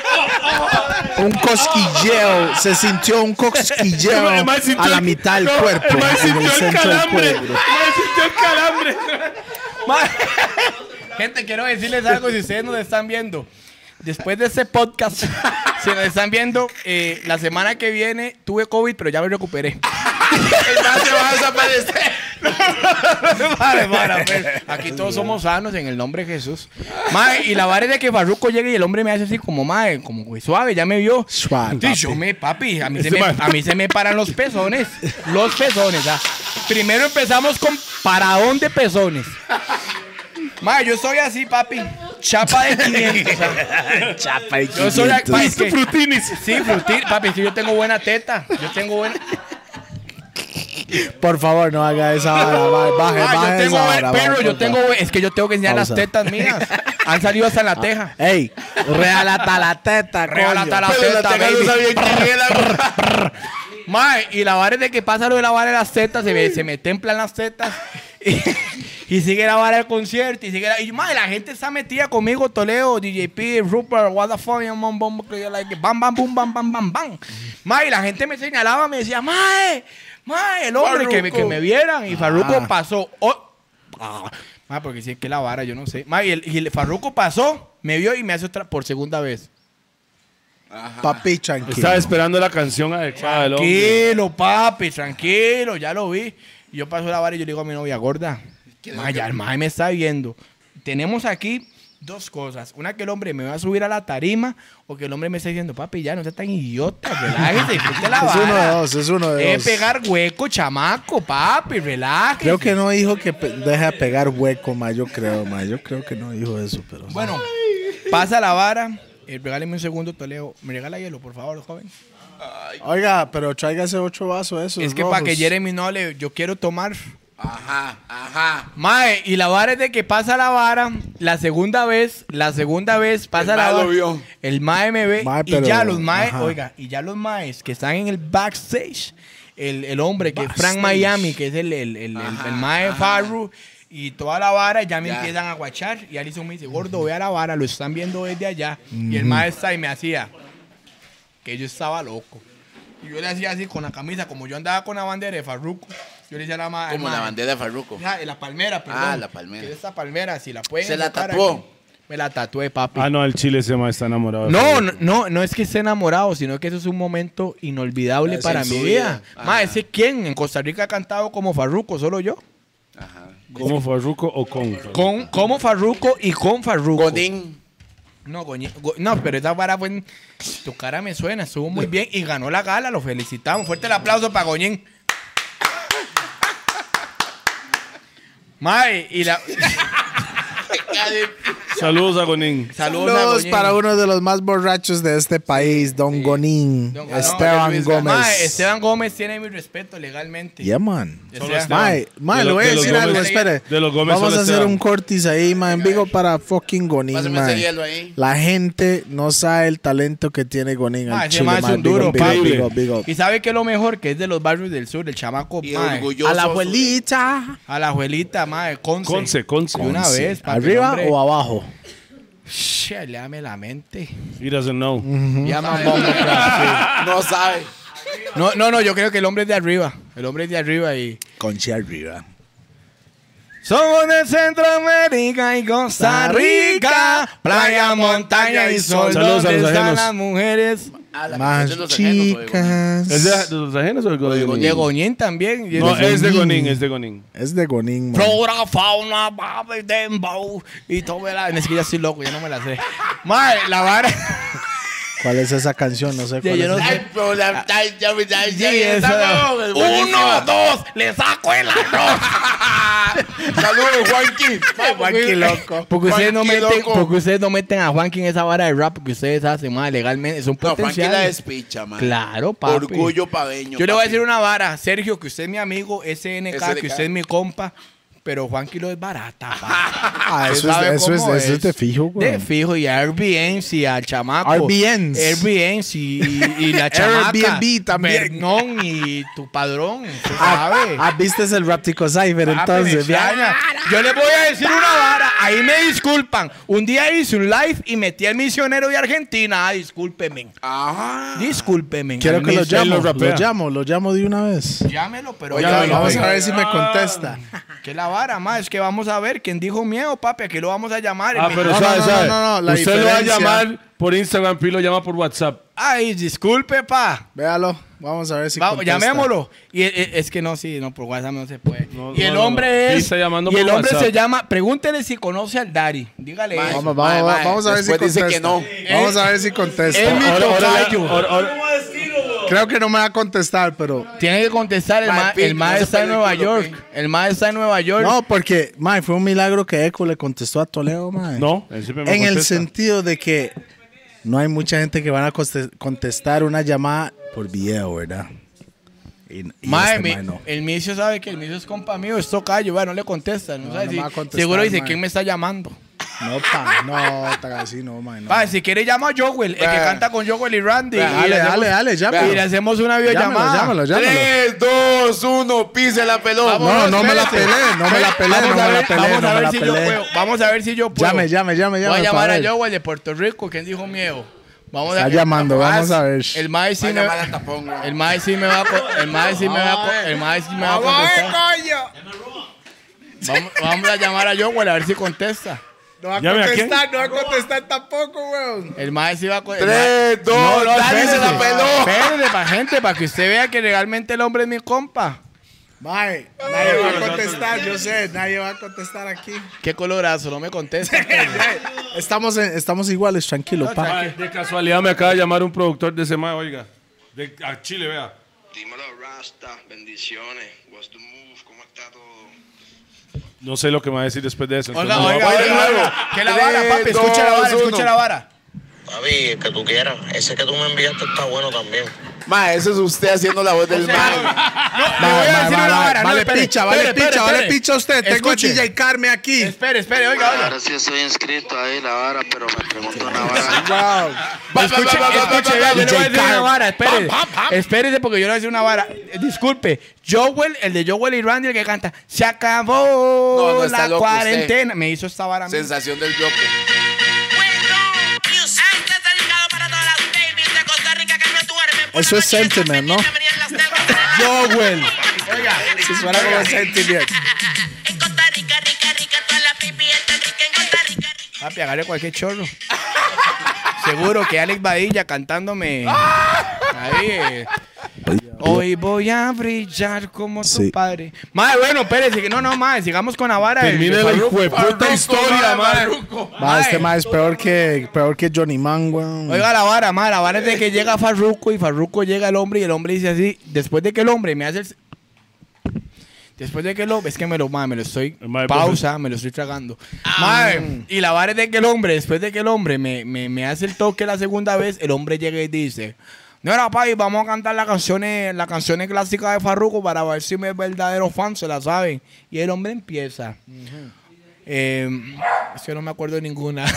like, oh, un cosquilleo, se sintió un cosquilleo El man sintió a la el- mitad del no, cuerpo, El man en el sintió el centro del calambre. El cuerpo. man sintió el calambre. Mae. Gente, quiero decirles algo si ustedes nos están viendo. Después de ese podcast, si nos están viendo, eh, la semana que viene tuve COVID, pero ya me recuperé. El man se va a desaparecer. Vale, vale, pues. Aquí todos somos sanos en el nombre de Jesús. Mae, y la vara es de que Farruco llega y el hombre me hace así como, mae, como güey, suave, ya me vio. Suave, Sí, yo papi. me, papi, a mí, se Ese me, man. a mí se me paran los pezones. Los pezones, ah. Primero empezamos con paradón de pezones. Mae, yo soy así, papi. Chapa de 500. ah. Chapa y Yo soy la- mae, es que- Frutinis. Sí, frutil, papi, si yo tengo buena teta. Yo tengo buena. Por favor, no haga esa vara, va- baje, baje Ah, yo tengo, esa buen- vara, pero va, yo por tengo, favor. es que yo tengo que enseñar las Pausa. tetas mías. Han salido hasta la teja. Ey, realata la teta, Realata coño. la Pero la teta, teca no baby. sabía quién era. Mae, y la vara es de que pasa lo de la vara de las tetas, se me, se me templan las tetas. Y, y sigue la vara del concierto. Y sigue la. Y mae, la gente está metida conmigo, Toledo, DJP, Rupert, what the fuck, yo, bom, bom, que yo like, bam, bam, bum, bam, bam, bam, bam. Mae, y la gente me señalaba, me decía, mae, mae, el hombre que me, que me vieran. Y Farruko pasó. oh, ah, mae, porque si es que la vara, yo no sé. Mae, y, el, y el Farruko pasó, me vio y me hace otra por segunda vez. Papi, tranquilo. Estaba esperando la canción adecuada del hombre. Tranquilo, papi, tranquilo, ya lo vi. Y yo paso la vara y yo le digo a mi novia gorda, "Ma, ya el mae me está viendo. Tenemos aquí dos cosas. Una que el hombre me va a subir a la tarima o que el hombre me está diciendo, papi, ya no seas tan idiota, relájese, disfrute la Es vara. uno de dos, es uno de Es dos. pegar hueco, chamaco, papi, relájese. Creo que no dijo que pe- deja de pegar hueco, ma. Yo creo, ma. Yo creo que no dijo eso, pero. Bueno, pasa la vara. Eh, regáleme un segundo, Toledo. Me regala hielo, por favor, joven. Oiga, pero tráigase ocho vasos, eso. Es que para que Jeremy no le... Yo quiero tomar... Ajá, ajá. Mae, y la vara es de que pasa la vara, la segunda vez, la segunda vez pasa El la mae lo vara. vio. El mae me ve Mae, y pero- ya los mae, ajá. oiga, y ya los maes que están en el backstage, el, el hombre que es Backstage. Frank Miami, que es el, el, el, el- el mae Farru y toda la vara, ya me Ya. empiezan a guachar y Alison me dice, "Gordo, ve a la vara, lo están viendo desde allá." Y el mae está y me hacía que yo estaba loco. Y yo le hacía así con la camisa, como yo andaba con la bandera de Farruko. Yo le decía a la ma- al Como la mae, bandera de Farruko. Ah, la palmera, perdón. Ah, la palmera. Que Esa palmera, si la pueden. Se la sacar tatuó. aquí. Me la tatué, papi. Ah, no, el chile ese ma está enamorado. de no, Farruko. no, no, no es que esté enamorado, sino que eso es un momento inolvidable Es para en mi su vida. vida. Más, Ajá. ese quién en Costa Rica ha cantado como Farruco, solo yo. ¿Cómo Farruko o con? Con, como Farruco y con Farruco. Godín. No, Goñi- Go- no, pero esa vara fue. en- Tu cara me suena, estuvo muy bien y ganó la gala, lo felicitamos. Fuerte el aplauso para Goñín. Mae, y la. Saludos a Gonin. Saludos, a Saludos Goñín. para uno de los más borrachos de este país, Don Gonín, Don Gabriel Esteban Luis Gómez. Gama. Esteban Gómez tiene mi respeto legalmente. Yeah, man. Solo Esteban. Mae, mae, De le lo- voy a de los decir algo, Gómez- espere. de los Gómez Vamos solo a hacer Esteban. un cortis ahí, mae, en vivo para fucking Gonín, Pásame ese mae. hielo ahí. La gente no sabe el talento que tiene Gonín Ah, al ese Chile, mae es mae. un Big duro, up, big up, papi. big up, big up. Y sabe que lo mejor que es de los barrios del sur, el chamaco, Y mae. orgulloso. A la abuelita. A la abuelita, mae, Conce. Conce, Conce. De una Conce. vez, papi, ¿Arriba hombre. o abajo? Shit, le dame la mente. He doesn't know. Ya, mamá, hombre, claro, No sabe. sí. No, no, no, yo creo que el hombre es de arriba. El hombre es de arriba y. Concha arriba. Somos de Centroamérica y Costa Rica, playa, montaña y sol. Saludos a ¿Dónde los están ajenos. las mujeres? A la Más canción de los ajenos, oye, Godín. chicas. ¿Es de, de los ajenos o de Gonin? De Goñín también. No, eh, es de Gonin. Gonin, es de Gonin. Es de Gonín, mae. Flora, fauna, baby, dembow. Y todo, ¿verdad? Es que ya estoy loco, ya no me la sé. Mae, la vara. ¿Cuál es esa canción? No sé cuál yo es no esa- sé. Ay, pero la- ay, ya me- ya- ya- Sí, ya- eso. ya- huevón, es buenísima. Uno, dos, le saco el arroz. Saludos, Juanqui. Vamos, Juanqui loco. Porque ustedes, no Juanqui meten, loco. porque ustedes no meten a Juanqui en esa vara de rap que ustedes hacen, más legalmente. Son No, Juanqui la potenciales. despicha, man. Claro, papi. Orgullo pabeño. Yo le voy a papi. decir una vara, Sergio, que usted es mi amigo, SNK, SNK. que usted es mi compa, pero Juanqui lo es barata. pa. Ah, eso Usted es- sabe eso es- cómo eso es de fijo, güey. Ah, De fijo, y a Airbnb, y al chamaco. Airbnbs. Airbnb, y, y la chamaca. Airbnb también. Bernón y tu padrón, usted sabe. Ah, ah, viste el Raptico Cypher Ah, entonces. Papi, ¿ya? Chana, pues, Yo les voy a decir una vara. Ahí me disculpan. Un día hice un live y metí al misionero de Argentina. Ah, discúlpenme. Ah. Ajá. Discúlpenme. Quiero Al que lo misionero. llamo, lo, rapea. llamo, lo llamo de una vez. Llámelo, pero Oye, llámelo. oye, vamos oye. a ver si me contesta. Que la vara, más es que vamos a ver quién dijo miedo, papi. Aquí lo vamos a llamar. Ah, pero No, sabe, no, no, sabe. no, no, la Usted lo va a diferencia- llamar por Instagram, Pi lo llama por WhatsApp. Ay, disculpe, pa. Véalo, vamos a ver si Vamos, contesta. llamémoslo. Y e- e- es que no, sí, no, por WhatsApp no se puede. No, y el no, no, hombre no. es. Sí, está llamando y el por hombre WhatsApp. se llama. Pregúntele si conoce al Dari. Dígale. Mae, eso. Vamos, vamos, Mae, mae, vamos a ver si después contesta. dice que Vamos a ver si contesta. Eh, mi Ahora- ahora- tocayo. ahora- ahora- Creo que no me va a contestar, pero. Tiene que contestar. El Mae, ma, pico, el ma no se está en pelee Nueva el culo, York. El ma está en Nueva York. No, porque, mae, fue un milagro que Eco le contestó a Toledo, mae. No, él siempre me En el contesta. sentido de que no hay mucha gente que van a conte- contestar una llamada por video, ¿verdad? Y, y Mae, este mi- mae no. el misio sabe que el misio es compa mío, es tocayo, bueno, no le contesta. No, No, sabe no si- me va a contestar, seguro dice, mae. ¿quién me está llamando? No, pa, no, tan así no, mae. no. Pa, si quiere llama a Jowell, el que Vea. canta con Jowell y Randy. Vea, y Dale, le hacemos- dale, dale, Y le llámalo. hacemos una videollamada. Llámalo, llámalo, llámalo. 3, 2, 1, pise la pelota. No, no me la espérate. pelé, no me la pelé, no Vamos a me la ver, pelé, vamos no a me ver la si yo pelé. puedo. Vamos a ver si yo puedo. Llame, llame, llame, Voy a llame. llamar para a ver. Jowell de Puerto Rico, quien dijo miedo. Vamos Está el- llamando, el vamos mae- a ver. El mae sí Va a me llamar al tapón, güey. El mae sí me va a co- el mae sí me va a co- el mae sí me va a contestar. Vamos, vamos a llamar a Jowell a ver si contesta. No va a Llame a quién. contestar, no va a contestar tampoco, weón. El mae sí va a contestar. 3, 2, dale espérese. la pelota. Espérate, pa' gente, para que usted vea que legalmente el hombre es mi compa. Mae, nadie va a contestar, yo sé, nadie va a contestar aquí. Qué colorazo, no me contesta. Estamos, en- estamos iguales, tranquilo, pa. Mae, de casualidad me acaba de llamar un productor de ese mae, oiga. De, a Chile, vea. Dímelo, Rasta, bendiciones. What's the move? ¿Cómo está todo? No sé lo que me va a decir después de eso. Oiga, entonces no oiga, voy a- oiga, oiga. Que la vara, papi, escucha la vara, escucha la vara. Papi, el que tú quieras. Ese que tú me enviaste está bueno también. Ma, eso es usted haciendo la voz del Le man. voy a Vale, vale, decir una vale, vara, no, vale espere, picha, espere, vale espere, picha, vale espere. picha usted. Tengo a Escuche. DJ Carmen aquí. Espere, espere, oiga, oiga. Ahora sí estoy inscrito ahí, la vara, pero me preguntó una vara. Wow. Escuche, va, va, va, escuche, vea, yo le va, va, voy a decir J. una Carl. vara, espérese. Espérese porque yo le voy a decir una vara. Eh, Disculpe, Joel, el de Joel y Randy, el que canta, se acabó No, no está la loco usted. cuarentena. Me hizo esta vara. a mí. Sensación del bloque. Eso es sentiment, ¿no? Joel. Oiga, Se suena como sentiment. papi, agarre cualquier chorro. Seguro que Alex Badilla cantándome. Ahí. eh. Hoy voy a brillar como Sí. tu padre. Madre, bueno, espérese. que- No, no, madre, sigamos con la vara. del- Termine la del- hijueputa historia, mae. Ma, este ma es peor que, peor que Johnny Man, weón. Oiga la vara, madre, la vara es de que llega Farruco y Farruco llega al hombre y el hombre dice así, después de que el hombre me hace el... Después de que el hombre, es que me lo, mae, me lo estoy, El mae, pausa, me lo estoy tragando. Mae, y la vara es de que el hombre, después de que el hombre me, me, me hace el toque la segunda vez, el hombre llega y dice, no era papi, vamos a cantar las canciones, las canciones clásicas de Farruco para ver si mis verdaderos fans se las saben. Y el hombre empieza. Eh, es que no me acuerdo de ninguna.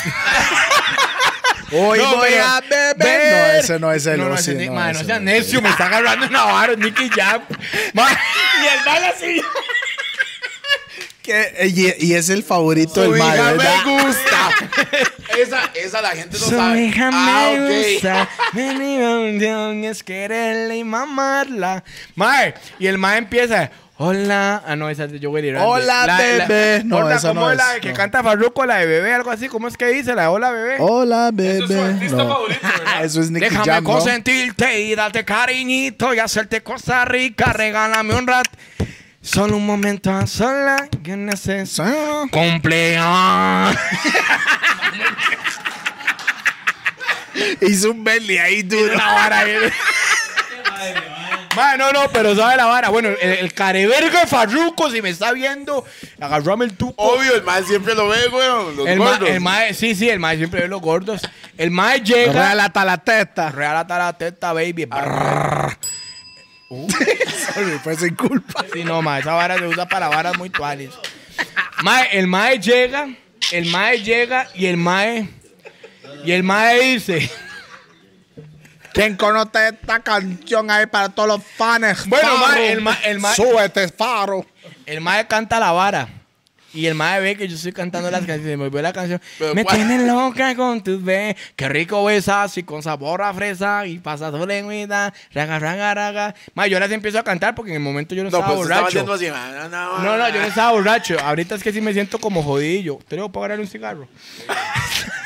Hoy No, voy pero- a beber. No, ese no es el No, no, sí, ese ni- no, ma, no ese sea no es. necio, me está agarrando una vara, Nicky Jam. Ma, y el mal así. Que- eh, y, y es el favorito del hija ma, ¿verdad? me gusta. esa, esa la gente no Su sabe. hija Ah, me ok. gusta. Me unión es quererla y mamarla. Mae, y el mae empieza. Hola. Ah, no, esa es de Joel y Randy. Hola, La- la- bebé. No, hola, esa ¿cómo no es la es, que no. canta Farruko, la de bebé, algo así? ¿Cómo es que dice? La de hola, bebé. Hola, bebé. No. Eso es Nicky Déjame Jam, ¿no? consentirte y darte cariñito y hacerte Costa Rica. Regálame un rat. Solo un momento a sola. Que necesito. Cumpleaños. Hizo un belly ahí duro. Una vara bien. Ma, no, no, pero sabe la vara. Bueno, el, el careverga de Farruco, si me está viendo, agarrame el tupo. Obvio, el mae siempre lo ve, weón. Los el, ma- gordos. el mae, sí, sí, el mae siempre ve los gordos. El mae llega. Relata la teta. Realata la teta, baby. Ah. Uh. Sorry, fue sin culpa. Sí, no, ma, esa vara se usa para varas muy tuales. Mae, el mae llega, el mae llega y el mae. Y el mae dice. ¿Quién conoce esta canción ahí para todos los fans? Bueno, Faro, mae, el mae- el mae- Súbete, faro. El mae canta la vara. Y el mae ve que yo estoy cantando las canciones. Me olvidó la canción. Pero me ¿cuál? tienes loca con tus besos. Qué rico besas y con sabor a fresa. Y pasa tu lengüita. Raga, raga, raga. Mae, yo las empiezo a cantar porque en el momento yo no, No, estaba pues estaba borracho. haciendo así. No, no, No, no, yo no estaba borracho. Ahorita es que sí me siento como jodillo. ¿Te debo pagar un cigarro?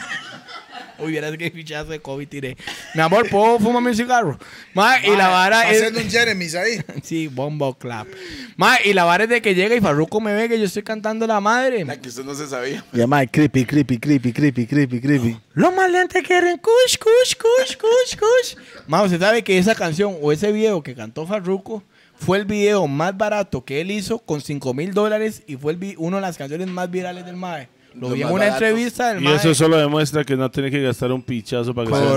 Hubieras que fichazo de COVID tiré. Mi amor, ¿puedo fumarme un cigarro? Ma, y la vara es... Haciendo un Jeremy's ahí. Sí, bombo clap. Ma, y la vara es de que llega y Farruko me ve que yo estoy cantando la madre. La que usted no se sabía. Ya, mae, creepy, creepy, creepy, creepy, creepy, creepy. Los maleantes quieren kush, kush, kush, kush, kush. Ma, usted sabe que esa canción o ese video que cantó Farruko fue el video más barato que él hizo con 5 mil dólares y fue el vi- uno de las canciones más virales del MAE. Lo Los vi en más una baratos. entrevista del Y MAE. eso solo demuestra que no tiene que gastar un pichazo para que sea así.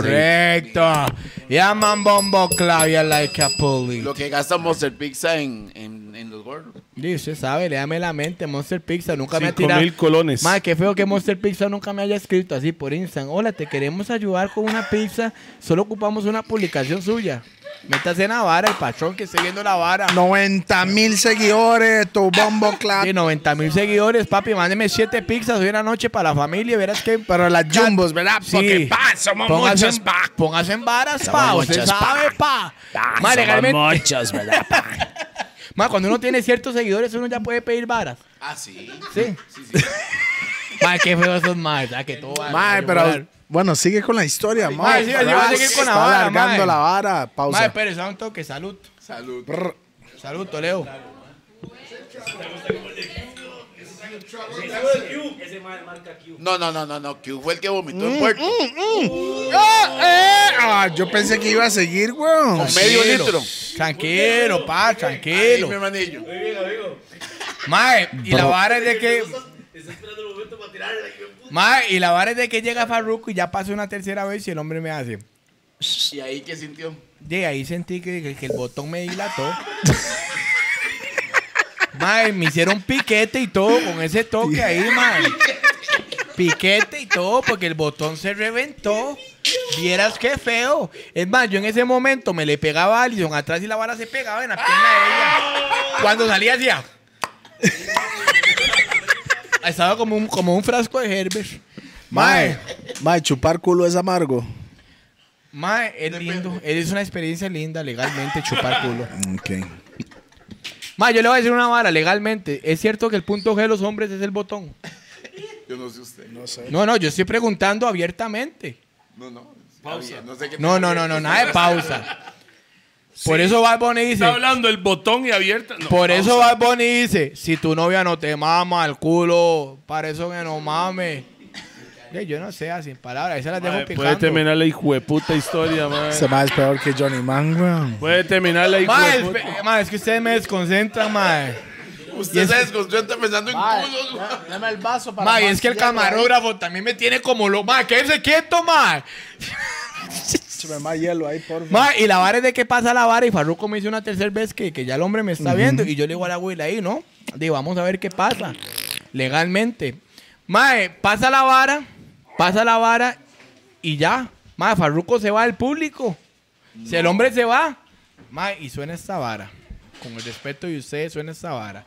Correcto. Llaman bombo Claudia like a pulley. Lo que gasta Monster Pizza en, en, en los gordos. Y usted sabe, léame la mente. Monster Pizza nunca me ha Cinco tirado. mil colones. Madre, qué feo que Monster Pizza nunca me haya escrito así por Instagram. Hola, te queremos ayudar con una pizza. Solo ocupamos una publicación suya. Métase en la vara, el patrón que esté viendo la vara. 90 mil seguidores, tu bombo clap. De 90 mil seguidores, papi, mándeme 7 pizzas hoy en la noche para la familia. Verás que. Pero las jumbos, ¿verdad? Sí. Porque pa, somos Póngase muchos, en- pa. Póngase en varas, Somos pa. Usted muchas, pa. sabe, pa. Ah, Ma, legalmente- muchos, ¿verdad? Ma, cuando uno tiene ciertos seguidores, uno ya puede pedir varas. Ah, sí. Sí. Ma, qué feo esos madres, ¿verdad? Que todo va- Mae, pero bueno, sigue con la historia, mae. mae, sí, sí, va a seguir con la Está vara, alargando mae. la vara, Madre, pausa. espere, un toque, salud. Salud. Salud, Toledo. No, no, no, no, no. Que fue el que vomitó Mm, en puerto. Ah, eh, ah, yo pensé que iba a seguir, weón. Con medio Tranquilo. litro. Tranquilo, pa, Ahí, mi tranquilo. hermanillo. Mae, y la vara es de que. Mae, y la vara es de que llega Farruko y ya pasa una tercera vez y el hombre me hace. ¿Y ahí qué sintió? De ahí sentí que, que- que el botón me dilató. Mae, me hicieron piquete y todo con ese toque ahí, mae. Piquete y todo porque el botón se reventó. Vieras qué feo. Es más, yo en ese momento me le pegaba a Alison atrás y la vara se pegaba en la pierna de ella. Cuando salía hacía. Estaba como un, como un frasco de Herbert. Mae, mae, chupar culo es amargo. Mae, es lindo. Es una experiencia linda legalmente chupar culo. Ok. Ma, yo le voy a decir una vara legalmente. Es cierto que el punto G de los hombres es el botón. Yo no sé usted. No sé. No, no, yo estoy preguntando abiertamente. No, no. Pausa. No sé qué No, no, no, no, nada de pausa. Por eso Bad Bunny dice. Está hablando el botón y abierta. No, por pausa. eso Bad Bunny dice, si tu novia no te mama el culo, para eso que no mames. Ey, Yo no sé, sin palabras, esa la dejo Madre, Puede picando. terminar la hijueputa historia, madre. Se mae Este es peor que Johnny Man, weón. Puede terminar la Ma, es, hijueputa. ma, es que ustedes me desconcentran, ma. Usted se desconcentra pensando en culos. güey. Dame el vaso para. Ma, y es que el camarógrafo también me tiene como lo... Ma, quédense quieto, ma. Échame más hielo ahí, por favor. Ma, y la vara es de que pasa la vara y Farruko me dice una tercera vez que, que ya el hombre me está viendo y yo le digo a la güila ahí, ¿no? Digo, vamos a ver qué pasa legalmente. Mae, pasa la vara, pasa la vara y ya. Mae, Farruko se va del público. Si el hombre se va, mae, y suena esta vara. Con el respeto de ustedes, suena esta vara.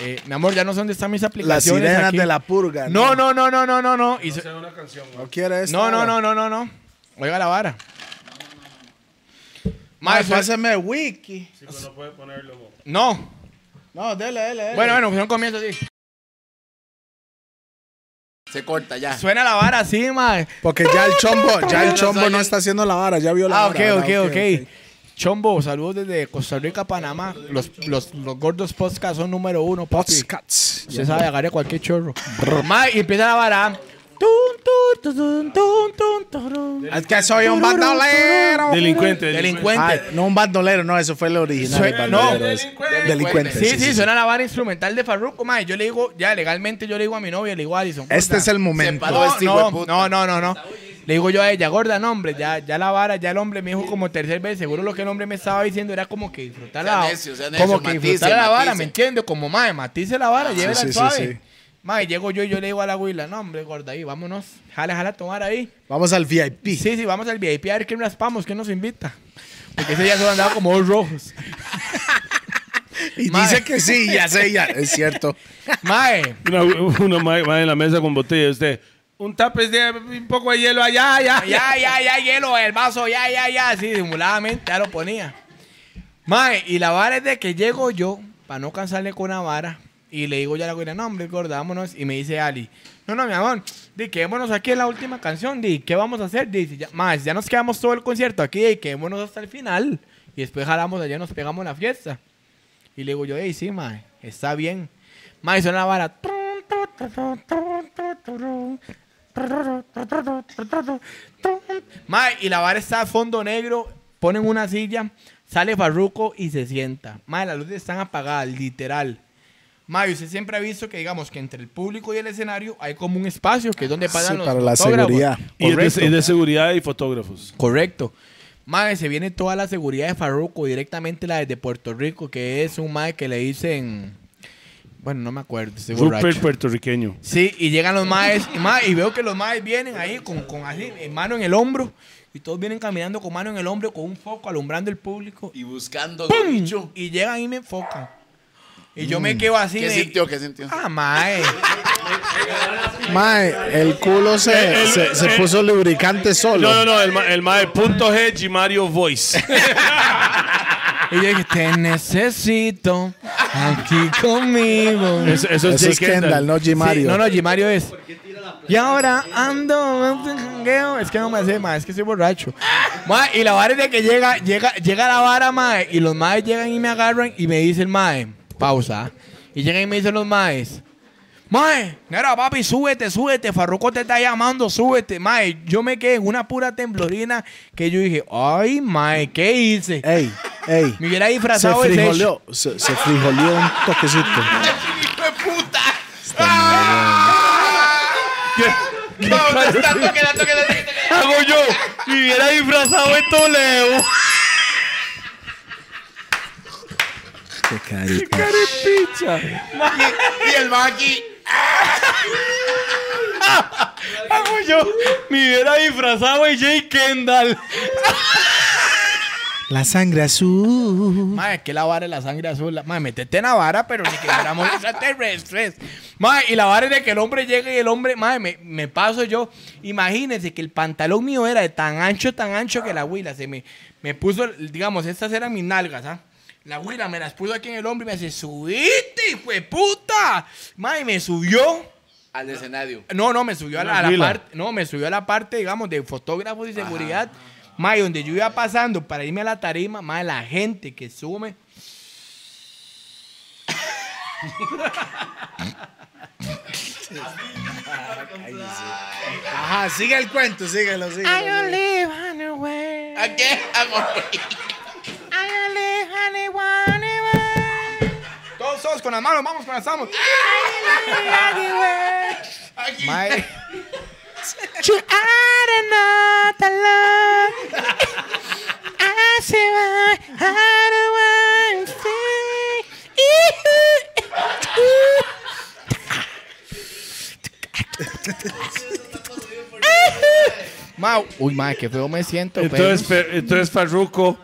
Eh, mi amor, ya no sé dónde están mis Las aplicaciones. sirenas aquí. de la purga. No, no, no, no, no, no, no. Y su- No quiere esto. no, no, no, no, no, no. Oiga la vara. Mae, Mae, suena- pásame wiki. No. No, dele, dele. dele. Bueno, bueno, pues un comienzo así. Se corta ya. Suena la vara así, mae. Porque ya el chombo, ya el No chombo soy no el- está haciendo la vara, ya vio la Ah, ok, vara. ok, ¿verdad? ok. Chombo, saludos desde Costa Rica, Panamá. Los, los, los gordos podcast son número uno, papi. Pots, cats. Usted sabe, agarre cualquier chorro. Mae, y empieza la vara. Es que soy un bandolero. Delincuente, delincuente. Ah, Delincuente. no un bandolero, no, eso fue el original. Soy- el bandolero no. es- Delincuente. Sí, sí, suena la vara instrumental de Farruko, mae. Yo le digo, ya legalmente yo le digo a mi novia, le digo a Alison. Este puta, es el momento. Separó este hijo de no, puta. no, no, no, no. Le digo yo a ella, gorda, no, hombre, ya, ya la vara, ya el hombre me dijo como tercer vez, seguro lo que el hombre me estaba diciendo era como que disfrutar Sea la necio, sea necio, Como que matice, disfrutar la vara, matice. Ah, ¿me entiendes? Como, mae, matice la vara, llévela sí, sí, suave. sí. Mae, llego yo y yo le digo a la huila, no, hombre, gorda, ahí, vámonos, jala, jala a tomar ahí. Vamos al VIP. Sí, sí, vamos al VIP a ver quién raspamos, quién nos invita. Porque ese día solo andaba como dos rojos. Y Mae. dice que sí, ya sé, ya. Es cierto. Mae, Una, una ma- ma en la mesa con botella. Usted, un tapes pues, de un poco de hielo allá, allá. ya, ya, ya, hielo, el vaso, ya, ya, ya, así simuladamente, ya lo ponía. Mae, y la vara es de que llego yo, para no cansarle con una vara, y le digo ya a la güera, no, hombre, gorda, vámonos. Y me dice Ali, no, no, mi amor, di, quedémonos aquí en la última canción, di, ¿qué vamos a hacer? Dice, ya, mae, si ya nos quedamos todo el concierto aquí, di, quedémonos hasta el final. Y después jalamos allá, nos pegamos la fiesta. Y le digo yo, hey, sí, mae, está bien. Mae, suena la vara. Mae, y la vara está a fondo negro, ponen una silla, sale Farruco y se sienta. Mae, las luces están apagadas, literal. Mae, usted siempre ha visto que, digamos, que entre el público y el escenario hay como un espacio que es donde pasan Ah, Sí, los para la fotógrafos. seguridad. Y es de- es Correcto. de, seguridad y fotógrafos. Correcto. Mae, se viene toda la seguridad de Farruko, directamente la de Puerto Rico, que es un mae que le dicen. Bueno, no me acuerdo, estoy Rupert borracho. puertorriqueño. Sí, y llegan los maes, y, mae, y veo que los maes vienen ahí con, con así, eh, mano en el hombro, y todos vienen caminando con mano en el hombro, con un foco alumbrando el público, Y buscando lo dicho. y llegan y me enfocan. Y yo me quedo así. ¿Qué de- sintió? ¿Qué sintió? Ah, mae. Mae, el culo se, se, se puso lubricante solo. No, no, no, el, ma- el mae punto G, Gimario Voice. Y yo dije, te necesito aquí conmigo. Eso, eso es, Eso es Kendall, no G. Sí, Mario. no, no, Gimario es. Y ahora ando, en jangueo. es que no me hace más, es que soy borracho. Ma, y la vara es de que llega, llega, llega la vara, mae, y los maes llegan y me agarran y me dicen, mae, pausa. Y llegan y me dicen los maes, mae, nera papi, súbete, súbete, Farruko te está llamando, súbete, mae. Yo me quedé en una pura temblorina que yo dije, ay, mae, ¿qué hice? Ey, ey. Me hubiera Se disfrazado de Sech. frijoleó. Se, se frijoleó un toquecito. Hago yo. Y hubiera disfrazado de Toledo. Qué carita. Y el man aquí. Hago yo. Me hubiera disfrazado de Jay Kendall. La sangre azul. Mae, que la vara es la sangre azul. La- Mae, metete en la vara, pero ni que fuéramos extraterrestres. Mae, y la vara es de que el hombre llega y el hombre, mae, me, me paso yo. Imagínense que el pantalón mío era de tan ancho, tan ancho que la huila se me, me puso, digamos, estas eran mis nalgas, ¿ah? La huila me las puso aquí en el hombro y me dice, subiste, hijo de puta. Mae, me subió. Al escenario. No, no, me subió a la, a la Huila. parte, no, me subió a la parte, digamos, de fotógrafos y seguridad. Mae, donde yo iba pasando para irme a la tarima, mae, la gente que sume. Ajá, sigue el cuento, síguelo, I don't live anywhere. ¿A qué? A morir. I don't live anywhere, anywhere. Todos, todos con las manos, vamos con las manos. Aquí. Mae. You are not alone. I see why, I don't want to see. Ew. Ew. Mae, uy, mae, qué feo me siento. Entonces, fe- entonces Farruko.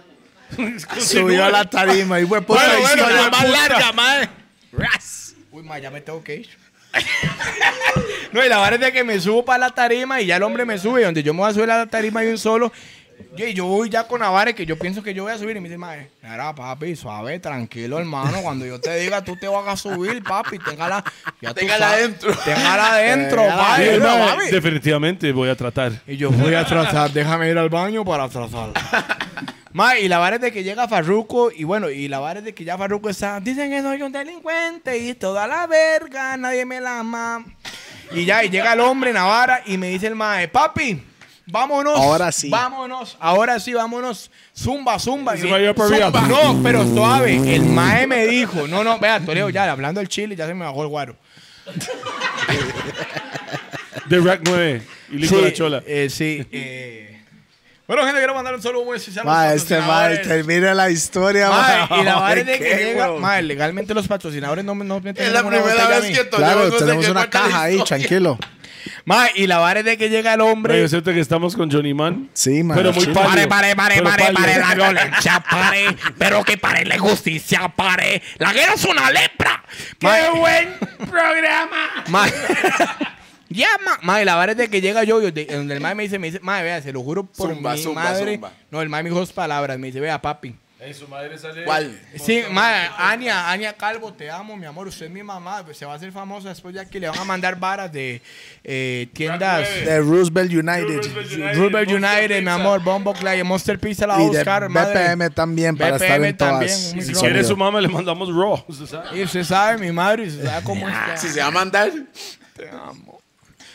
Subió a la tarima y fue por Bueno, ahí, bueno, sí, bueno, la- puta. mae. Uy, mae, ya me tengo que ir. no, y la vara es de que me subo para la tarima y ya el hombre me sube. Donde yo me voy a subir a la tarima y un solo. Yo, yo voy ya con la vara que yo pienso que yo voy a subir. Y me dice, mae, era papi, suave, tranquilo, hermano. Cuando yo te diga, tú te vas a subir, papi. Téngala. Ya tú Téngala sabes. adentro. Téngala adentro, papi. Sí, No, mae, papi. definitivamente voy a tratar. Y yo voy a trazar, déjame ir al baño para trazar. Mae, y la vara es de que llega Farruco y bueno, y la vara es de que ya Farruco está, dicen que soy un delincuente y toda la verga, nadie me la ama. Y ya, y llega el hombre Navara y me dice el mae, papi, vámonos. Ahora sí. Vámonos, ahora sí, vámonos. Zumba, zumba. Y Se me dio por zumba. vía. No, pero suave. El mae me dijo, no, no, vea, Toledo, ya, hablando del chile, ya se me bajó el guaro. De Rack 9 y Lico Sí, la Chola. eh, sí. eh. Bueno, gente, quiero mandar un solo muy especial. a los Ma, este mae patrocinadores. termina la historia, Mae, ma. y la Ay, vara es de que qué llega. huevo. Mae, legalmente los patrocinadores no me no me tienen Es la ninguna primera botella a vez mí. que Toledo Claro, no se tenemos quedó una acá caja ahí, listo. tranquilo. Mae, y la vara es de que llega el hombre. yo siento que estamos con Johnny Man. Sí, man. Pero muy Sí. pálido. Pare, pare, pare, Pero pare, pálido. pare la violencia, pare. Pero que pare la justicia, pare. La guerra es una lepra. ¡Qué buen programa! Mae. Ya, ma- mae, la vara es de que llega yo, yo de- donde el mae me dice, me dice, mae, vea, se lo juro por Zumba, mi zumba, madre. zumba. No, el mae me dijo dos palabras, me dice, vea, papi. ¿Cuál? Sí, mae, Ania, Ania Calvo, te amo, mi amor, usted es mi mamá, pues, se va a hacer famosa después ya que le van a mandar varas de eh, tiendas. De Roosevelt United. Rubber United, mi amor, Bombo Clay, Monster Pizza la va a Y de buscar, madre. BPM también para BPM estar en también, todas. un Sin Si micrófono. quiere sonido. su mamá, le mandamos Raw. usted sabe. Y usted sabe, mi madre, y usted sabe cómo está. Si se va a mandar.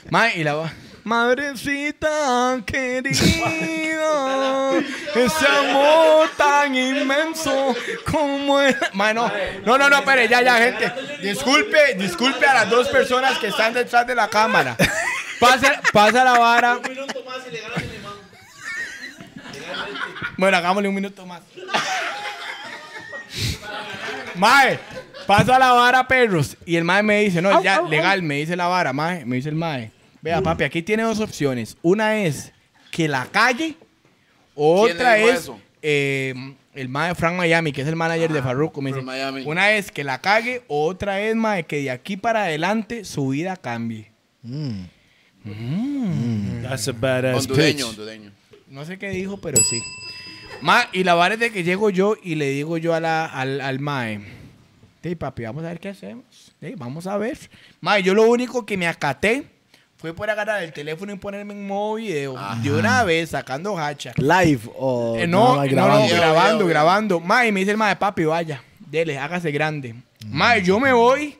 Ma, y la va. Madrecita querida, ese amor tan inmenso como es. Ma, no, no, no, no, espere, ya, ya, gente. Disculpe, disculpe a las dos personas que están detrás de la cámara. Pasa, pasa la vara. Un minuto más y le ganas el imán. Bueno, hagámosle un minuto más. Mae, paso a la vara, perros. Y el mae me dice, no, ya, legal, me dice la vara, mae. Me dice el mae. Vea, papi, aquí tiene dos opciones. Una es que la calle. o ¿Quién Otra le dijo es eso? eh, el mae Frank Miami, que es el manager de Farruko. Me Pero dice, Miami. una es que la cague. Otra es, mae, que de aquí para adelante su vida cambie. That's a badass Hondureño, pitch. hondureño. No sé qué dijo, pero sí. Ma, y la vara es de que llego yo y le digo yo a la, al, al mae. Sí, papi, vamos a ver qué hacemos. Sí, vamos a ver. Mae, yo lo único que me acaté fue por agarrar el teléfono y ponerme en modo video. De una vez, sacando hacha. Live o Eh, no, nada no, más no, grabando. grabando, grabando. Mae, me dice el mae, papi, vaya. Dele, hágase grande. Mae, yo me voy.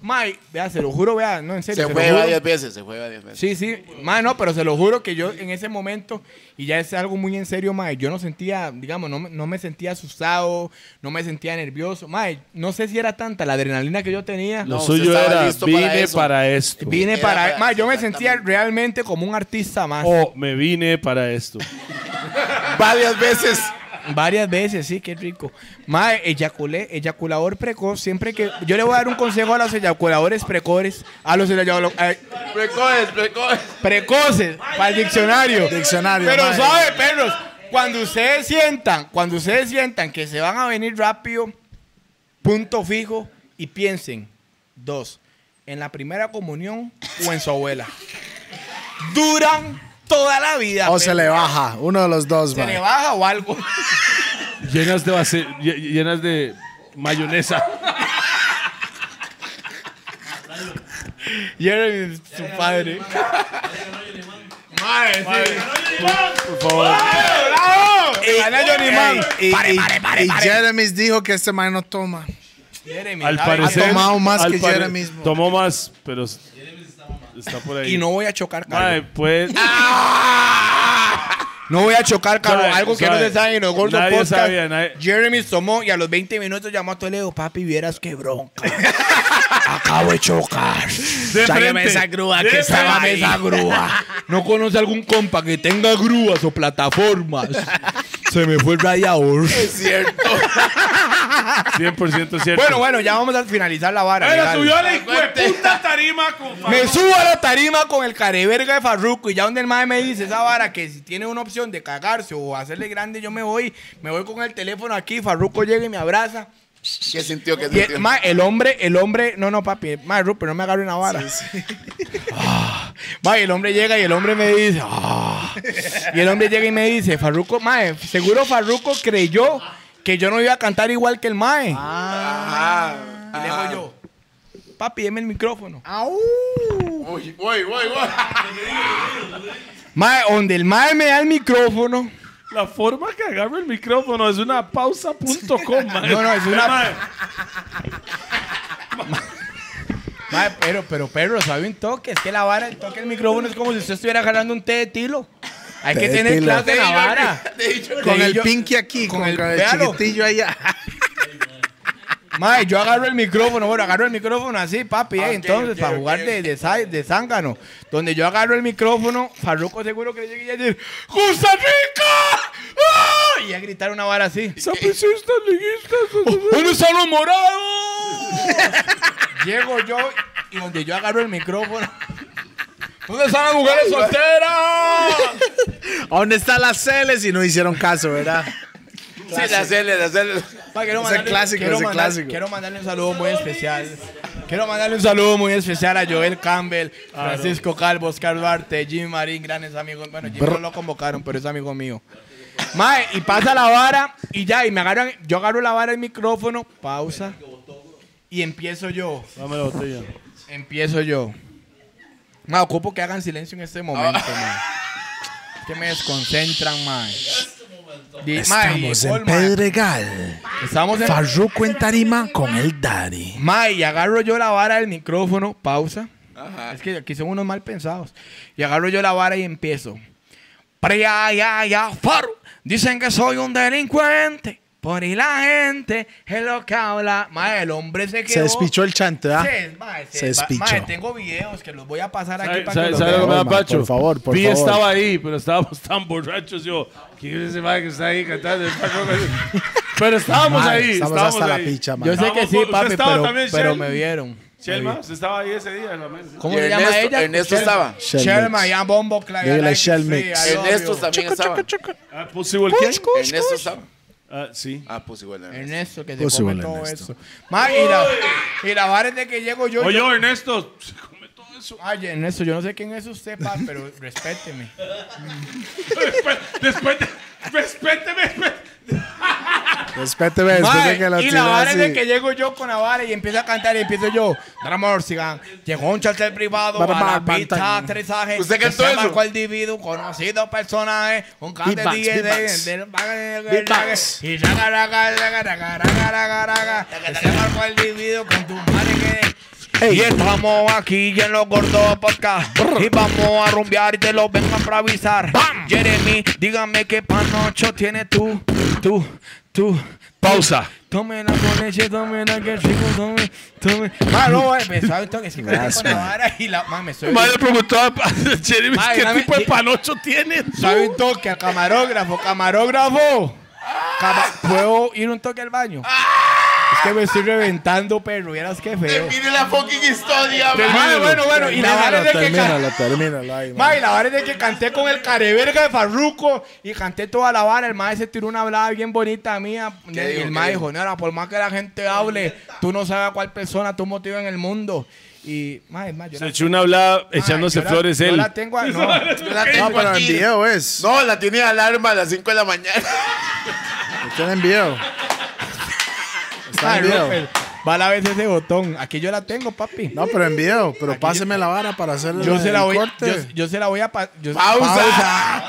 Mae, vea, se lo juro, vea, no, en serio. Se lo fue juro. varias veces, se fue varias veces. Sí, sí, mae, no, pero se lo juro que yo en ese momento, y ya es algo muy en serio, mae, yo no sentía, digamos, no, me- no me sentía asustado, no me sentía nervioso, mae, no sé si era tanta la adrenalina que yo tenía. Lo No, usted suyo estaba era, listo para vine para, eso. esto. Vine Era para, para- mae, yo me sentía exactamente. Oh, realmente como un artista más. O me vine para esto. Varias veces. Varias veces, sí, qué rico. Mae, eyaculé, eyaculador precoz, siempre que, yo le voy a dar un consejo a los eyaculadores precoces, a los eh, eyaculadores... Precoces, precoces. precoces para el diccionario. Diccionario, Pero madre. sabe, perros, cuando ustedes sientan, cuando ustedes sientan que se van a venir rápido, punto fijo y piensen dos, en la primera comunión o en su abuela. Duran toda la vida. O perros. se le baja, uno de los dos, Se le man. baja o algo. llenas de base- lle- llenas de mayonesa. Jeremy, su padre. Madre, sí. Por favor. ¡Bravo! Gané Johnny Man. Y, Pare, y- pare, pare, y pare. Jeremy dijo que este man no toma. Jeremy, Al ¿sabe? parecer. Ha tomado más al que pare- Jeremy mismo. Tomó más, pero. s- Está por ahí. Y no voy a chocar, Carlos. Mae, pues. No voy a chocar, cabrón. Sabe, Algo que no sabe. se sabe en los gordos Nadie podcast. sabía, nadie- Jeremy tomó y a los 20 minutos llamó a Toledo. Papi, vieras qué bronca. Acabo de chocar. De Sáqueme frente. esa grúa De que estaba frente. esa grúa. ¿No conoce algún compa que tenga grúas o plataformas? Se me fue el radiador. 100% cierto. Bueno, bueno, ya vamos a finalizar la vara. Bueno, legal. subió la hijueputa tarima con Me subo a la tarima con el careverga de Farruko y ya donde el mae me dice esa vara que si tiene una opción de cagarse o hacerle grande, yo me voy, me voy con el teléfono aquí, Farruko llega y me abraza. ¿Qué sintió? ¿Qué Y el, sintió? mae, el hombre, el hombre, no, no, papi, mae, Rupert, no me agarre una vara. Ah, mae, el hombre llega y el hombre me dice, ah. y el hombre llega y me dice, Farruko, mae, seguro Farruko creyó que yo no iba a cantar igual que el mae. Ajá. Y le ajá. digo yo, papi, deme el micrófono. Uy, uy, uy, uy. Mae, donde el mae me da el micrófono. La forma que agarra el micrófono es una pausa.com. No, no, es una- Mae, pero, pero, perro, sabe un toque. Es que la vara, el toque del micrófono es como si usted estuviera jalando un té de tilo. Hay Té que de tener tilo. clase en la vara. Con Te el digo- pinky aquí, con con, el- el, véalo. chiquitillo allá. Mae, yo agarro el micrófono, bueno, agarro el micrófono así, papi, eh, Ah, ok, entonces, ok, para ok, jugar de, de, sa- de zángano. Donde yo agarro el micrófono, Farruco seguro que le llegue y decir, ¡Costa Rica! ¡Ah!" Y a gritar una vara así. ¡Oh, ¡Uno está morado! Llego yo y donde yo agarro el micrófono. ¿Dónde están las mujeres solteras? ¿A dónde están las celes? Y no hicieron caso, ¿verdad? Sí, la cele, la cele. Pa, quiero Ese mandarle- clásico, quiero ese mandar- clásico. Quiero mandarle un saludo muy especial. Quiero mandarle un saludo muy especial a Joel Campbell, Francisco Calvo, Oscar Duarte, Jim Marín, grandes amigos. Bueno, Jim no lo convocaron, pero es amigo mío. Mae, y pasa la vara y ya, y me agarran, yo agarro la vara el micrófono, pausa. Y empiezo yo. Dame la botella. Empiezo yo. Ma, ocupo que hagan silencio en este momento, Ah. ma. Es Que me desconcentran, ma. Di- ma, y Estamos en gol, ma. Pedregal. Estamos en Farruko en tarima con el Daddy. Ma, y agarro yo la vara del micrófono, pausa. Es que aquí son unos mal pensados. Y agarro yo la vara y empiezo. Pre, ya, ya, ya, faro. Dicen que soy un delincuente. Por ahí la gente es lo que habla. Ma, el hombre se quedó. Se despichó el chante, ¿ah? Se, ma, se, Se despichó. ma, tengo videos que los voy a pasar aquí ¿Sabe, para sabe- que los sabe vean. lo que me da Por favor, Pacho? por favor, por Pi favor. estaba ahí, pero estábamos tan borrachos. Yo, ¿quién es ese mae que está ahí cantando? pero estábamos Mae, ahí. estamos Estábamos hasta la ahí. picha, mae. Yo sé que Estábamos sí, por- usted papi, estaba pero, también, pero Shell. me vieron. Chelma, usted estaba ahí ese día. en la mesa. ¿Cómo Y se llama Ernesto- ella? Ernesto Shell- estaba. Shell Shell, Mix. my I'm Bombo Clay. I Dile like Shell you, Mix. sí, I love Ernesto you. también estaba. Ah, ¿Possible quién? Ernesto estaba. Ah, sí. Ah, pues igual. Ernesto. Ernesto, que se Pues come igual todo Ernesto. eso. Ma, y la, y la vara es de que llego yo. Oye, yo- Ernesto, se come todo eso. Ay, Ernesto, yo no sé quién es usted, pa, pero respéteme. después, después, de- respéteme. respéteme. Respéteme después Ma, de que lo y la tiró vara es de así. que llego yo con la vara y empiezo a cantar y empiezo yo. Dramor, sigan. Llegó un charter privado Ba, ba, a la ba, pista, tan. aterrizaje. ¿Usted cantó se eso? marcó el individuo, conocido personaje, un cante Beatbox, DJ beatbox. de- del- Beatbox. Y raga, raga, raga, raga, raga, raga, raga. Se marcó el individuo con tu madre que... Ey. Y estamos aquí en los gordos podcast Y vamos a rumbear y te lo vengo a improvisar Jeremy, dígame qué panocho tiene tú Tú, tú Pausa. Tome la leche, tome la que chico, tome, tome. Ma, no, eh, pensaba esto que sí que Gracias, con la man. vara y la. Ma, me estoy. Madre preguntó a Jeremy Mae, qué dame- tipo de di- panocho tiene. ¿Sabe un toque al camarógrafo? ¡Camarógrafo! Cama- ¿Puedo ir un toque al baño? Ah. Es que me estoy reventando, perro. Vieras qué feo. Mire la fucking historia, Ma, man. bueno, bueno. Y la vara Termínalo, es de que. ca- termínalo, termínalo ahí, Ma, man. y la vara es de que canté con el careverga de Farruco y canté toda la vara. El maestro se tiró una hablada bien bonita mía. Y dijo? el ¿Qué maestro dijo? dijo, "Nera, por más que la gente hable, tú no sabes a cuál persona tú motivas en el mundo. Y, ma, es más, yo Se la- echó una hablada ma, echándose yo la- flores yo él. la tengo a- no, Yo la tengo No, pero en aquí. video pues. es. No, la tiene alarma a las 5 de la mañana. Está en video. Está ma, en video. Ah, Rupert, va a la vez ese botón. Aquí yo la tengo, papi. No, pero en video. Pero páseme la vara para hacer yo, el- se la el voy, corte. yo, yo se la voy a... pa- yo- Pausa.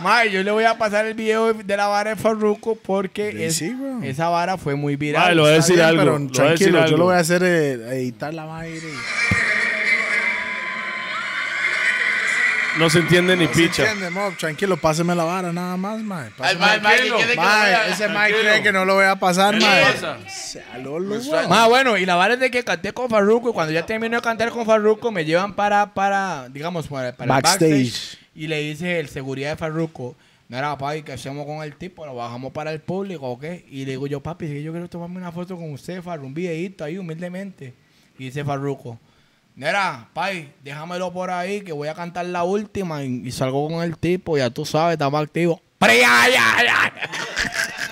Ma, yo le voy a pasar el video de la vara de Farruko porque es- sí, bro. esa vara fue muy viral. Mae, lo voy a decir Está bien, algo. pero lo voy a decir tranquilo, yo algo. lo voy a hacer eh, editar la vara. y- No se entiende ni picha. ¿Entiende, mob? Tranquilo, páseme la vara nada más, man. Al mal, mal, que quiere Mae, que vaya. ese Mike cree que no lo voy a pasar, mae. Se aló, lo, weón. Más bueno, y la vara es de que canté con Farruko y cuando ya termino de cantar con Farruko me llevan para, para digamos, para, para el Backstage. Y le dice el seguridad de Farruko, no era papi, ¿qué hacemos con el tipo? ¿Lo bajamos para el público o qué? Y le digo yo, papi, es que yo quiero tomarme una foto con usted, Farruko, un videíto ahí humildemente. Y dice Farruko, Nera, pay, déjamelo por ahí que voy a cantar la última y, y salgo con el tipo, ya tú sabes, estamos activos. ¡Pre, ay, ay, ay!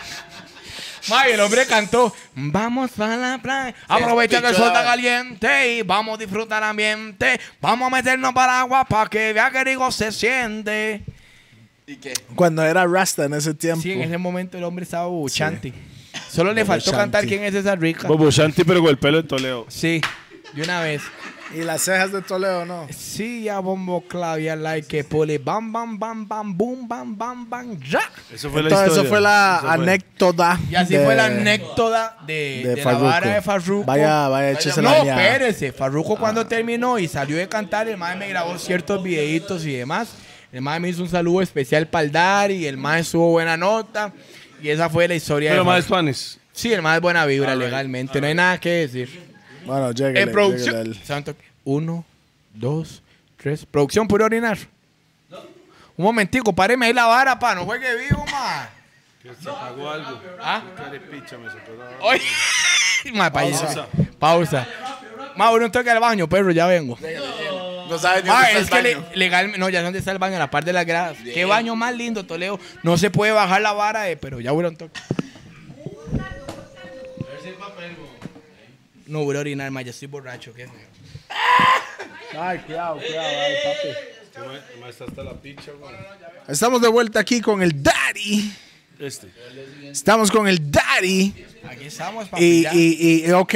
May, el hombre cantó, vamos a la playa, aprovecha que el pichó sol la está vaina. caliente y vamos a disfrutar el ambiente, vamos a meternos para agua para que vea que rico se siente. ¿Y qué? Cuando era Rasta en ese tiempo. Sí, en ese momento el hombre estaba buchante. Solo le faltó cantar Bubuchanti. quién es esa rica. Bobo Shanti, pero con el pelo de Toledo. Sí, de una vez. Y las cejas de Toledo, no. Sí, ya bombo clavia like que pole bam bam bam bam boom bam bam bam ya. Eso fue Entonces, la eso historia. fue la anécdota. Y así de- fue la anécdota de, de de la Farruko. vara de Farruko. Vaya, vaya, échese no, la mía. Ah. espérese. Farruko cuando terminó y salió de cantar, el mae me grabó ciertos videitos y demás. El mae me hizo un saludo especial para el Dari y el mae subo buena nota. Y esa fue la historia Pero de más Farruko. panes. Sí, el mae es buena vibra legalmente. Ah, No hay nada que decir. Bueno, llega. En producción. Santo- Uno, dos, tres. Producción, puro orinar. Un momentico, páreme ahí la vara, pa. No juegue vivo, ma. ¿Ah? Oye. Ma, pa, pausa. Pausa. Ma, uno toca al baño, perro, ya vengo. No sabes ni Ma, dónde es está que el le- baño. legal, no, ya sé dónde está el baño, a la parte de las gradas. Qué baño más lindo, Toleo. No se puede bajar la vara, de, pero ya hubo un toque. No voy a orinar, ma, ya estoy borracho. ¿qué? Ay, cuidado, cuidado, ay, papi. Estamos de vuelta aquí con el Daddy. Este. Estamos con el Daddy. Aquí estamos, papi. Y, ya. y, y, ok,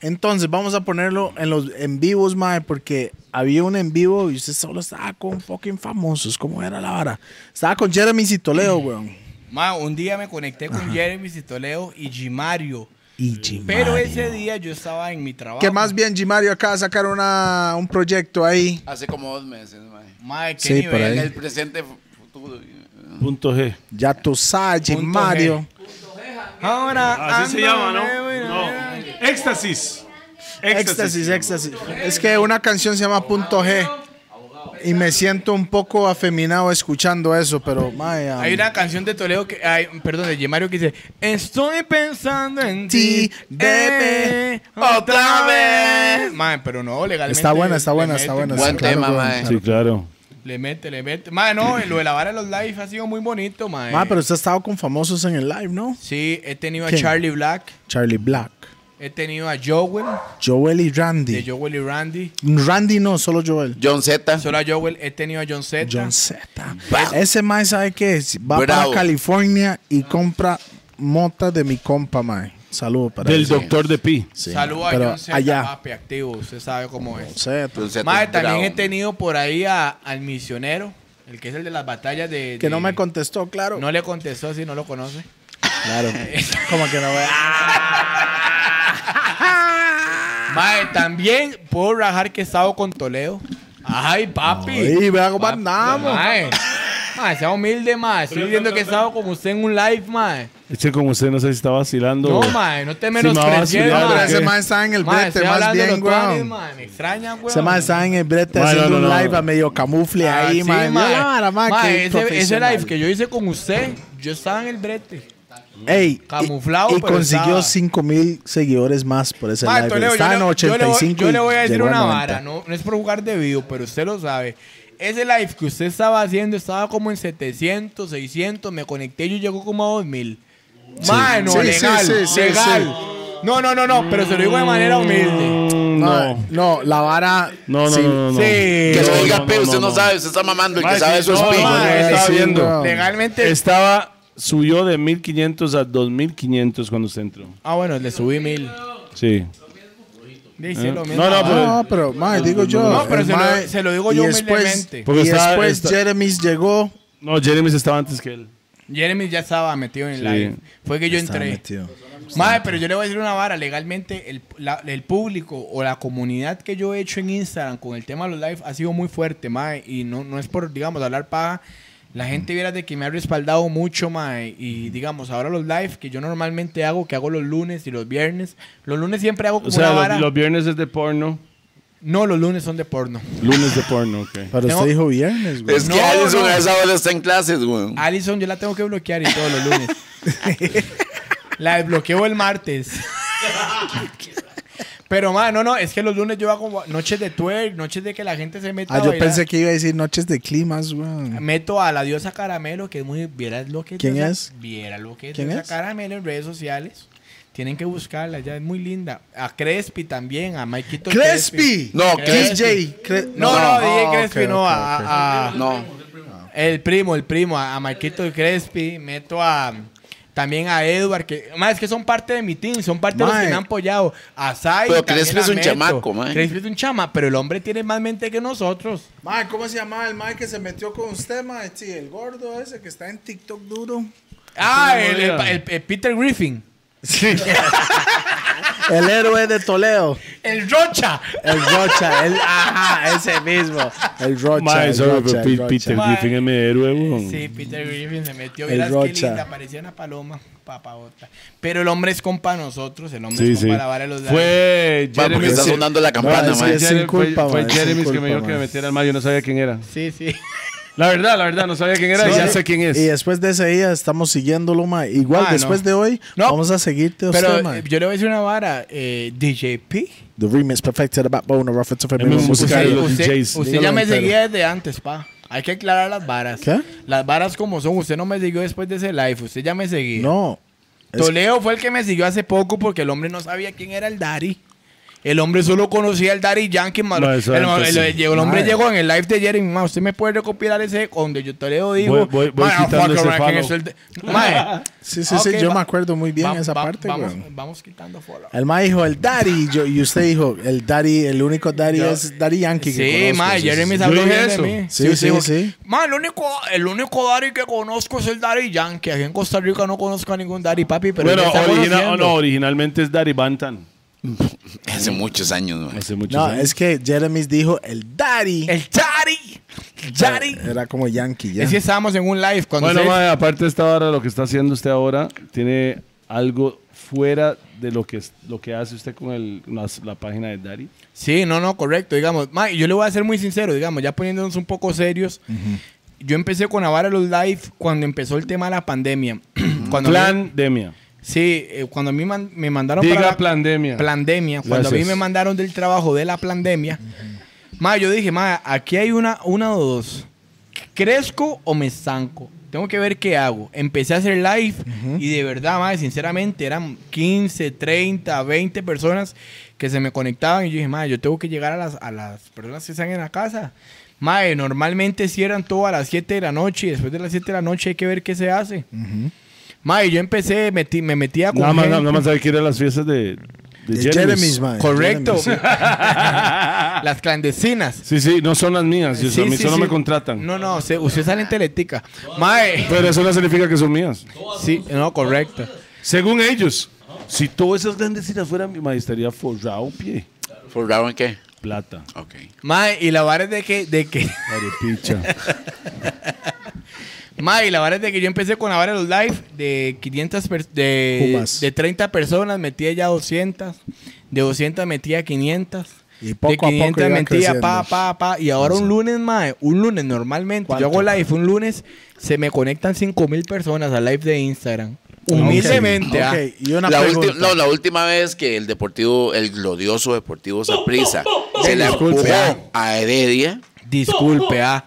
entonces vamos a ponerlo en los en vivos, mae, porque había un en vivo y usted solo estaba con fucking famosos. ¿Cómo era la vara? Estaba con Jeremy Citoleo, weón. Ma, un día me conecté con Jeremy Citoleo y Gimario. Y Jim Pero Mario. ese día yo estaba en mi trabajo. Que más bien, Jimario acaba de sacar una, un proyecto ahí. Hace como dos meses, mae. Ma, ¿qué Sí, nivel? por ahí. El presente futuro. eh. Punto G. Ya tú sabes, Jim Punto Mario. Ahora Así se ando, llama, eh, ¿no? No. Éxtasis. Éxtasis, éxtasis. Es que una canción se llama Punto G. Y me siento un poco afeminado escuchando eso, pero, mae, um, Hay una canción de Toledo que, ay, perdón, de Gimario que dice, estoy pensando en Ti, ti, bebé, bebé, otra otra vez". vez. Man, pero no, legalmente. Está buena, está le buena, mete, está buena. Buen Claro, tema, weón. mae. Sí, claro. Le mete, le mete. Man, no, lo de la vara de los live ha sido muy bonito, man. Mae, pero usted ha estado con famosos en el live, ¿no? Sí, he tenido a ¿Quién? Charlie Black, Charlie Black, he tenido a Joel, Joel y de Randy. Joel y Randy. Randy no, solo Joel. John Z. Solo a Joel, he tenido a John Z. John Z. Ese mae sabe que va Bravo. para California y compra mota de mi compa, mae. Saludo para Del él. doctor de Pi. Sí, Saludos a pero John Z, allá. papi, activo, usted sabe cómo es. Zeta. John Z Mae, es también este bravo. he tenido por ahí a- al misionero, el que es el de las batallas de... Que de- no me contestó, claro. No le contestó si no lo conoce. Claro. Como que no ve. Ah, Mae, también puedo rajar que he estado con Toledo. Ay, papi. Ay, vea cómo Papi, andamos. Mae, Mae, sea humilde, mae. Estoy viendo que he estado con usted en un live, mae. Este como usted no sé si está vacilando. No, o- mae, no te Sí, me va a menosprecies, vacilar, Pero ¿o mae. ese qué? mae está en el Mae, brete, estoy más hablando de bien, los tuanes, weón. mae, Me extrañan, weón. Ese mae está en el brete Mae, haciendo no, no, un no. live a medio camufle Ah, ahí, sí, mae. mae. Mira la vara, mae, Mae, qué ese, ese profesional. live que yo hice con usted, yo estaba en el brete. Ey, y- Camuflado, y, pero consiguió estaba. 5 mil seguidores más por ese Ma, live. Toledo, Está en yo, le, yo le voy, 85 yo le voy a y decir llegó una 90. vara, no, no es por jugar de video, pero usted lo sabe. Ese live que usted estaba haciendo estaba como en 700, 600, me conecté y llegó como a 2000. Mano, Sí, sí, legal, sí, sí, legal. sí. No, no, no, no, pero se lo digo de manera humilde. No, no, la vara. No, no, sí. no, no, no. Sí. Que lo No, diga no, P, no, usted no, no no. sabe, usted está mamando. El Mae, que sabe sí, eso es no, Pi. mae, Mae, estaba sí, viendo. no. Legalmente. Estaba, subió de 1500 a 2500 cuando usted entró. Ah, bueno, le subí mil. Sí. Dice lo mismo. No, no, pero- Eh. No, pero, mae, digo yo. No, pero el se lo- mae- se lo digo y yo después- humildemente. Porque y está- después está- Jeremy llegó. No, Jeremy estaba antes que él. Jeremy ya estaba metido en el Sí. live. Fue que yo Estaba entré. metido. Madre, pero yo le voy a decir una vara. Legalmente, el, la- el público o la comunidad que yo he hecho en Instagram con el tema de los live ha sido muy fuerte, madre. Y no, no es por, digamos, hablar paja. La gente viera de que me ha respaldado mucho, madre. Y, digamos, ahora los live que yo normalmente hago, que hago los lunes y los viernes. Los lunes siempre hago como O sea, una lo- vara. los viernes es de porno. No, los lunes son de porno. Lunes de porno, ok. Pero Tengo- usted dijo viernes, güey. Es que No, Ah, Alison no. a esa hora está en clases, güey. Alison, yo la tengo que bloquear y todos los lunes. la desbloqueo el martes. Pero, man, no, no, es que los lunes yo hago noches de twerk, noches de que la gente se meta Ah, a yo bailar. pensé que iba a decir noches de climas, güey. Meto a la diosa Caramelo, que es muy... ¿Vieras lo que ¿Quién diosa- es? Viera lo que es ¿Quién diosa es? Caramelo en redes sociales. Tienen que buscarla, ya es muy linda. A Crespi también, a Maikito Crespi. No, Kiss Crespi. J. Cre- No, no, DJ Ah, Crespi, ok, no, ok, a- ok. a- a No. El primo, el primo, a a Marquito Crespi, meto a, También a Edward, que más es que son parte de mi team, son parte de los Mae. que me han apoyado. A Sai. Pero también Crespi a es un Meto. chamaco, mae. Crespi es un chama, pero el hombre tiene más mente que nosotros. Mae, ¿cómo se llamaba el mae que se metió con usted, mae? Sí, el gordo ese que está en TikTok duro. Ah, el, el- movida. el- el Peter Griffin. Sí. el héroe de Toledo. El Rocha. El Rocha. El, ajá, ese mismo. El Rocha. Mae, el sorry, Rocha, pero Pe- el Peter Rocha. Griffin es mi héroe, Mm. weón. Sí, Peter Griffin se metió. El Vieras qué Rocha. linda, parecía una paloma. Papabota. Pero el hombre es compa de nosotros. El hombre Sí, es sí. compa de la vara de los labios. Fue Va, porque Jeremy. está sonando la campana, No, es mae. que- sin culpa, fue man, Jeremy sin que culpa, me dijo que me man. metiera al mayo, no sabía quién era. Sí, sí. La verdad, la verdad, no sabía quién era, Sí. ya sé quién es. Y después de ese día estamos siguiéndolo, mae. Igual Ah, después no. de hoy, No. vamos a seguirte a usted, Pero mae. eh, yo le voy a decir una vara. Eh, DJP. The remix perfecto the backbone of reference of mismo everyone's musical. musical. Usted, Buscar los usted- DJs. usted Dígalo ya me entero. seguía desde antes, pa. Hay que aclarar las varas. ¿Qué? Las varas como son. Usted no me siguió después de ese live. Usted ya me seguía. No. Es- Toledo fue el que me siguió hace poco porque el hombre no sabía quién era el Dari. El hombre solo conocía al Dari Yankee. ma- Ma, el, eso antes, el- el- sí. el hombre Ma. llegó en el live de Jeremy. ma, usted me puede recopilar ese donde yo Toledo digo. Voy- voy- voy quitando ese follow". Sí, sí, sí, yo me acuerdo muy bien esa parte, Vamos, weón. vamos quitando follow. El mae dijo el daddy y, yo- y usted dijo el daddy, el único daddy es daddy yankee. que Sí, conozco, ma, sí, Jeremy sí. sabe Yo dije bien de eso. mí. Sí, sí, digo, sí. Ma, el único, el único Dari que conozco es el Dari Yankee. Aquí en Costa Rica no conozco a ningún Dari, papi, pero bueno, él está original- conociendo. no, originalmente es Daddy Bantan. Hace muchos años, mae. Hace muchos No, años. es que Jeremy dijo el daddy. El Dari. el Dari. Era como yankee ya. Es que estábamos en un live cuando Bueno, ustedes- mae, aparte de esta hora, lo que está haciendo usted ahora tiene algo fuera de lo que, es- lo que hace usted con el- las- la, página de Daddy. Sí, no, no, correcto. Digamos, ma, y yo le voy a ser muy sincero, digamos, ya poniéndonos un poco serios. Yo empecé con Avara los live cuando empezó el tema de la pandemia. cuando a mí- Plandemia. sí, eh, cuando a mí man- me mandaron para Diga la Plandemia. pandemia, cuando a mí Gracias. me mandaron del trabajo de la pandemia, ma, yo dije, ma, aquí hay una, una o dos. ¿Crezco o me zanco? Tengo que ver qué hago. Empecé a hacer live y de verdad, madre, sinceramente, eran 15, 30, 20 personas que se me conectaban y yo dije, madre, yo tengo que llegar a las, a las personas que están en la casa. Madre, normalmente cierran todo a las 7 de la noche y después de las 7 de la noche hay que ver qué se hace. Madre, yo empecé, metí- me metía con Nada más, gente. nada más hay que ir a las fiestas de, de De Jeremy's. Jeremy's, mae. Correcto. Jeremy's. Las clandestinas. Sí, sí, no son las mías. yo- a mí solo sí. me contratan. No, no, se- usted sale en Teletica. Mae. Pero eso no significa que son mías. Sí, no, correcto. Según ellos, si todas esas grandes citas fueran mi maestría, forrado pie. ¿Forrado en qué? Plata. Ok. Mae, y la vara es de que, de que, Arepicha. mae, y la vara es de que yo empecé con la vara de los live de 500, per- de, Jumas. de 30 personas, metía ya 200, de 200 metía 500. Y poco de a poco 500 iba metía, creciendo. pa, pa, pa. Y ahora un lunes, mae, un lunes normalmente, yo hago live un lunes, se me conectan 5000 personas al live de Instagram. Humildemente, ah. Ok, y una La pregunta. ulti- no, la última vez que el deportivo, el glorioso deportivo Saprisa, se la Disculpe, empujó a Heredia, Disculpe, ah.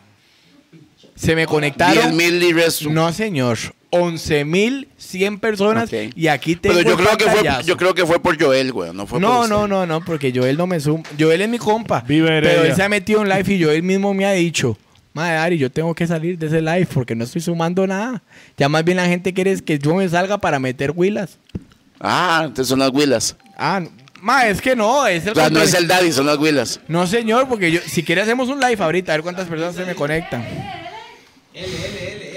Se me 10 conectaron. mil libres. No, señor. 11.100 personas. Ok. Y aquí tengo Pero yo el creo, que fue, pantallazo. yo creo que fue por Joel, güey. No fue por No, usted. no, no, no, porque Joel no me suma. Joel es mi compa. Viva Heredia. pero él se ha metido en live y Joel mismo me ha dicho. Madre Ari, yo tengo que salir de ese live porque no estoy sumando nada. Ya más bien la gente quiere es que yo me salga para meter huilas. Ah, entonces son las huilas. Ah, no. ma, es que no, es el O sea, no control- es el daddy, son las huilas. No, señor, porque yo, si quiere hacemos un live ahorita, a ver cuántas personas se me conectan.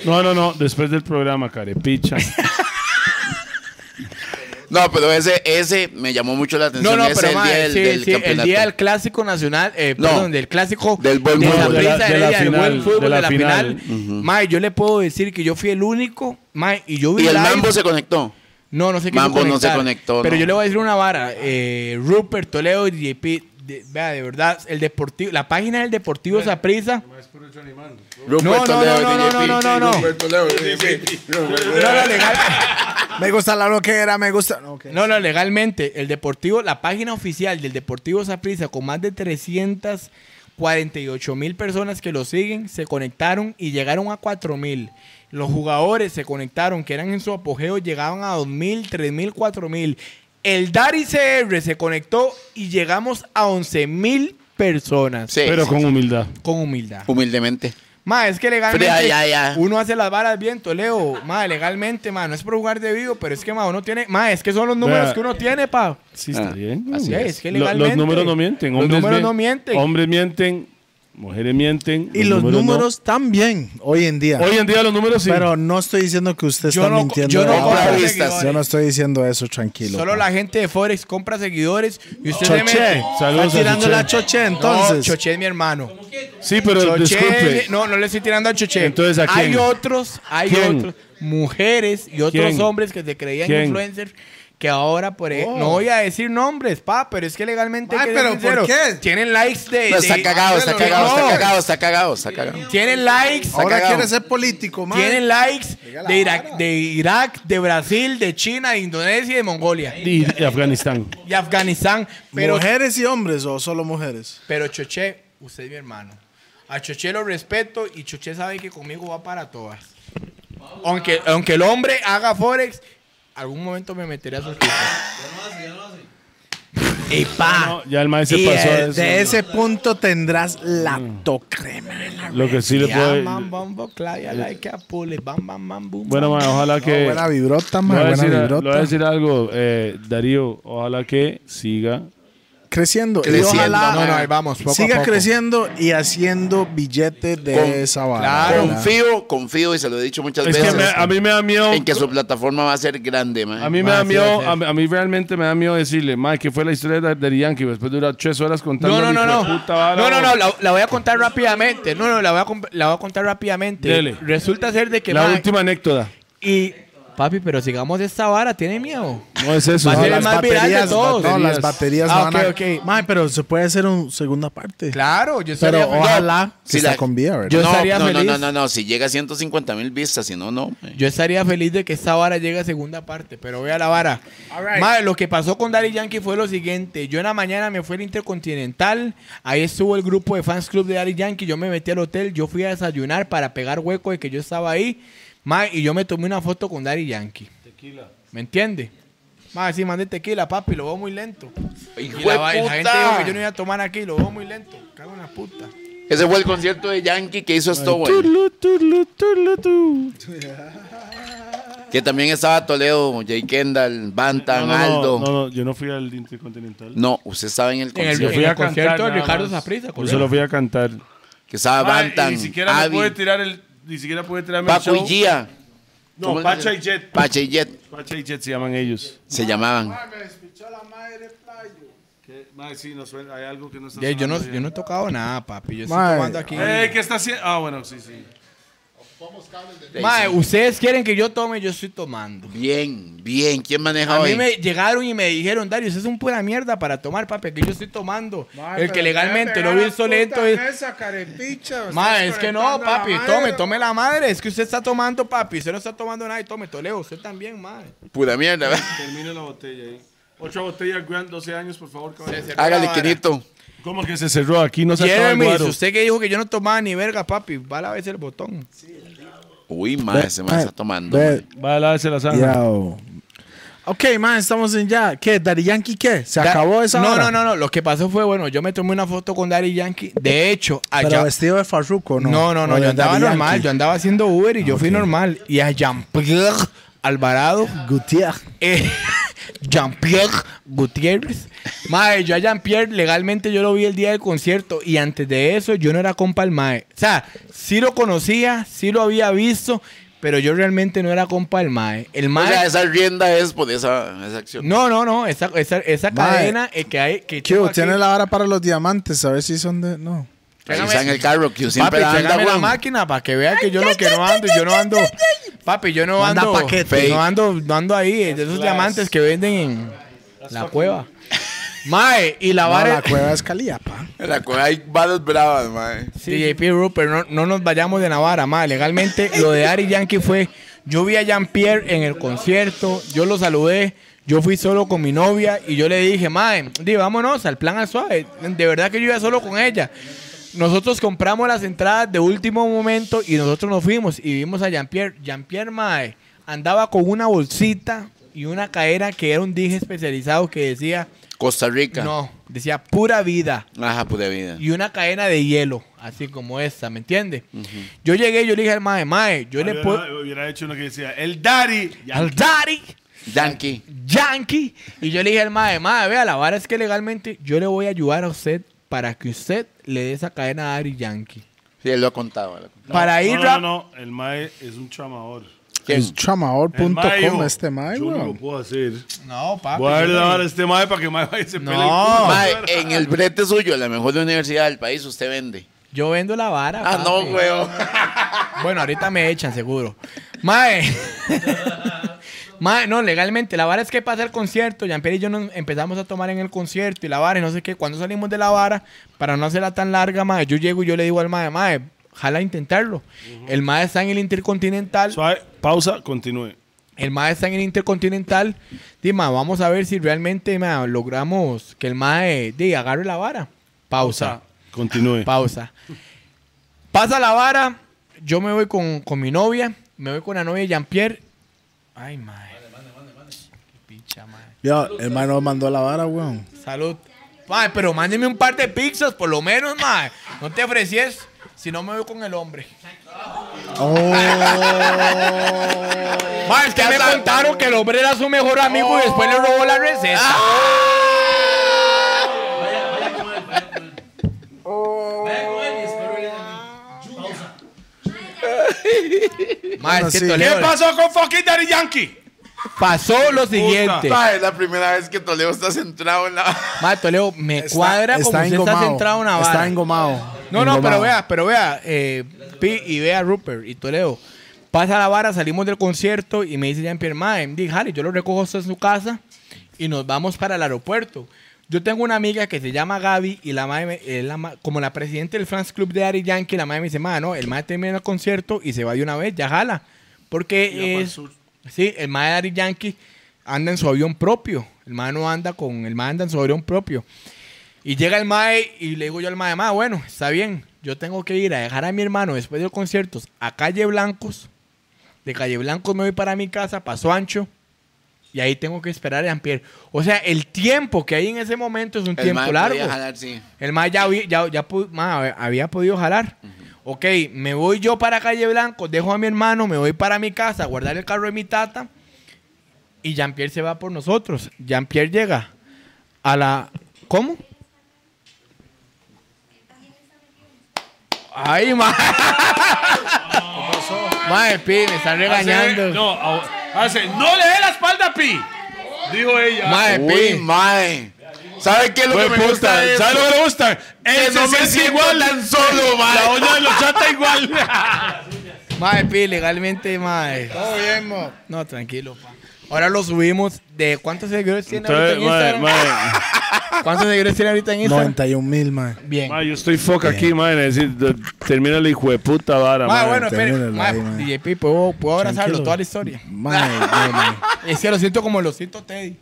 No, no, no. Después del programa, carepicha. No, pero ese, ese me llamó mucho la atención. No, no, ese pero el mae, día del, sí, del sí, el campeonato. día del clásico nacional, eh, No, perdón, del clásico del buen de fútbol. Saprissa, De la- de la Heredia, del final, buen fútbol, de de la la, final. final. Mae, yo le puedo decir que yo fui el único, mae, y yo vi Y el live- mambo se conectó. no, no sé qué Mambo no se conectó, Pero no. yo le voy a decir una vara, eh, Rupert Toledo y JP, de, vea, de verdad, el deportivo, la página del Deportivo Saprissa. No, no, Rupert no, Toledo, no, no, DJP. no, no, no, no, Roberto Leo, eh, eh, eh, no, legal. Me gusta la loquera, me gusta. No, ok. No, no, legalmente, el Deportivo, la página oficial del Deportivo Saprissa, con más de 348 mil personas que lo siguen, se conectaron y llegaron a 4 mil. Los jugadores se conectaron, que eran en su apogeo, llegaban a 2 mil, 3 mil, 4 mil. El Dari CR se conectó y llegamos a 11 mil personas. Sí, pero con humildad. Con humildad. humildemente. Ma, es que legalmente Fría, ya, ya. uno hace las varas bien, Toleo. Ma, legalmente, ma, no es por jugar de vivo, pero es que ma, uno tiene, ma, es que son los números Vea. que uno tiene, pa. Sí, está bien. Ah, Así es, que Lo- legalmente. los números no mienten. Los Hombres números mien- no mienten. Hombres mienten, mujeres mienten. Y los números también, hoy en día. no. Hoy en día los números sí. Pero no estoy diciendo que usted Yo está no co- mintiendo. yo no ¿verdad? compro Yo seguidores. Yo no estoy diciendo eso, tranquilo. Solo pa. la gente de Forex compra seguidores y usted se Choche. mete. Saludos Está a tirando Choche. la choche, Entonces, entonces. Choche es mi hermano. sí, pero Choche, disculpe. no, no le estoy tirando a Choche. Entonces, ¿a Hay quién? otros, hay ¿Quién? otros, mujeres y otros ¿Quién? hombres que se creían ¿Quién? influencers que ahora por e- no voy a decir nombres, pa, pero es que legalmente Oh. hay Ay, que ser pero ¿por sinceros. qué? tienen likes de, No, está de- cagado, está No, cagado, está cagado, está cagado, está cagado. Tienen likes, Ahora cagado. quiere ser político, Oh, man. tienen likes Diga la de Irak, vara. de Irak, de Brasil, de China, de Indonesia y de Mongolia Y, y Afganistán. y Afganistán, pero ¿Mujeres y hombres o solo mujeres? Pero Choche, usted es mi hermano. A Choche lo respeto y Choche sabe que conmigo va para todas. Aunque, aunque el hombre haga Forex, algún momento me meteré a sus pies. Y pa. No, ya el maestro Y pasó a eh, eso. de ese punto tendrás la Mm. tocrema. Lo que sí le puedo. Bueno, man, ojalá que. buena vibrota, le man. voy a Buena decir a- le voy a vibrota. decir algo, eh, Darío. Ojalá que siga Creciendo. Creciendo, Y ojalá No, no, ahí vamos, poco a siga poco. creciendo y haciendo billetes de Con- esa vara. claro. ¿verdad? Confío, confío y se lo he dicho muchas Es que veces me- a mí me da miedo. en que su plataforma va a ser grande, man. A mí me Ma, da sí, miedo, sí. a, a mí realmente me da miedo decirle, Mike, que fue la historia de, de Yankee. Después de durar tres horas contando. No, no, no, mi no. hijueputa vara, No, no, o- no, la, la voy a contar rápidamente. No, no, la voy a, comp- la voy a contar rápidamente. Dele. Resulta ser de que La ma- última anécdota. y papi, pero sigamos esta vara, tiene miedo. No es eso. Va a No, ser las el más viral de baterías, todos. no, las baterías Ah, no van a- ok, ok. Mae, pero se puede hacer una segunda parte. Claro, yo Pero estaría feliz. ojalá Si se la- la convía, ¿verdad? yo no, estaría no, feliz. no, no, no, no, si llega a 150 mil vistas, si no, no. man. Yo estaría feliz de que esta vara llegue a segunda parte, pero vea la vara. Madre, lo que pasó con Daddy Yankee fue lo siguiente. Yo en la mañana me fui al Intercontinental, ahí estuvo el grupo de fans club de Daddy Yankee, yo me metí al hotel, yo fui a desayunar para pegar hueco de que yo estaba ahí, mae, y yo me tomé una foto con Daddy Yankee. Tequila. ¿Me entiende? Madre, sí, mandé tequila, papi, lo veo muy lento. ¡Hijo Y la, va- de y la gente dijo que yo no puta! iba a tomar aquí, lo veo muy lento. Cago en la puta. Ese fue el concierto de Yankee que hizo esto, güey. Turlu, turlu, turlu, tu. Que también estaba Toledo, Jay Kendall, Bantan, No, no, no, Aldo. No, No, no, yo no fui al Intercontinental. usted estaba en el En el, Yo concierto. fui en a el concierto de cantar nada Ricardo más. Zaprisa, Yo solo fui a cantar. Que estaba Ma, y Bantan, ni siquiera me Abby, pude tirar el. Ni siquiera pude tirarme el Paco y show. Gia. No, Pacha y Jet. Pacha y Jet Pacha y Jet se llaman ellos. se llamaban. Mae, sí, no suena. Hay algo que no está Ya, yo, no, yo no he tocado nada, papi. Yo estoy Mae. tomando aquí. ¿Qué está haciendo? Ah, bueno, sí, sí. Mae, ustedes quieren que yo tome, yo estoy tomando. Bien, bien. ¿Quién maneja A hoy? mí me llegaron y me dijeron, Dario, eso es un pura mierda para tomar, papi, que yo estoy tomando. el que legalmente lo visto lento eh. es... Mae, es que no, papi, tome, tome la madre. Es que usted está tomando, papi. Usted no está tomando nada y tome, Toleo. Usted también, mae. Pura mierda. ¿verdad? Termine la botella ahí. Ocho botellas, Grant, 12 años, por favor, caballero. Hágale, Quinito. ¿Cómo que se cerró? Aquí no se acaba el Jeremy, guaro. usted que dijo que yo no tomaba ni verga, papi, va a la vez el botón. Uy, madre, se me está tomando. Ve- Va a lavarse la sangre. Yo. Ok, man, estamos en ya. ¿Qué? ¿Daddy Yankee qué? ¿Se Da- acabó esa No, hora? no, no, no. Lo que pasó fue, bueno, yo me tomé una foto con Daddy Yankee. De hecho, allá. Pero vestido de farruco, ¿no? No, no, no, O de yo andaba Daddy normal, Yankee. Ah, yo andaba haciendo Uber y yo fui normal. Y a Jean-Pierre Alvarado, Gutiérrez. eh, Jean-Pierre Gutiérrez, Mae, yo a Jean-Pierre legalmente yo lo vi el día del concierto y antes de eso yo no era compa del Mae. O sea, sí lo conocía, sí lo había visto, pero yo realmente no era compa del Mae. El O Mae... sea, esa rienda es por esa, esa acción. no, no, no, esa, esa, esa Mae. cadena eh, que hay... Que ¿Qué? tengo aquí- ¿Tiene la hora para los diamantes? A ver si son de... No. Ahí Tráigame- está en el carro que siempre Papi, anda, tráigame la weón. máquina para que vea que yo lo que no ando, yo no ando. Papi, yo no Manda ando. paquete. Fake. No ando, no ando ahí, de esos diamantes que venden en la cueva. Mae, y la No, vara. la cueva es Caliapa. En la cueva hay balas bravas, madre. DJP Rupert, no, no nos vayamos de Navarra, mae. Legalmente, lo de Ari Yankee fue. Yo vi a Jean-Pierre en el concierto, yo lo saludé, yo fui solo con mi novia y yo le dije, mae, di, vámonos al plan al suave. De verdad que yo iba solo con ella. Nosotros compramos las entradas de último momento y nosotros nos fuimos y vimos a Jean-Pierre. Jean-Pierre Mae andaba con una bolsita y una cadera que era un dije especializado que decía Costa Rica. No, decía pura vida Ajá, pura vida. y una cadena de hielo, así como esta, ¿me entiende? Yo llegué, yo le dije al mae, mae, yo le puedo... Hubiera, hubiera hecho lo que decía, el daddy. Ya. Al daddy, Yankee. yankee. Y yo le dije al mae, mae, vea, la vara es que legalmente yo le voy a ayudar a usted para que usted le dé esa cadena a Daddy Yankee. Sí, él lo ha contado. él lo ha contado. para ir No, rap- no, no, el mae es un chamador. Es El mae chamador.com dijo, este mae, Yo no lo weón. puedo hacer. No, papi. Voy a yo darle le- la vara a este mae para que mae vaya y se No. pele el culo. Mae, en el brete suyo, la mejor universidad del país, usted vende. Yo vendo la vara. Ah, no, papi. weón. Bueno, ahorita me echan, seguro. Mae. Mae, no, legalmente. La vara es que pasa el concierto. Jean-Pierre y yo nos empezamos a tomar en el concierto y la vara y no sé qué. Cuando salimos de la vara, para no hacerla tan larga, mae, yo llego y yo le digo al mae, mae, jala intentarlo. El mae está en el Intercontinental. Suave, pausa, continúe. El MAE está en el Intercontinental. Dima, vamos a ver si realmente mae, logramos que el MAE di, agarre la vara. Pausa. Continúe. Pausa. Pasa la vara. Yo me voy con, con mi novia. Me voy con la novia de Jean-Pierre. Ay, mae. Qué Picha, mae. Yo, el mae no mandó la vara, weón. Salud. Mae, pero mándeme un par de pizzas, por lo menos, mae. No te ofrecies. Si no, me voy con el hombre. Oh. Mae, es que me contaron que el hombre era su mejor amigo y después Oh. le robó la receta. Ah. Mae, es que Bueno, sí. Toledo- ¿Qué pasó con fucking Daddy Yankee? pasó lo siguiente. Mae, es la primera vez que Toledo está centrado en la. Mae, Toledo, me cuadra como usted está centrado en una vara. Está engomado. No, no, Engomado. pero vea, pero vea, eh, Pi y vea Rupert y Toledo. Pasa la vara, salimos del concierto y me dice Jean-Pierre Mae, di, jale, yo lo recojo hasta su casa y nos vamos para el aeropuerto. Yo tengo una amiga que se llama Gaby y la mae, me- eh, la ma- como la presidenta del France Club de Ari Yankee, la mae me dice, mae, no, el mae termina el concierto y se va de una vez, ya jala. Porque es, sí, el mae de Ari Yankee anda en su avión propio. El mae no anda con, el mae anda en su avión propio. Y llega el mae y le digo yo al mae, mae, bueno, está bien, yo tengo que ir a dejar a mi hermano después de los conciertos a Calle Blancos. De Calle Blancos me voy para mi casa, paso ancho. Y ahí tengo que esperar a Jean-Pierre. O sea, el tiempo que hay en ese momento es un El tiempo mae largo. podía jalar, sí. El mae ya, había- ya, ya pu- mae, había podido jalar. Ok, me voy yo para Calle Blanco, dejo a mi hermano, me voy para mi casa, a guardar el carro de mi tata. Y Jean-Pierre se va por nosotros. Jean-Pierre llega a la... ¿Cómo? Ay, mae. Mae, pi, me están regañando. No, a- hace, no le dé la espalda a Pi. Dijo ella. Mae, Uy, pi. mae. ¿Sabe qué es lo que Güey, me gusta? puta, de ¿Sabes esto? lo que le gusta? Él Que no se me siente siento igual tan solo, mae. La olla de los chata igual. Mae, pi, legalmente, mae. Todo bien, mo. No, tranquilo, pa. Ahora lo subimos de cuántos seguidores tiene ahorita en Instagram. ¿Cuántos seguidores tiene ahorita en Instagram? 91 mil, mae. Bien. yo estoy foca aquí, mae. Necesito- Termina la hijo de puta vara, Mae, mae. bueno, espere. termínalo Mae, ahí, mae. DJ Pi, puedo, puedo abrazarlo Tranquilo. toda la historia. Mae, mae, mae. Es que lo siento como lo siento Teddy.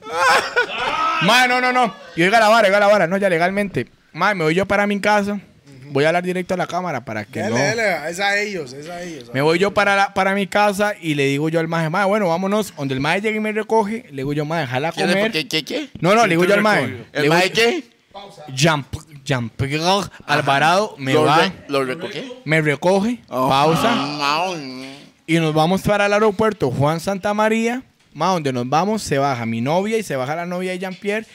Mae, no, no, no. Y oiga la vara, oiga la vara. No, ya legalmente. Mae, me voy yo para mi casa. Voy a hablar directo a la cámara para que no. Dale, dale, es a ellos, es a ellos. Me voy yo para, la- para mi casa y le digo yo al maje, mae, bueno, vámonos. Donde el maje llegue y me recoge, le digo yo, maje, jala a ¿Qué, comer. qué, qué, qué? No, no, le digo te yo al recogió? mae. ¿El mae qué? Jump, jump, Alvarado me ¿Lo, va, re- lo recoqué? me recoge, pausa. Ah, no. Y nos vamos para el aeropuerto Juan Santa María. Más donde nos vamos, se baja mi novia y se baja la novia de Jean-Pierre.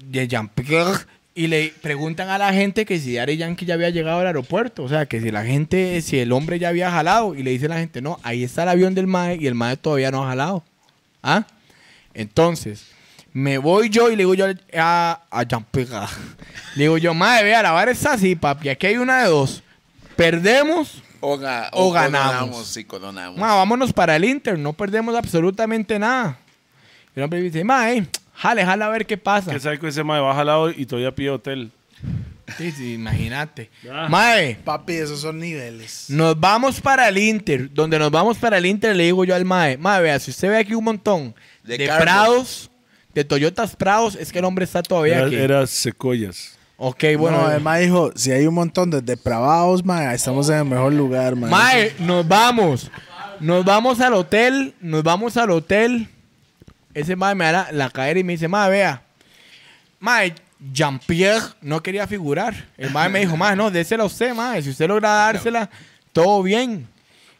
De Jean-Pierre. Y le preguntan a la gente que si Ari Yankee ya había llegado al aeropuerto. O sea, que si la gente, si el hombre ya había jalado. Y le dice la gente, no, ahí está el avión del MAE y el MAE todavía no ha jalado. ¿Ah? Entonces, me voy yo y le digo yo al- a, a Jean-Pierre. Le digo yo, madre, vea, la vara está así, papi. Aquí hay una de dos. Perdemos O, ga- O o ganamos. coronamos, sí, coronamos. Ma, vámonos para el Inter, no perdemos absolutamente nada. Y el hombre dice, ma, eh, jale, jale a ver qué pasa. Que sabe que ese mae baja al lado y todavía pide hotel. Sí, sí, imagínate. Ah. Mae, Papi, esos son niveles. nos vamos para el Inter. Donde nos vamos para el Inter, le digo yo al mae, mae, vea, si usted ve aquí un montón de, De carros. Prados, de Toyotas Prados, es que el hombre está todavía Era, aquí. era secoyas. Ok, Bueno, bueno. no, el mae dijo, si hay un montón de depravados, mae, estamos en el mejor lugar, mae. Mae, nos vamos. Nos vamos al hotel. Nos vamos al hotel. Ese mae me da la, la cadera y me dice, mae, vea. Mae, Jean-Pierre no quería figurar. El mae me dijo, mae, no, désela a usted, mae. Si usted logra dársela, todo bien.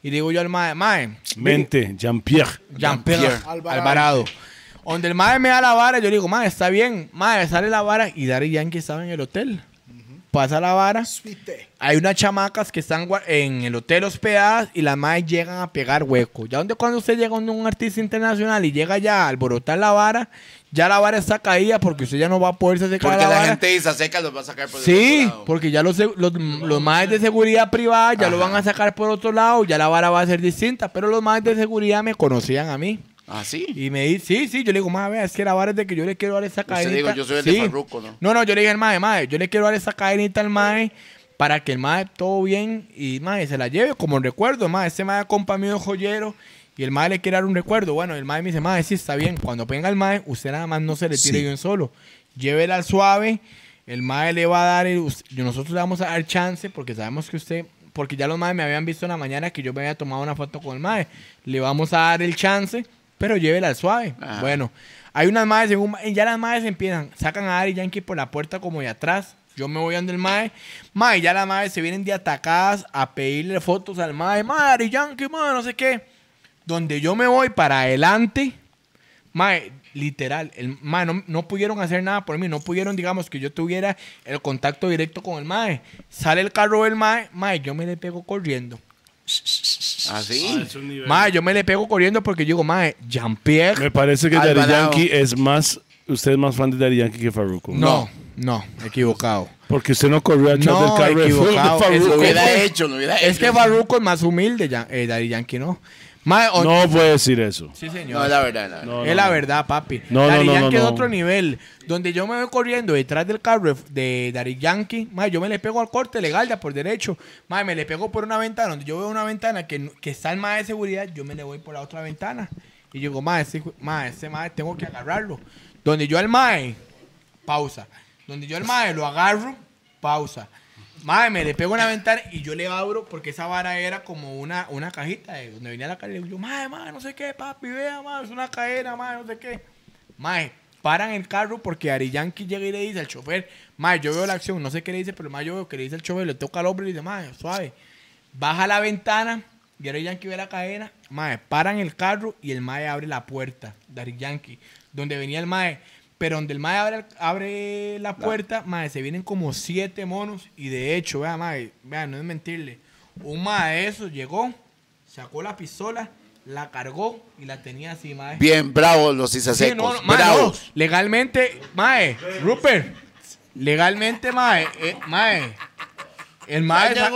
Y digo yo al mae, mae, Mente, Jean-Pierre. Jean-Pierre Alvarado. Donde el mae me da la vara, yo le digo, mae, está bien. Mae, sale la vara y Dari Yankee estaba en el hotel. Pasa la vara. Hay unas chamacas que están gua- en el hotel hospedadas y las madres llegan a pegar hueco. Ya donde cuando usted llega donde un artista internacional y llega ya a alborotar la vara, ya la vara está caída porque usted ya no va a poderse secar Porque la, la vara. gente de Isaseca los va a sacar por el Sí, otro lado. porque ya los, los, los maes de seguridad privada ya lo van a sacar por otro lado, ya la vara va a ser distinta, pero los maes de seguridad me conocían a mí. Ah, sí. Y me dice, sí, sí, yo le digo, mae, vea, es que la vara es de que yo le quiero dar esa cadenita. digo, yo soy el de Farruko, ¿no? No, no, yo le dije al mae, mae, yo le quiero dar esa cadenita al mae para que el mae todo bien y mae se la lleve como recuerdo, mae, ese mae compa mío es joyero y el mae le quiere dar un recuerdo. Bueno, el mae me dice, mae, sí, está bien, cuando venga el mae, usted nada más no se le tire Sí. de un solo. Llévela al suave, el mae le va a dar, el, us- y nosotros le vamos a dar chance porque sabemos que usted... Porque ya los maes me habían visto en la mañana que yo me había tomado una foto con el mae. Le vamos a dar el chance, pero llévela al suave. Ajá. Bueno, hay unas madres, en un ma- y ya las madres empiezan, sacan a Ari Yankee por la puerta como de atrás. Yo me voy donde el mae. Mae, ya las madres se vienen de atacadas a pedirle fotos al mae. Mae, Ari Yankee, mae, no sé qué. Donde yo me voy para adelante, mae, literal, el mae no, no pudieron hacer nada por mí. No pudieron, digamos, que yo tuviera el contacto directo con el mae. Sale el carro del mae, mae, yo me le pego corriendo. Ah, sí. Mae, yo me le pego corriendo porque yo digo, mae, Jean-Pierre. Me parece que Daddy Alvarado. Yankee es más. Usted es más fan de Daddy Yankee que Farruko. No, no, equivocado. Porque usted no corrió atrás No, del carro de fuego de equivocado. Farruko. Lo Eso hubiera fue- hecho, lo hubiera Es hecho. que Farruko es más humilde, ya, eh, Daddy Yankee, ¿no? Mae, o- No puede decir eso. Sí, No, señor. es la verdad, la verdad. No, es no, la no. verdad, papi. No, Daddy no, no, Yankee no, es no. otro nivel. Donde yo me voy corriendo detrás del carro de- de Daddy Yankee, mae, yo me le pego al corte legal ya por derecho. Mae, me le pego por una ventana. Donde yo veo una ventana que, que está el mae de seguridad, yo me le voy por la otra ventana. Y yo digo, mae, ese hijo- mae, ese mae tengo que agarrarlo. Donde yo al mae, pausa. Donde yo al mae lo agarro, pausa. Mae, me le pego una ventana y yo le abro porque esa vara era como una, una cajita de donde venía la cadena. Y yo, mae, mae, no sé qué, papi, vea, mae, es una cadena, mae, no sé qué. Mae, paran el carro porque Ari Yankee llega y le dice al chofer, mae, yo veo la acción, no sé qué le dice, pero mae, yo veo que le dice al chofer, le toca al hombre y le dice, mae, suave. Baja la ventana, y Ari Yankee ve la cadena, mae, paran el carro y el mae abre la puerta de Ari Yankee, donde venía el mae. Pero donde el mae abre, abre la puerta, mae, se vienen como siete monos y de hecho, vea, mae, vea, no es mentirle. Un mae de esos llegó, sacó la pistola, la cargó y la tenía así, mae. Bien, bravos los Sí, Isasecos. no, no, mae, bravos. no. Legalmente, mae, Rupert. Legalmente, mae, eh, mae. El mae, sa-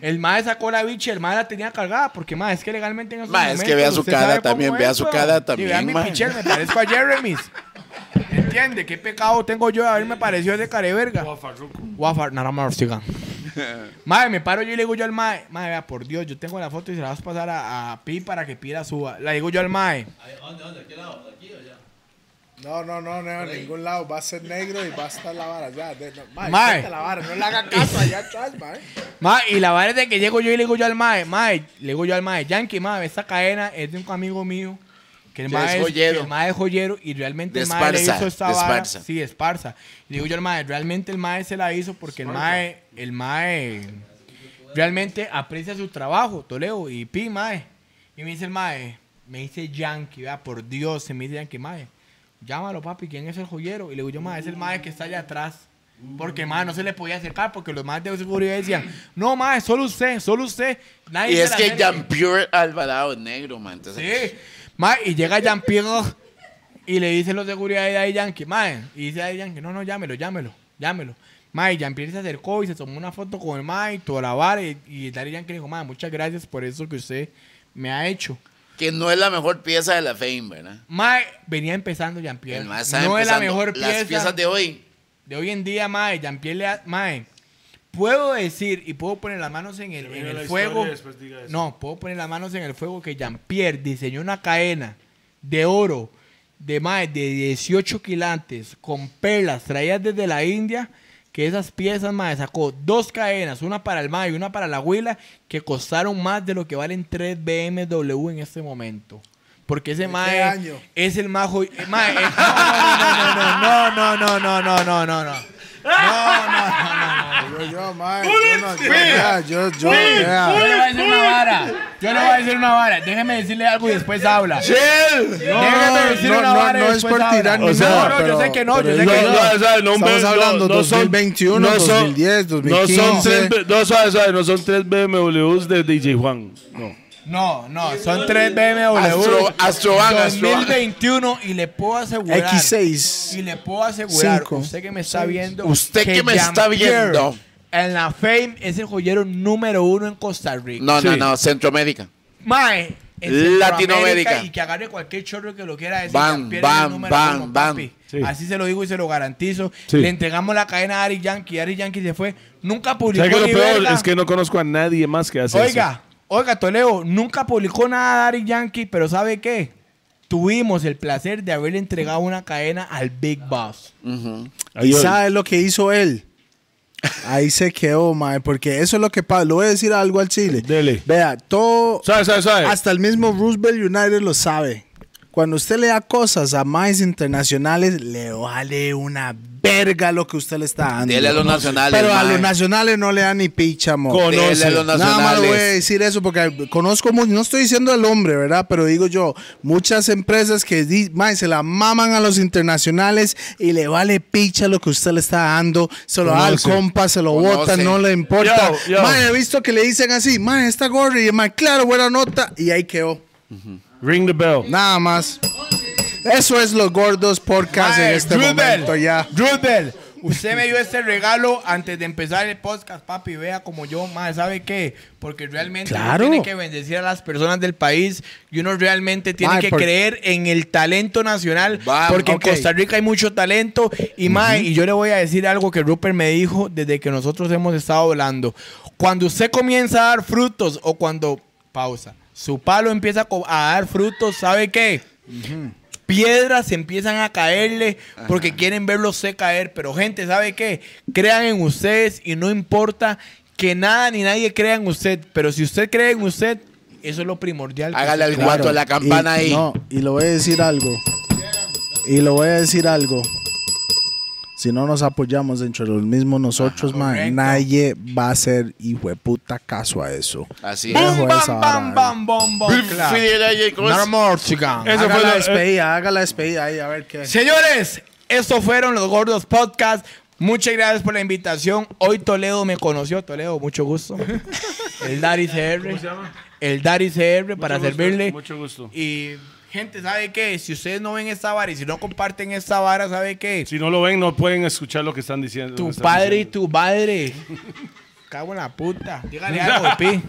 el mae sacó la bicha, el mae la tenía cargada, porque mae, es que legalmente en esos Mae, es que momentos, vea su usted cara sabe también, cómo vea es, su weón. cara Sí, también, vea mi mae. pichel, me parezco a Jeremy's. ¿Entiende? ¿Qué pecado tengo yo de haberme parecido ese careverga? Wafar, nada más, sigan. Madre, me paro yo y le digo yo al mae, mae, vea, por Dios, yo tengo la foto y se la vas a pasar a, a Pi para que Pi la suba. La digo yo al mae. No, no, no, no, en ningún lado. Va a ser negro y va a estar la vara allá. De, no, mae, Mae. quita la vara, no le haga caso allá atrás, mae. Ma, y la verdad es que llego yo y le digo yo al mae, mae, le digo yo al mae, Yankee, mae, esta cadena es de un amigo mío, que el Que es mae es, joyero. que el mae es joyero y realmente De el mae le Esparza, hizo esta de vara. Esparza. Sí, esparza. Y digo yo al mae, realmente el mae se la hizo porque el mae, el mae realmente aprecia su trabajo, Toledo, y pi, mae. Y me dice el mae, me dice Yankee, vea, por Dios, se me dice Yankee, mae. Llámalo, papi, ¿quién es el joyero? Y le digo yo, mae, es el mae que está allá atrás. Porque, mae, no se le podía acercar porque los más de seguridad decían, no, mae, solo usted, solo usted. Nadie Y se es le que acerque". Jean-Pierre Alvarado es negro, man. Entonces, Sí. Mae, y llega Jean-Pierre y le dice los de seguridad de Daddy Yankee, mae. Y dice Daddy Yankee, no, no, llámelo, llámelo, llámelo. Mae, Jean-Pierre se acercó y se tomó una foto con el mae y toda la vara. Y, y Daddy Yankee le dijo, mae, muchas gracias por eso que usted me ha hecho. que no es la mejor pieza de la fame, ¿verdad? Mae, venía empezando Jean-Pierre. El No mae está es la empezando. mejor Las pieza piezas de hoy. de hoy en día, mae. Jean-Pierre le ha- mae. Puedo decir y puedo poner las manos en el, en venga el la fuego. historia y después diga eso. No, puedo poner las manos en el fuego que Jean-Pierre diseñó una cadena de oro de más de 18 quilantes con perlas traídas desde la India. Que esas piezas, mae, sacó dos cadenas, una para el mae y una para la huila, que costaron más de lo que valen tres BMW en este momento. Porque ese qué mae año? es el más joy- eh, mae, eh, no, no, no, no, no, no, no, no, no, no, no. Yo, yo, mae, yo, no, yo, ya, yo, yo, Yo ya. le voy a decir una vara. Yo le voy a decir una vara. Déjeme decirle algo y después habla. Déjeme decir No, una no, vara y no es después por habla. tirar ni O sea, nada, No, no, yo pero- sé que no, yo pero sé No, que yo- no. no, ¿sabe? No, Estamos no, hablando no son- 2021, 2010, No son, 2015. tres, B- no, ¿sabe? ¿sabe? no son tres BMWs de DJ Juan. No. No, no, son tres BMW. Astro- Astrovan, Astrovan. 2021 y le puedo asegurar. X6. Y le puedo asegurar, Cinco. usted que me está viendo. Usted que me está Jean-Pierre viendo. En la Fame es el joyero número uno en Costa Rica. No, no, no, Centroamérica. Mae. en Latinoamérica. Centroamérica Y que agarre cualquier chorro que lo quiera decir. Bam, Jean-Pierre bam, es el número bam, bam. papi. Sí. Así se lo digo y se lo garantizo. Sí. Le entregamos la cadena a Ari Yankee. Ari Yankee se fue. Nunca publicó. ¿Sabe que lo ni peor? verga. Es que no conozco a nadie más que hace Oiga, oiga, Toledo, nunca publicó nada Daddy Yankee, pero ¿sabe qué? Tuvimos el placer de haberle entregado una cadena al Big Boss. eso. Ahí ¿Y oye. sabes lo que hizo él? Ahí se quedó, mae, porque eso es lo que pasa. Le voy a decir algo al Chile. Dele. Vea, todo. ¿Sabe, sabe, sabe? Hasta el mismo Roosevelt United lo sabe. Cuando usted le da cosas a más internacionales, le vale una verga lo que usted le está dando. Dele a los nacionales. Pero a mae. los nacionales no le da ni picha, amor. Con- Dele a los Nada más le voy a nacionales. decir eso porque conozco mucho, no estoy diciendo el hombre, ¿verdad? Pero digo yo, muchas empresas que di- mae, se la maman a los internacionales y le vale picha lo que usted le está dando, se lo da al Conoce. compa, se lo Conoce. bota, no le importa. Yo, yo. Mae, he visto que le dicen así, mae, está gorri, y mae, claro, buena nota, y ahí quedó. Ring the bell. Nada más. Eso es los gordos podcast en este momento ya. Roosevelt, usted me dio este regalo antes de empezar el podcast, papi. Vea como yo, más ¿sabe qué? Porque realmente uno Claro. tiene que bendecir a las personas del país y uno realmente tiene Mae, que por- creer en el talento nacional. Vamos, porque ok. en Costa Rica hay mucho talento. Y, mae, y yo le voy a decir algo que Rupert me dijo desde que nosotros hemos estado hablando. Cuando usted comienza a dar frutos o cuando. Pausa. Su palo empieza a co- a dar frutos, ¿sabe qué? piedras empiezan a caerle porque quieren verlo se caer. Pero gente, ¿sabe qué? Crean en ustedes y no importa que nada ni nadie crea en usted. Pero si usted cree en usted, eso es lo primordial. que Hágale usted al guato a la campana y, ahí. No, y le voy a decir algo. Y le voy a decir algo. Si no nos apoyamos entre los mismos nosotros, mae, correcto. nadie va a hacer hijo de puta caso a eso. Así Boom, es. Bum, Dejo bam, esa bam, vara, bam, bom, bom, clap. No more, chica. Eso haga fue la lo- despedida, haga la despedida ahí, a ver qué. Señores, estos fueron los Gordos Podcast. Muchas gracias por la invitación. Hoy Toledo me conoció. Toledo, mucho gusto. El Dari CR. El Dari CR para Mucho gusto, servirle. mucho gusto. Y gente, ¿sabe qué? Si ustedes no ven esta vara y si no comparten esta vara, ¿sabe qué? Si no lo ven, no pueden escuchar lo que están diciendo. lo tu que están padre y diciendo. tu madre. Cago en la puta. Dígale algo, pi.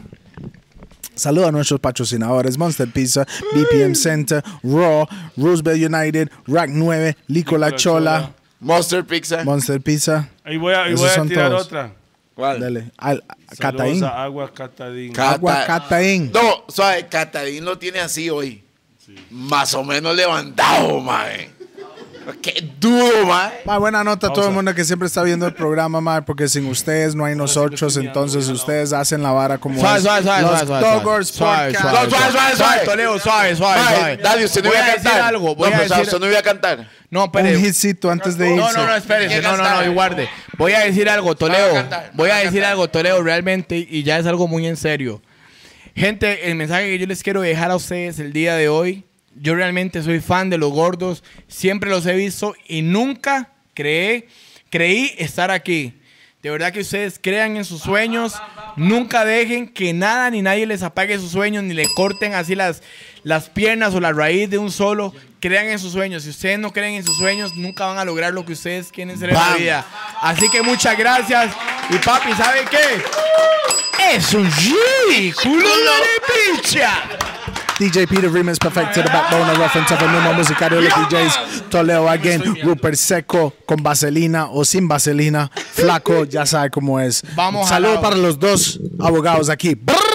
Saluda a nuestros patrocinadores: Monster Pizza, BPM Center, Raw, Roosevelt United, Rack 9, Licola Licola Chola, Chola. Monster Pizza. Monster Pizza. Ahí voy a, ahí Esos voy a son tirar todos. otra. ¿Cuál? Dale, al, Saludos Cataín. a Agua Cataín. Ca- Agua Cata- Cataín. No, suave, Catadín lo tiene así hoy. Más o menos levantado, mae. Qué duro, mae. Ma, buena nota a todo el Pausa. mundo que siempre está viendo el programa, ma, porque sin ustedes no hay nosotros, entonces ustedes hacen la vara como Suave, es. suave, suave, Los suave, suave, Doggers suave, Podcast. suave, No, suave, suave, suave. Toledo, suave, suave, Mae, suave. Dale, usted no Voy iba a a decir cantar. algo, voy no, a pero, o sea, decir- usted no iba a cantar. No, Un espere. hitcito antes de irse. No, no, no, espérese. No, no, no, y guarde. Voy a decir algo, Van a Toledo. cantar, Voy a van a decir cantar. algo, Toledo, realmente, y ya es algo muy en serio. Gente, el mensaje que yo les quiero dejar a ustedes el día de hoy, yo realmente soy fan de los gordos, siempre los he visto y nunca creé, creí estar aquí. De verdad que ustedes crean en sus sueños, nunca dejen que nada ni nadie les apague sus sueños, ni le corten así las, las piernas o la raíz de un solo. Crean en sus sueños. Si ustedes no creen en sus sueños, nunca van a lograr lo que ustedes quieren ser en la Vamos. vida. Así que muchas gracias. Y papi, ¿sabe qué? Es un G, culo de picha. DJ Peter Remix Perfected, the backbone, a reference of el mismo musicario de los DJs. Toledo again, Rupert Seco, con vaselina o sin vaselina. Flaco, ya sabe cómo es. Vamos, Salud jalao. para los dos abogados aquí. Brr.